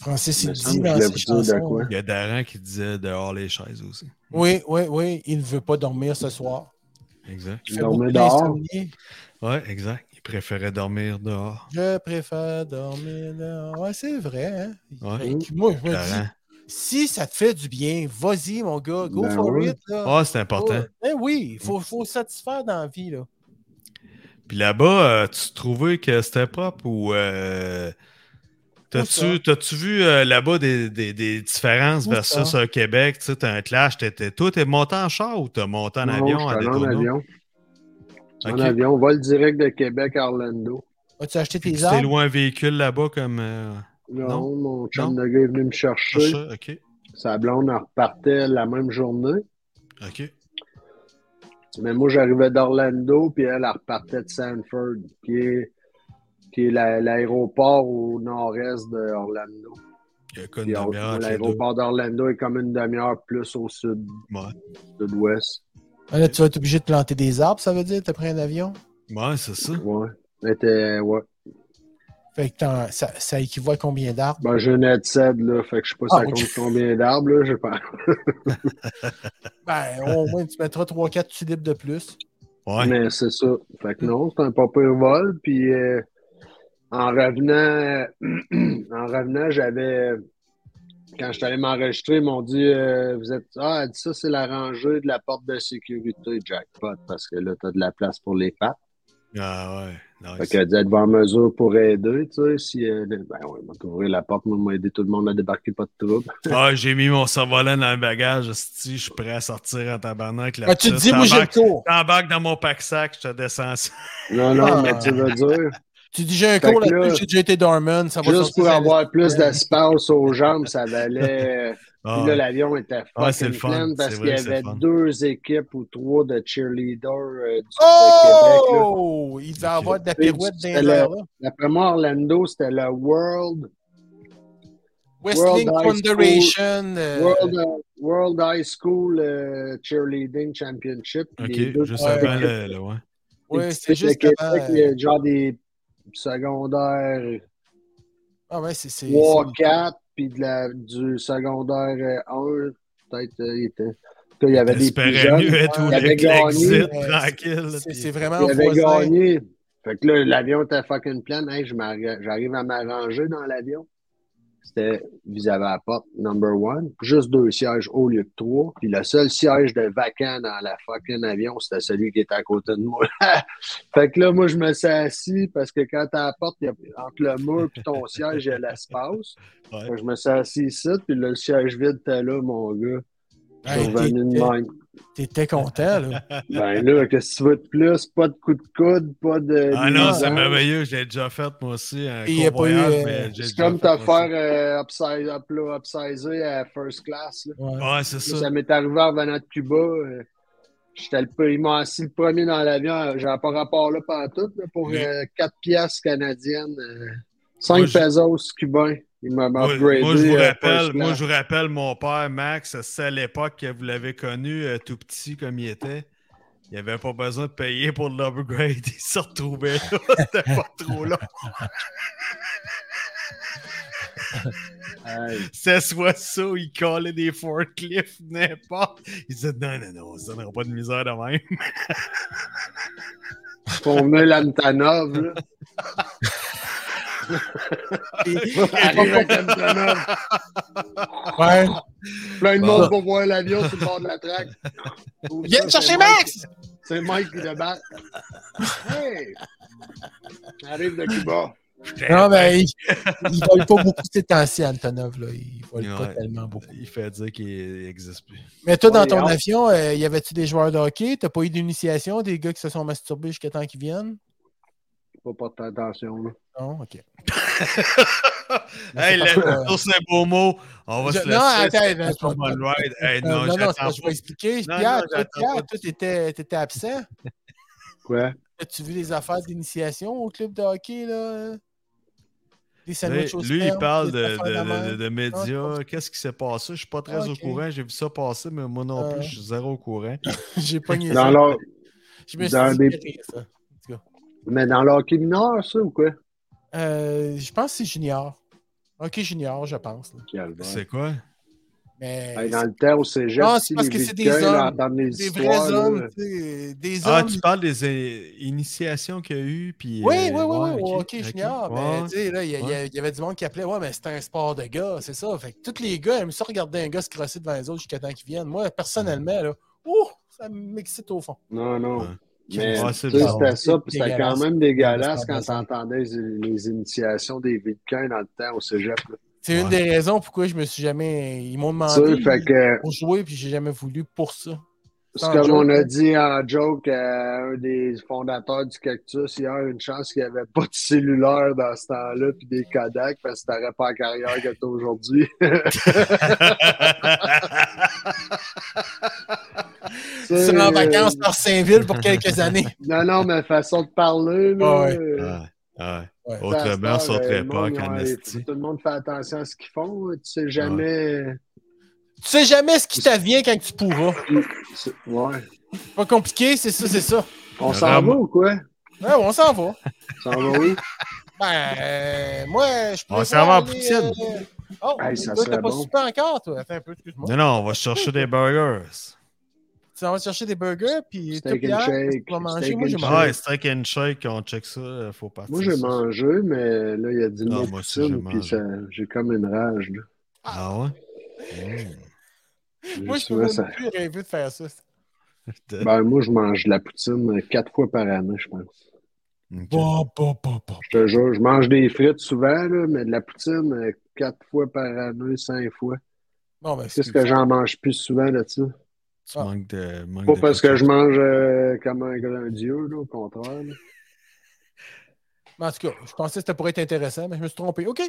Speaker 3: Francis,
Speaker 5: Il
Speaker 3: il
Speaker 5: me
Speaker 3: dit
Speaker 5: semble que
Speaker 3: dans
Speaker 5: je l'ai
Speaker 3: ses
Speaker 5: vu dire de
Speaker 3: chansons.
Speaker 5: quoi.
Speaker 4: Il y a Daran qui disait dehors les chaises aussi.
Speaker 3: Oui, oui, oui. Il ne veut pas dormir ce soir.
Speaker 4: Exact.
Speaker 3: Il fait
Speaker 5: Dormir
Speaker 3: beaucoup
Speaker 5: dehors.
Speaker 3: d'insomnie.
Speaker 4: Ouais, exact. Il préférait dormir dehors.
Speaker 3: Je préfère dormir dehors. Ouais, c'est vrai. hein.
Speaker 4: Ouais.
Speaker 3: Et puis Moi, je me dis,
Speaker 4: Daran.
Speaker 3: si ça te fait du bien, vas-y, mon gars, go
Speaker 5: Ben
Speaker 3: for
Speaker 5: oui. Mm.
Speaker 3: it. Là.
Speaker 4: Ah, c'est important.
Speaker 3: Ouais. Eh oui, il faut, faut satisfaire dans la vie. Là.
Speaker 4: Puis là-bas, euh, tu trouvais que c'était propre ou. euh,
Speaker 3: Où
Speaker 4: T'as-tu t'as-tu vu euh, là-bas des, des- des différences
Speaker 3: Où
Speaker 4: versus
Speaker 3: ça?
Speaker 4: euh, Québec? Tu sais, t'as un clash, t'étais. Toi, t'es monté en char ou t'as monté en
Speaker 5: Non,
Speaker 4: avion
Speaker 5: je
Speaker 4: à
Speaker 5: suis allé en
Speaker 4: Daytona?
Speaker 5: avion. En
Speaker 4: Ok.
Speaker 5: avion, vol direct de Québec à Orlando.
Speaker 3: As-tu acheté
Speaker 4: Puis
Speaker 3: tes
Speaker 4: tu t'es
Speaker 3: armes?
Speaker 4: loin un véhicule là-bas comme. euh,
Speaker 5: Non,
Speaker 4: Non.
Speaker 5: mon chum de gars est venu me chercher.
Speaker 4: achat? Ok.
Speaker 5: Sa blonde en repartait la même journée.
Speaker 4: Ok.
Speaker 5: Mais moi, j'arrivais d'Orlando, puis elle, elle repartait de Sanford, qui est, qui est la- l'aéroport au nord-est d'Orlando.
Speaker 4: Il y a qu'une
Speaker 5: Puis on-
Speaker 4: demi-heure entre les deux.
Speaker 5: L'aéroport d'Orlando est comme une demi-heure plus au sud,
Speaker 4: Ouais.
Speaker 5: sud-ouest.
Speaker 3: Ah, Là, tu vas être obligé de planter des arbres, ça veut dire? T'as pris un avion?
Speaker 4: Ouais, c'est ça.
Speaker 5: Ouais. C'était, ouais.
Speaker 3: Fait que t'en- ça, ça équivaut à combien d'arbres?
Speaker 5: Ben, j'ai une headset, là, fait que je sais pas si
Speaker 3: Ah,
Speaker 5: ça
Speaker 3: ok.
Speaker 5: compte combien d'arbres, là, je pense.
Speaker 3: Ben, au moins, tu mettras 3-4 tulipes de
Speaker 4: *laughs*
Speaker 3: plus.
Speaker 4: Ouais.
Speaker 5: Mais c'est ça. Fait que non, c'est un pas pire vol. Puis euh, en revenant, euh, *clears throat* en revenant, j'avais. Quand je suis allé m'enregistrer, ils m'ont dit euh, Vous êtes. Ah, elle dit ça, c'est la rangée de la porte de sécurité, jackpot, parce que là, t'as de la place pour les pattes.
Speaker 4: Ah ouais.
Speaker 5: Fait
Speaker 4: Nice.
Speaker 5: que d'être en mesure pour aider, tu sais, si... euh, ben oui, m'a ouvrir la porte, moi, m'a aidé tout le monde à débarquer, pas de trouble.
Speaker 4: Ah, j'ai mis mon cerf-volant dans le bagage. Si je suis prêt à sortir en tabarnak. là
Speaker 3: Ah, tu te dis, moi j'ai le cours.
Speaker 4: T'embarques dans mon pack-sac, je te descends ça.
Speaker 5: Non, non,
Speaker 3: Ah.
Speaker 5: mais tu veux
Speaker 3: *laughs*
Speaker 5: dire,
Speaker 3: Tu dis, j'ai un
Speaker 5: Fait
Speaker 3: cours
Speaker 5: que là,
Speaker 3: là-dessus, j'ai déjà été dormant, ça va
Speaker 5: juste
Speaker 3: sortir,
Speaker 5: pour
Speaker 3: ça-
Speaker 5: avoir plus d'espace aux jambes, ça valait...
Speaker 4: Ah,
Speaker 5: Puis là, l'avion était
Speaker 4: Ouais, c'est
Speaker 5: fucking
Speaker 4: le fun.
Speaker 5: plein parce
Speaker 4: C'est
Speaker 5: qu'il y
Speaker 4: vrai que c'est
Speaker 5: avait
Speaker 4: le fun.
Speaker 5: deux équipes ou trois de cheerleaders euh, du de Québec. là.
Speaker 3: Oh! Il devait avoir de la pirouette dans les airs, là.
Speaker 5: D'après moi, Orlando, c'était la World,
Speaker 3: Wrestling
Speaker 5: High School-
Speaker 3: Foundation. euh,
Speaker 5: World, euh, World High School euh, Cheerleading Championship. Les deux
Speaker 4: ok, juste
Speaker 5: petites
Speaker 4: avant
Speaker 5: équipes-
Speaker 4: le. le- ouais.
Speaker 5: les
Speaker 3: ouais,
Speaker 5: petites
Speaker 3: c'est
Speaker 5: équipes
Speaker 3: juste
Speaker 5: de
Speaker 3: avant,
Speaker 5: Québec,
Speaker 3: euh,
Speaker 5: les- genre des secondaires
Speaker 3: Ah ouais, c'est... c'est-
Speaker 5: 3,
Speaker 3: c'est-
Speaker 5: 4, puis de la, du secondaire euh, 1, peut-être. euh, il était- en tout cas, il y avait des plus
Speaker 4: T'espérais
Speaker 5: jeunes.
Speaker 4: mieux être
Speaker 3: ouais,
Speaker 4: au
Speaker 5: il avait
Speaker 4: Lake
Speaker 5: gagné,
Speaker 4: Exit,
Speaker 3: euh,
Speaker 4: tranquille.
Speaker 3: C'est
Speaker 4: puis-
Speaker 3: c'est vraiment
Speaker 5: Il avait
Speaker 3: voisin.
Speaker 5: gagné. Fait que là, l'avion était fucking plein. Hey, je m'arri- j'arrive à m'arranger dans l'avion. C'était vis-à-vis la porte, number one. Juste deux sièges au lieu de trois. Puis le seul siège de vacant dans la fucking avion, c'était celui qui était à côté de moi. *laughs* fait que là, moi, je me suis assis parce que quand t'as la porte, il y a- entre le mur et ton siège, il y a l'espace.
Speaker 4: Ouais.
Speaker 5: Fait que je me suis assis ici, puis là, le siège vide était là, mon gars. Je suis
Speaker 3: Hey,
Speaker 5: revenu de
Speaker 3: t'étais-
Speaker 5: même.
Speaker 3: T'étais content, là.
Speaker 4: *laughs*
Speaker 5: Ben là, qu'est-ce que tu veux de plus? Pas de coup de coude, pas de.
Speaker 4: Ah non,
Speaker 5: nuisance.
Speaker 4: c'est merveilleux. J'ai déjà fait, moi aussi, un
Speaker 3: Et il y a pas eu,
Speaker 4: convoyage,
Speaker 3: euh,
Speaker 4: mais j'ai
Speaker 5: C'est
Speaker 4: déjà
Speaker 5: comme
Speaker 4: fait,
Speaker 5: te
Speaker 4: moi aussi.
Speaker 5: faire euh, upside, up, là, upsizer à first class. là.
Speaker 3: Ouais.
Speaker 4: Ouais, c'est
Speaker 5: euh, Ça,
Speaker 4: ça.
Speaker 5: m'est arrivé en venant de Cuba. euh, J'étais le premier- ils m'ont assis le premier dans l'avion. euh, J'avais pas rapport là pendant tout là, pour
Speaker 4: Oui.
Speaker 5: 4 piastres canadiennes, euh,
Speaker 4: Moi,
Speaker 5: 5
Speaker 4: je-
Speaker 5: pesos cubains. Ils m'ont
Speaker 4: Moi,
Speaker 5: upgradé.
Speaker 4: moi, je vous
Speaker 5: euh,
Speaker 4: rappelle,
Speaker 5: first
Speaker 4: moi,
Speaker 5: class.
Speaker 4: je vous rappelle mon père, Max, c'est à l'époque que vous l'avez connu, euh, tout petit comme il était. Il avait pas besoin de payer pour l'upgrade. *laughs* Il s'est retrouvé là. *laughs* C'était pas trop long.
Speaker 5: Hey,
Speaker 4: C'est soit ça ou il collait des forklifts, n'importe. Il disait non, non, non, on se donnera pas de misère de même.
Speaker 5: pour venir l'Antanov.
Speaker 4: *laughs*
Speaker 5: là. *laughs* Arrive avec l'Antonov.
Speaker 3: Ouais.
Speaker 5: Plein de
Speaker 4: Bon.
Speaker 5: monde pour voir l'avion sur le bord de la traque.
Speaker 3: *laughs* Viens
Speaker 5: me
Speaker 3: me chercher Max!
Speaker 5: C'est Mike qui débarque. Hey! Arrive de Cuba.
Speaker 3: Non, mais il, il vole pas beaucoup ces temps-ci, Antonov, là. Il vole pas
Speaker 4: Ouais.
Speaker 3: tellement beaucoup.
Speaker 4: Il fait dire qu'il n'existe plus.
Speaker 3: Mais toi, dans
Speaker 5: Ouais,
Speaker 3: ton
Speaker 5: on-
Speaker 3: avion, euh, y avait-tu des joueurs de hockey? T'as pas eu d'initiation, des gars qui se sont masturbés jusqu'à temps qu'ils viennent?
Speaker 5: Faut porter attention, là.
Speaker 3: Non, ok.
Speaker 4: *laughs* hey,
Speaker 3: Mais c'est
Speaker 4: là,
Speaker 3: parce que- euh,
Speaker 4: sur ces beaux mots, on va
Speaker 3: Je-
Speaker 4: se
Speaker 3: non, attends,
Speaker 4: laisser.
Speaker 3: attends,
Speaker 4: C'est
Speaker 3: attends.
Speaker 4: pas bon ride. Hey,
Speaker 3: Euh,
Speaker 4: non,
Speaker 3: non, non, c'est
Speaker 4: j'attends
Speaker 3: parce que je vais
Speaker 4: pas.
Speaker 3: expliquer.
Speaker 4: Non,
Speaker 3: Pierre,
Speaker 4: non,
Speaker 3: toi,
Speaker 4: j'attends
Speaker 3: Pierre,
Speaker 4: pas.
Speaker 3: toi, t'étais, t'étais absent.
Speaker 5: Quoi?
Speaker 3: As-tu vu les affaires d'initiation au club de hockey, là? Des
Speaker 4: Lui,
Speaker 3: sandwichs au
Speaker 4: lui, il
Speaker 3: sperme,
Speaker 4: parle
Speaker 3: des
Speaker 4: de,
Speaker 3: affaires
Speaker 4: de-
Speaker 3: la
Speaker 4: de-
Speaker 3: mer.
Speaker 4: de- de
Speaker 3: Ah,
Speaker 4: médias. Qu'est-ce qui s'est passé? Je ne suis pas très
Speaker 3: Ah,
Speaker 4: au
Speaker 3: ok.
Speaker 4: courant. J'ai vu ça passer, mais moi non
Speaker 3: Ah.
Speaker 4: plus, je suis zéro au courant.
Speaker 3: *laughs* J'ai pogné
Speaker 5: Dans
Speaker 3: ça.
Speaker 5: leur...
Speaker 3: Je me suis
Speaker 5: dans
Speaker 3: dit,
Speaker 5: des-
Speaker 3: c'est rire, ça.
Speaker 5: Mais dans l'hockey mineur, ça, ou quoi?
Speaker 3: Euh, je pense que c'est junior. Hockey junior, je pense. là.
Speaker 5: Calvaire.
Speaker 4: C'est quoi?
Speaker 3: Mais
Speaker 5: Hey, dans le temps où c'est juste.
Speaker 3: Non, Ah, c'est parce que c'est des hommes.
Speaker 5: Des
Speaker 3: des vrais hommes, tu sais, des
Speaker 4: Ah,
Speaker 3: hommes.
Speaker 4: tu parles des euh, initiations qu'il y a eu. Puis,
Speaker 3: Oui,
Speaker 4: euh,
Speaker 3: oui, oui, oui,
Speaker 4: ouais,
Speaker 3: au
Speaker 4: ok,
Speaker 3: hockey
Speaker 4: ok.
Speaker 3: junior.
Speaker 4: Ouais.
Speaker 3: Mais tu sais, là, il y, a- il y a- il y avait du monde qui appelait, ouais, mais c'était un sport de gars, c'est ça. Fait que tous les gars aiment ça regarder un gars se crosser devant les autres jusqu'à temps qu'ils viennent. Moi, personnellement, là, ouh, ça m'excite au fond.
Speaker 5: Non, non.
Speaker 4: Ouais.
Speaker 5: Mais
Speaker 4: Ouais, c'est
Speaker 5: tu sais,
Speaker 4: bizarre.
Speaker 5: c'était ça, puis c'était quand
Speaker 3: Dégueulasse.
Speaker 5: même dégueulasse quand
Speaker 3: Dégueulasse.
Speaker 5: t'entendais les, les initiations des Vulcains dans le temps au cégep. là.
Speaker 3: C'est une
Speaker 4: Ouais.
Speaker 3: des raisons pourquoi je me suis jamais. Ils m'ont
Speaker 5: Ça,
Speaker 3: demandé
Speaker 5: fait que
Speaker 3: pour jouer, puis j'ai jamais voulu pour ça.
Speaker 5: C'est
Speaker 3: En
Speaker 5: comme
Speaker 3: joke,
Speaker 5: on a
Speaker 3: hein.
Speaker 5: dit en joke à un des fondateurs du Cactus hier, une chance qu'il n'y avait pas de cellulaire dans ce temps-là, puis des Kodak, parce que t'aurais pas la carrière que t'as aujourd'hui. *laughs*
Speaker 3: C'est
Speaker 5: Euh,
Speaker 3: en vacances par Saint-Ville pour
Speaker 4: *laughs*
Speaker 3: quelques années.
Speaker 5: Non, non, mais façon de parler, là.
Speaker 3: Ah ouais.
Speaker 5: euh,
Speaker 4: Ah, ah.
Speaker 3: Ouais.
Speaker 4: Autrement,
Speaker 5: à
Speaker 4: sur
Speaker 5: cette
Speaker 4: notre
Speaker 5: heure, euh, le monde,
Speaker 4: époque,
Speaker 5: ils ont-
Speaker 4: en esti.
Speaker 5: Tout le monde fait attention à ce qu'ils font. Tu sais jamais.
Speaker 3: Tu sais jamais ce qui t'avient quand tu pourras.
Speaker 5: C'est- Ouais.
Speaker 3: Pas compliqué, c'est ça, c'est ça.
Speaker 5: On s'en
Speaker 4: Ram-
Speaker 5: va ou quoi?
Speaker 3: Ouais, on s'en va.
Speaker 5: On s'en va où?
Speaker 3: Ben, euh, moi, je peux.
Speaker 4: On s'en va en poutine.
Speaker 3: Oh,
Speaker 5: Hey, ça
Speaker 3: toi,
Speaker 5: serait
Speaker 3: t'as pas
Speaker 5: bon.
Speaker 3: super encore, toi. Attends un peu, excuse-moi.
Speaker 4: Non, non, on va chercher des burgers.
Speaker 3: Tu vas chercher des burgers, puis
Speaker 5: Steak
Speaker 3: toi,
Speaker 5: and
Speaker 3: Pierre, qu'est-ce
Speaker 5: shake,
Speaker 3: que tu vas manger. *laughs*
Speaker 5: steak
Speaker 3: Moi,
Speaker 5: and
Speaker 3: j'ai
Speaker 5: shake.
Speaker 3: mangé.
Speaker 4: Ouais, steak and shake, on check ça. Faut partir.
Speaker 5: Moi, j'ai
Speaker 4: ça.
Speaker 5: mangé, mais là, il y a du
Speaker 4: Non,
Speaker 5: mot
Speaker 4: moi aussi,
Speaker 5: poutine,
Speaker 4: j'ai
Speaker 5: puis
Speaker 4: mangé.
Speaker 5: ça- j'ai comme une rage. Là.
Speaker 4: Ah ouais? Mm.
Speaker 3: Moi, je
Speaker 5: Souvent,
Speaker 3: peux
Speaker 5: ça-
Speaker 3: même plus rêver de faire ça.
Speaker 4: Bah,
Speaker 5: Ben, moi, je mange de la poutine euh, quatre fois par année, je pense.
Speaker 4: Ok.
Speaker 3: Bah, bah, bah, bah.
Speaker 5: Je te jure, je mange des frites souvent, là, mais de la poutine, euh, quatre fois par année, cinq fois.
Speaker 3: Bon, ben,
Speaker 5: Qu'est-ce que j'en mange plus souvent de ça?
Speaker 4: Tu
Speaker 3: Ah.
Speaker 4: manques de. manques
Speaker 5: Pas
Speaker 4: de
Speaker 5: parce que je
Speaker 4: patience.
Speaker 5: mange euh, comme, un, comme un dieu, là, au
Speaker 4: *laughs*
Speaker 5: contraire. là.
Speaker 3: Mais En tout cas, je pensais que ça pourrait être intéressant, mais je me suis trompé. OK.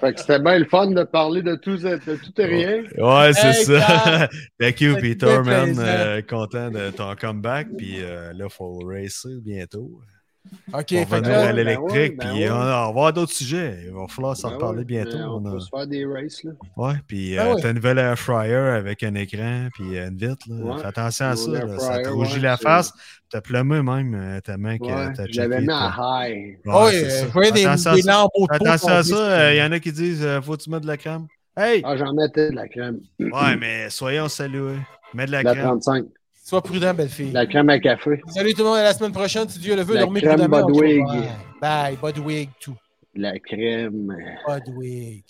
Speaker 5: Fait que c'était bien le fun de parler de tout, de tout et rien.
Speaker 4: Ouais, c'est
Speaker 3: Hey,
Speaker 4: ça.
Speaker 3: Carl.
Speaker 4: *laughs* Thank you,
Speaker 3: Ça fait
Speaker 4: Peter, man.
Speaker 3: plaisir.
Speaker 4: Euh, content de ton comeback. Puis euh, là, il faut racer bientôt.
Speaker 3: OK.
Speaker 4: on
Speaker 3: Fait
Speaker 4: va
Speaker 3: que
Speaker 4: venir à
Speaker 3: là,
Speaker 5: ben
Speaker 4: l'électrique.
Speaker 5: ouais, ben
Speaker 4: puis
Speaker 5: ouais.
Speaker 4: on, on va avoir d'autres sujets. Il va falloir s'en
Speaker 5: Ben
Speaker 4: parler
Speaker 5: ouais,
Speaker 4: bientôt.
Speaker 5: mais On
Speaker 4: On a-
Speaker 5: peut se faire des races, là.
Speaker 4: Ouais, puis
Speaker 3: Ah
Speaker 4: euh,
Speaker 3: ouais.
Speaker 4: t'as une nouvelle air fryer avec un écran puis euh, une vitre. Là.
Speaker 5: Ouais,
Speaker 4: Fais attention à
Speaker 5: nouveau
Speaker 4: ça,
Speaker 5: air
Speaker 4: là, ça te
Speaker 5: fryer,
Speaker 4: rougit
Speaker 5: ouais,
Speaker 4: la
Speaker 5: c'est-
Speaker 4: face. T'as plumé même euh, ta main que
Speaker 5: Ouais,
Speaker 4: t'as
Speaker 5: je l'avais
Speaker 4: checké,
Speaker 5: mis à
Speaker 4: toi.
Speaker 5: high.
Speaker 4: Ouais,
Speaker 3: Ah oui,
Speaker 4: c'est ça.
Speaker 3: euh, je voyais des,
Speaker 4: Attention à
Speaker 3: des
Speaker 4: ça.
Speaker 3: lambeaux de peau
Speaker 4: Fais Attention à ça,
Speaker 3: tomber.
Speaker 4: euh, il y en a qui disent euh, faut que tu mettes de la crème. Hey!
Speaker 5: Ah, j'en mettais de la crème.
Speaker 4: Ouais, mais soyons salués. Mets de la
Speaker 5: La
Speaker 4: crème.
Speaker 5: 35.
Speaker 3: Sois prudent, belle fille.
Speaker 5: La crème à café.
Speaker 3: Salut tout le monde, à la semaine prochaine, si Dieu le veut.
Speaker 5: La
Speaker 3: dormez
Speaker 5: crème
Speaker 3: prudemment, on se
Speaker 5: Budwig.
Speaker 3: voit. Bye, Budwig, tout.
Speaker 5: La crème.
Speaker 3: Budwig.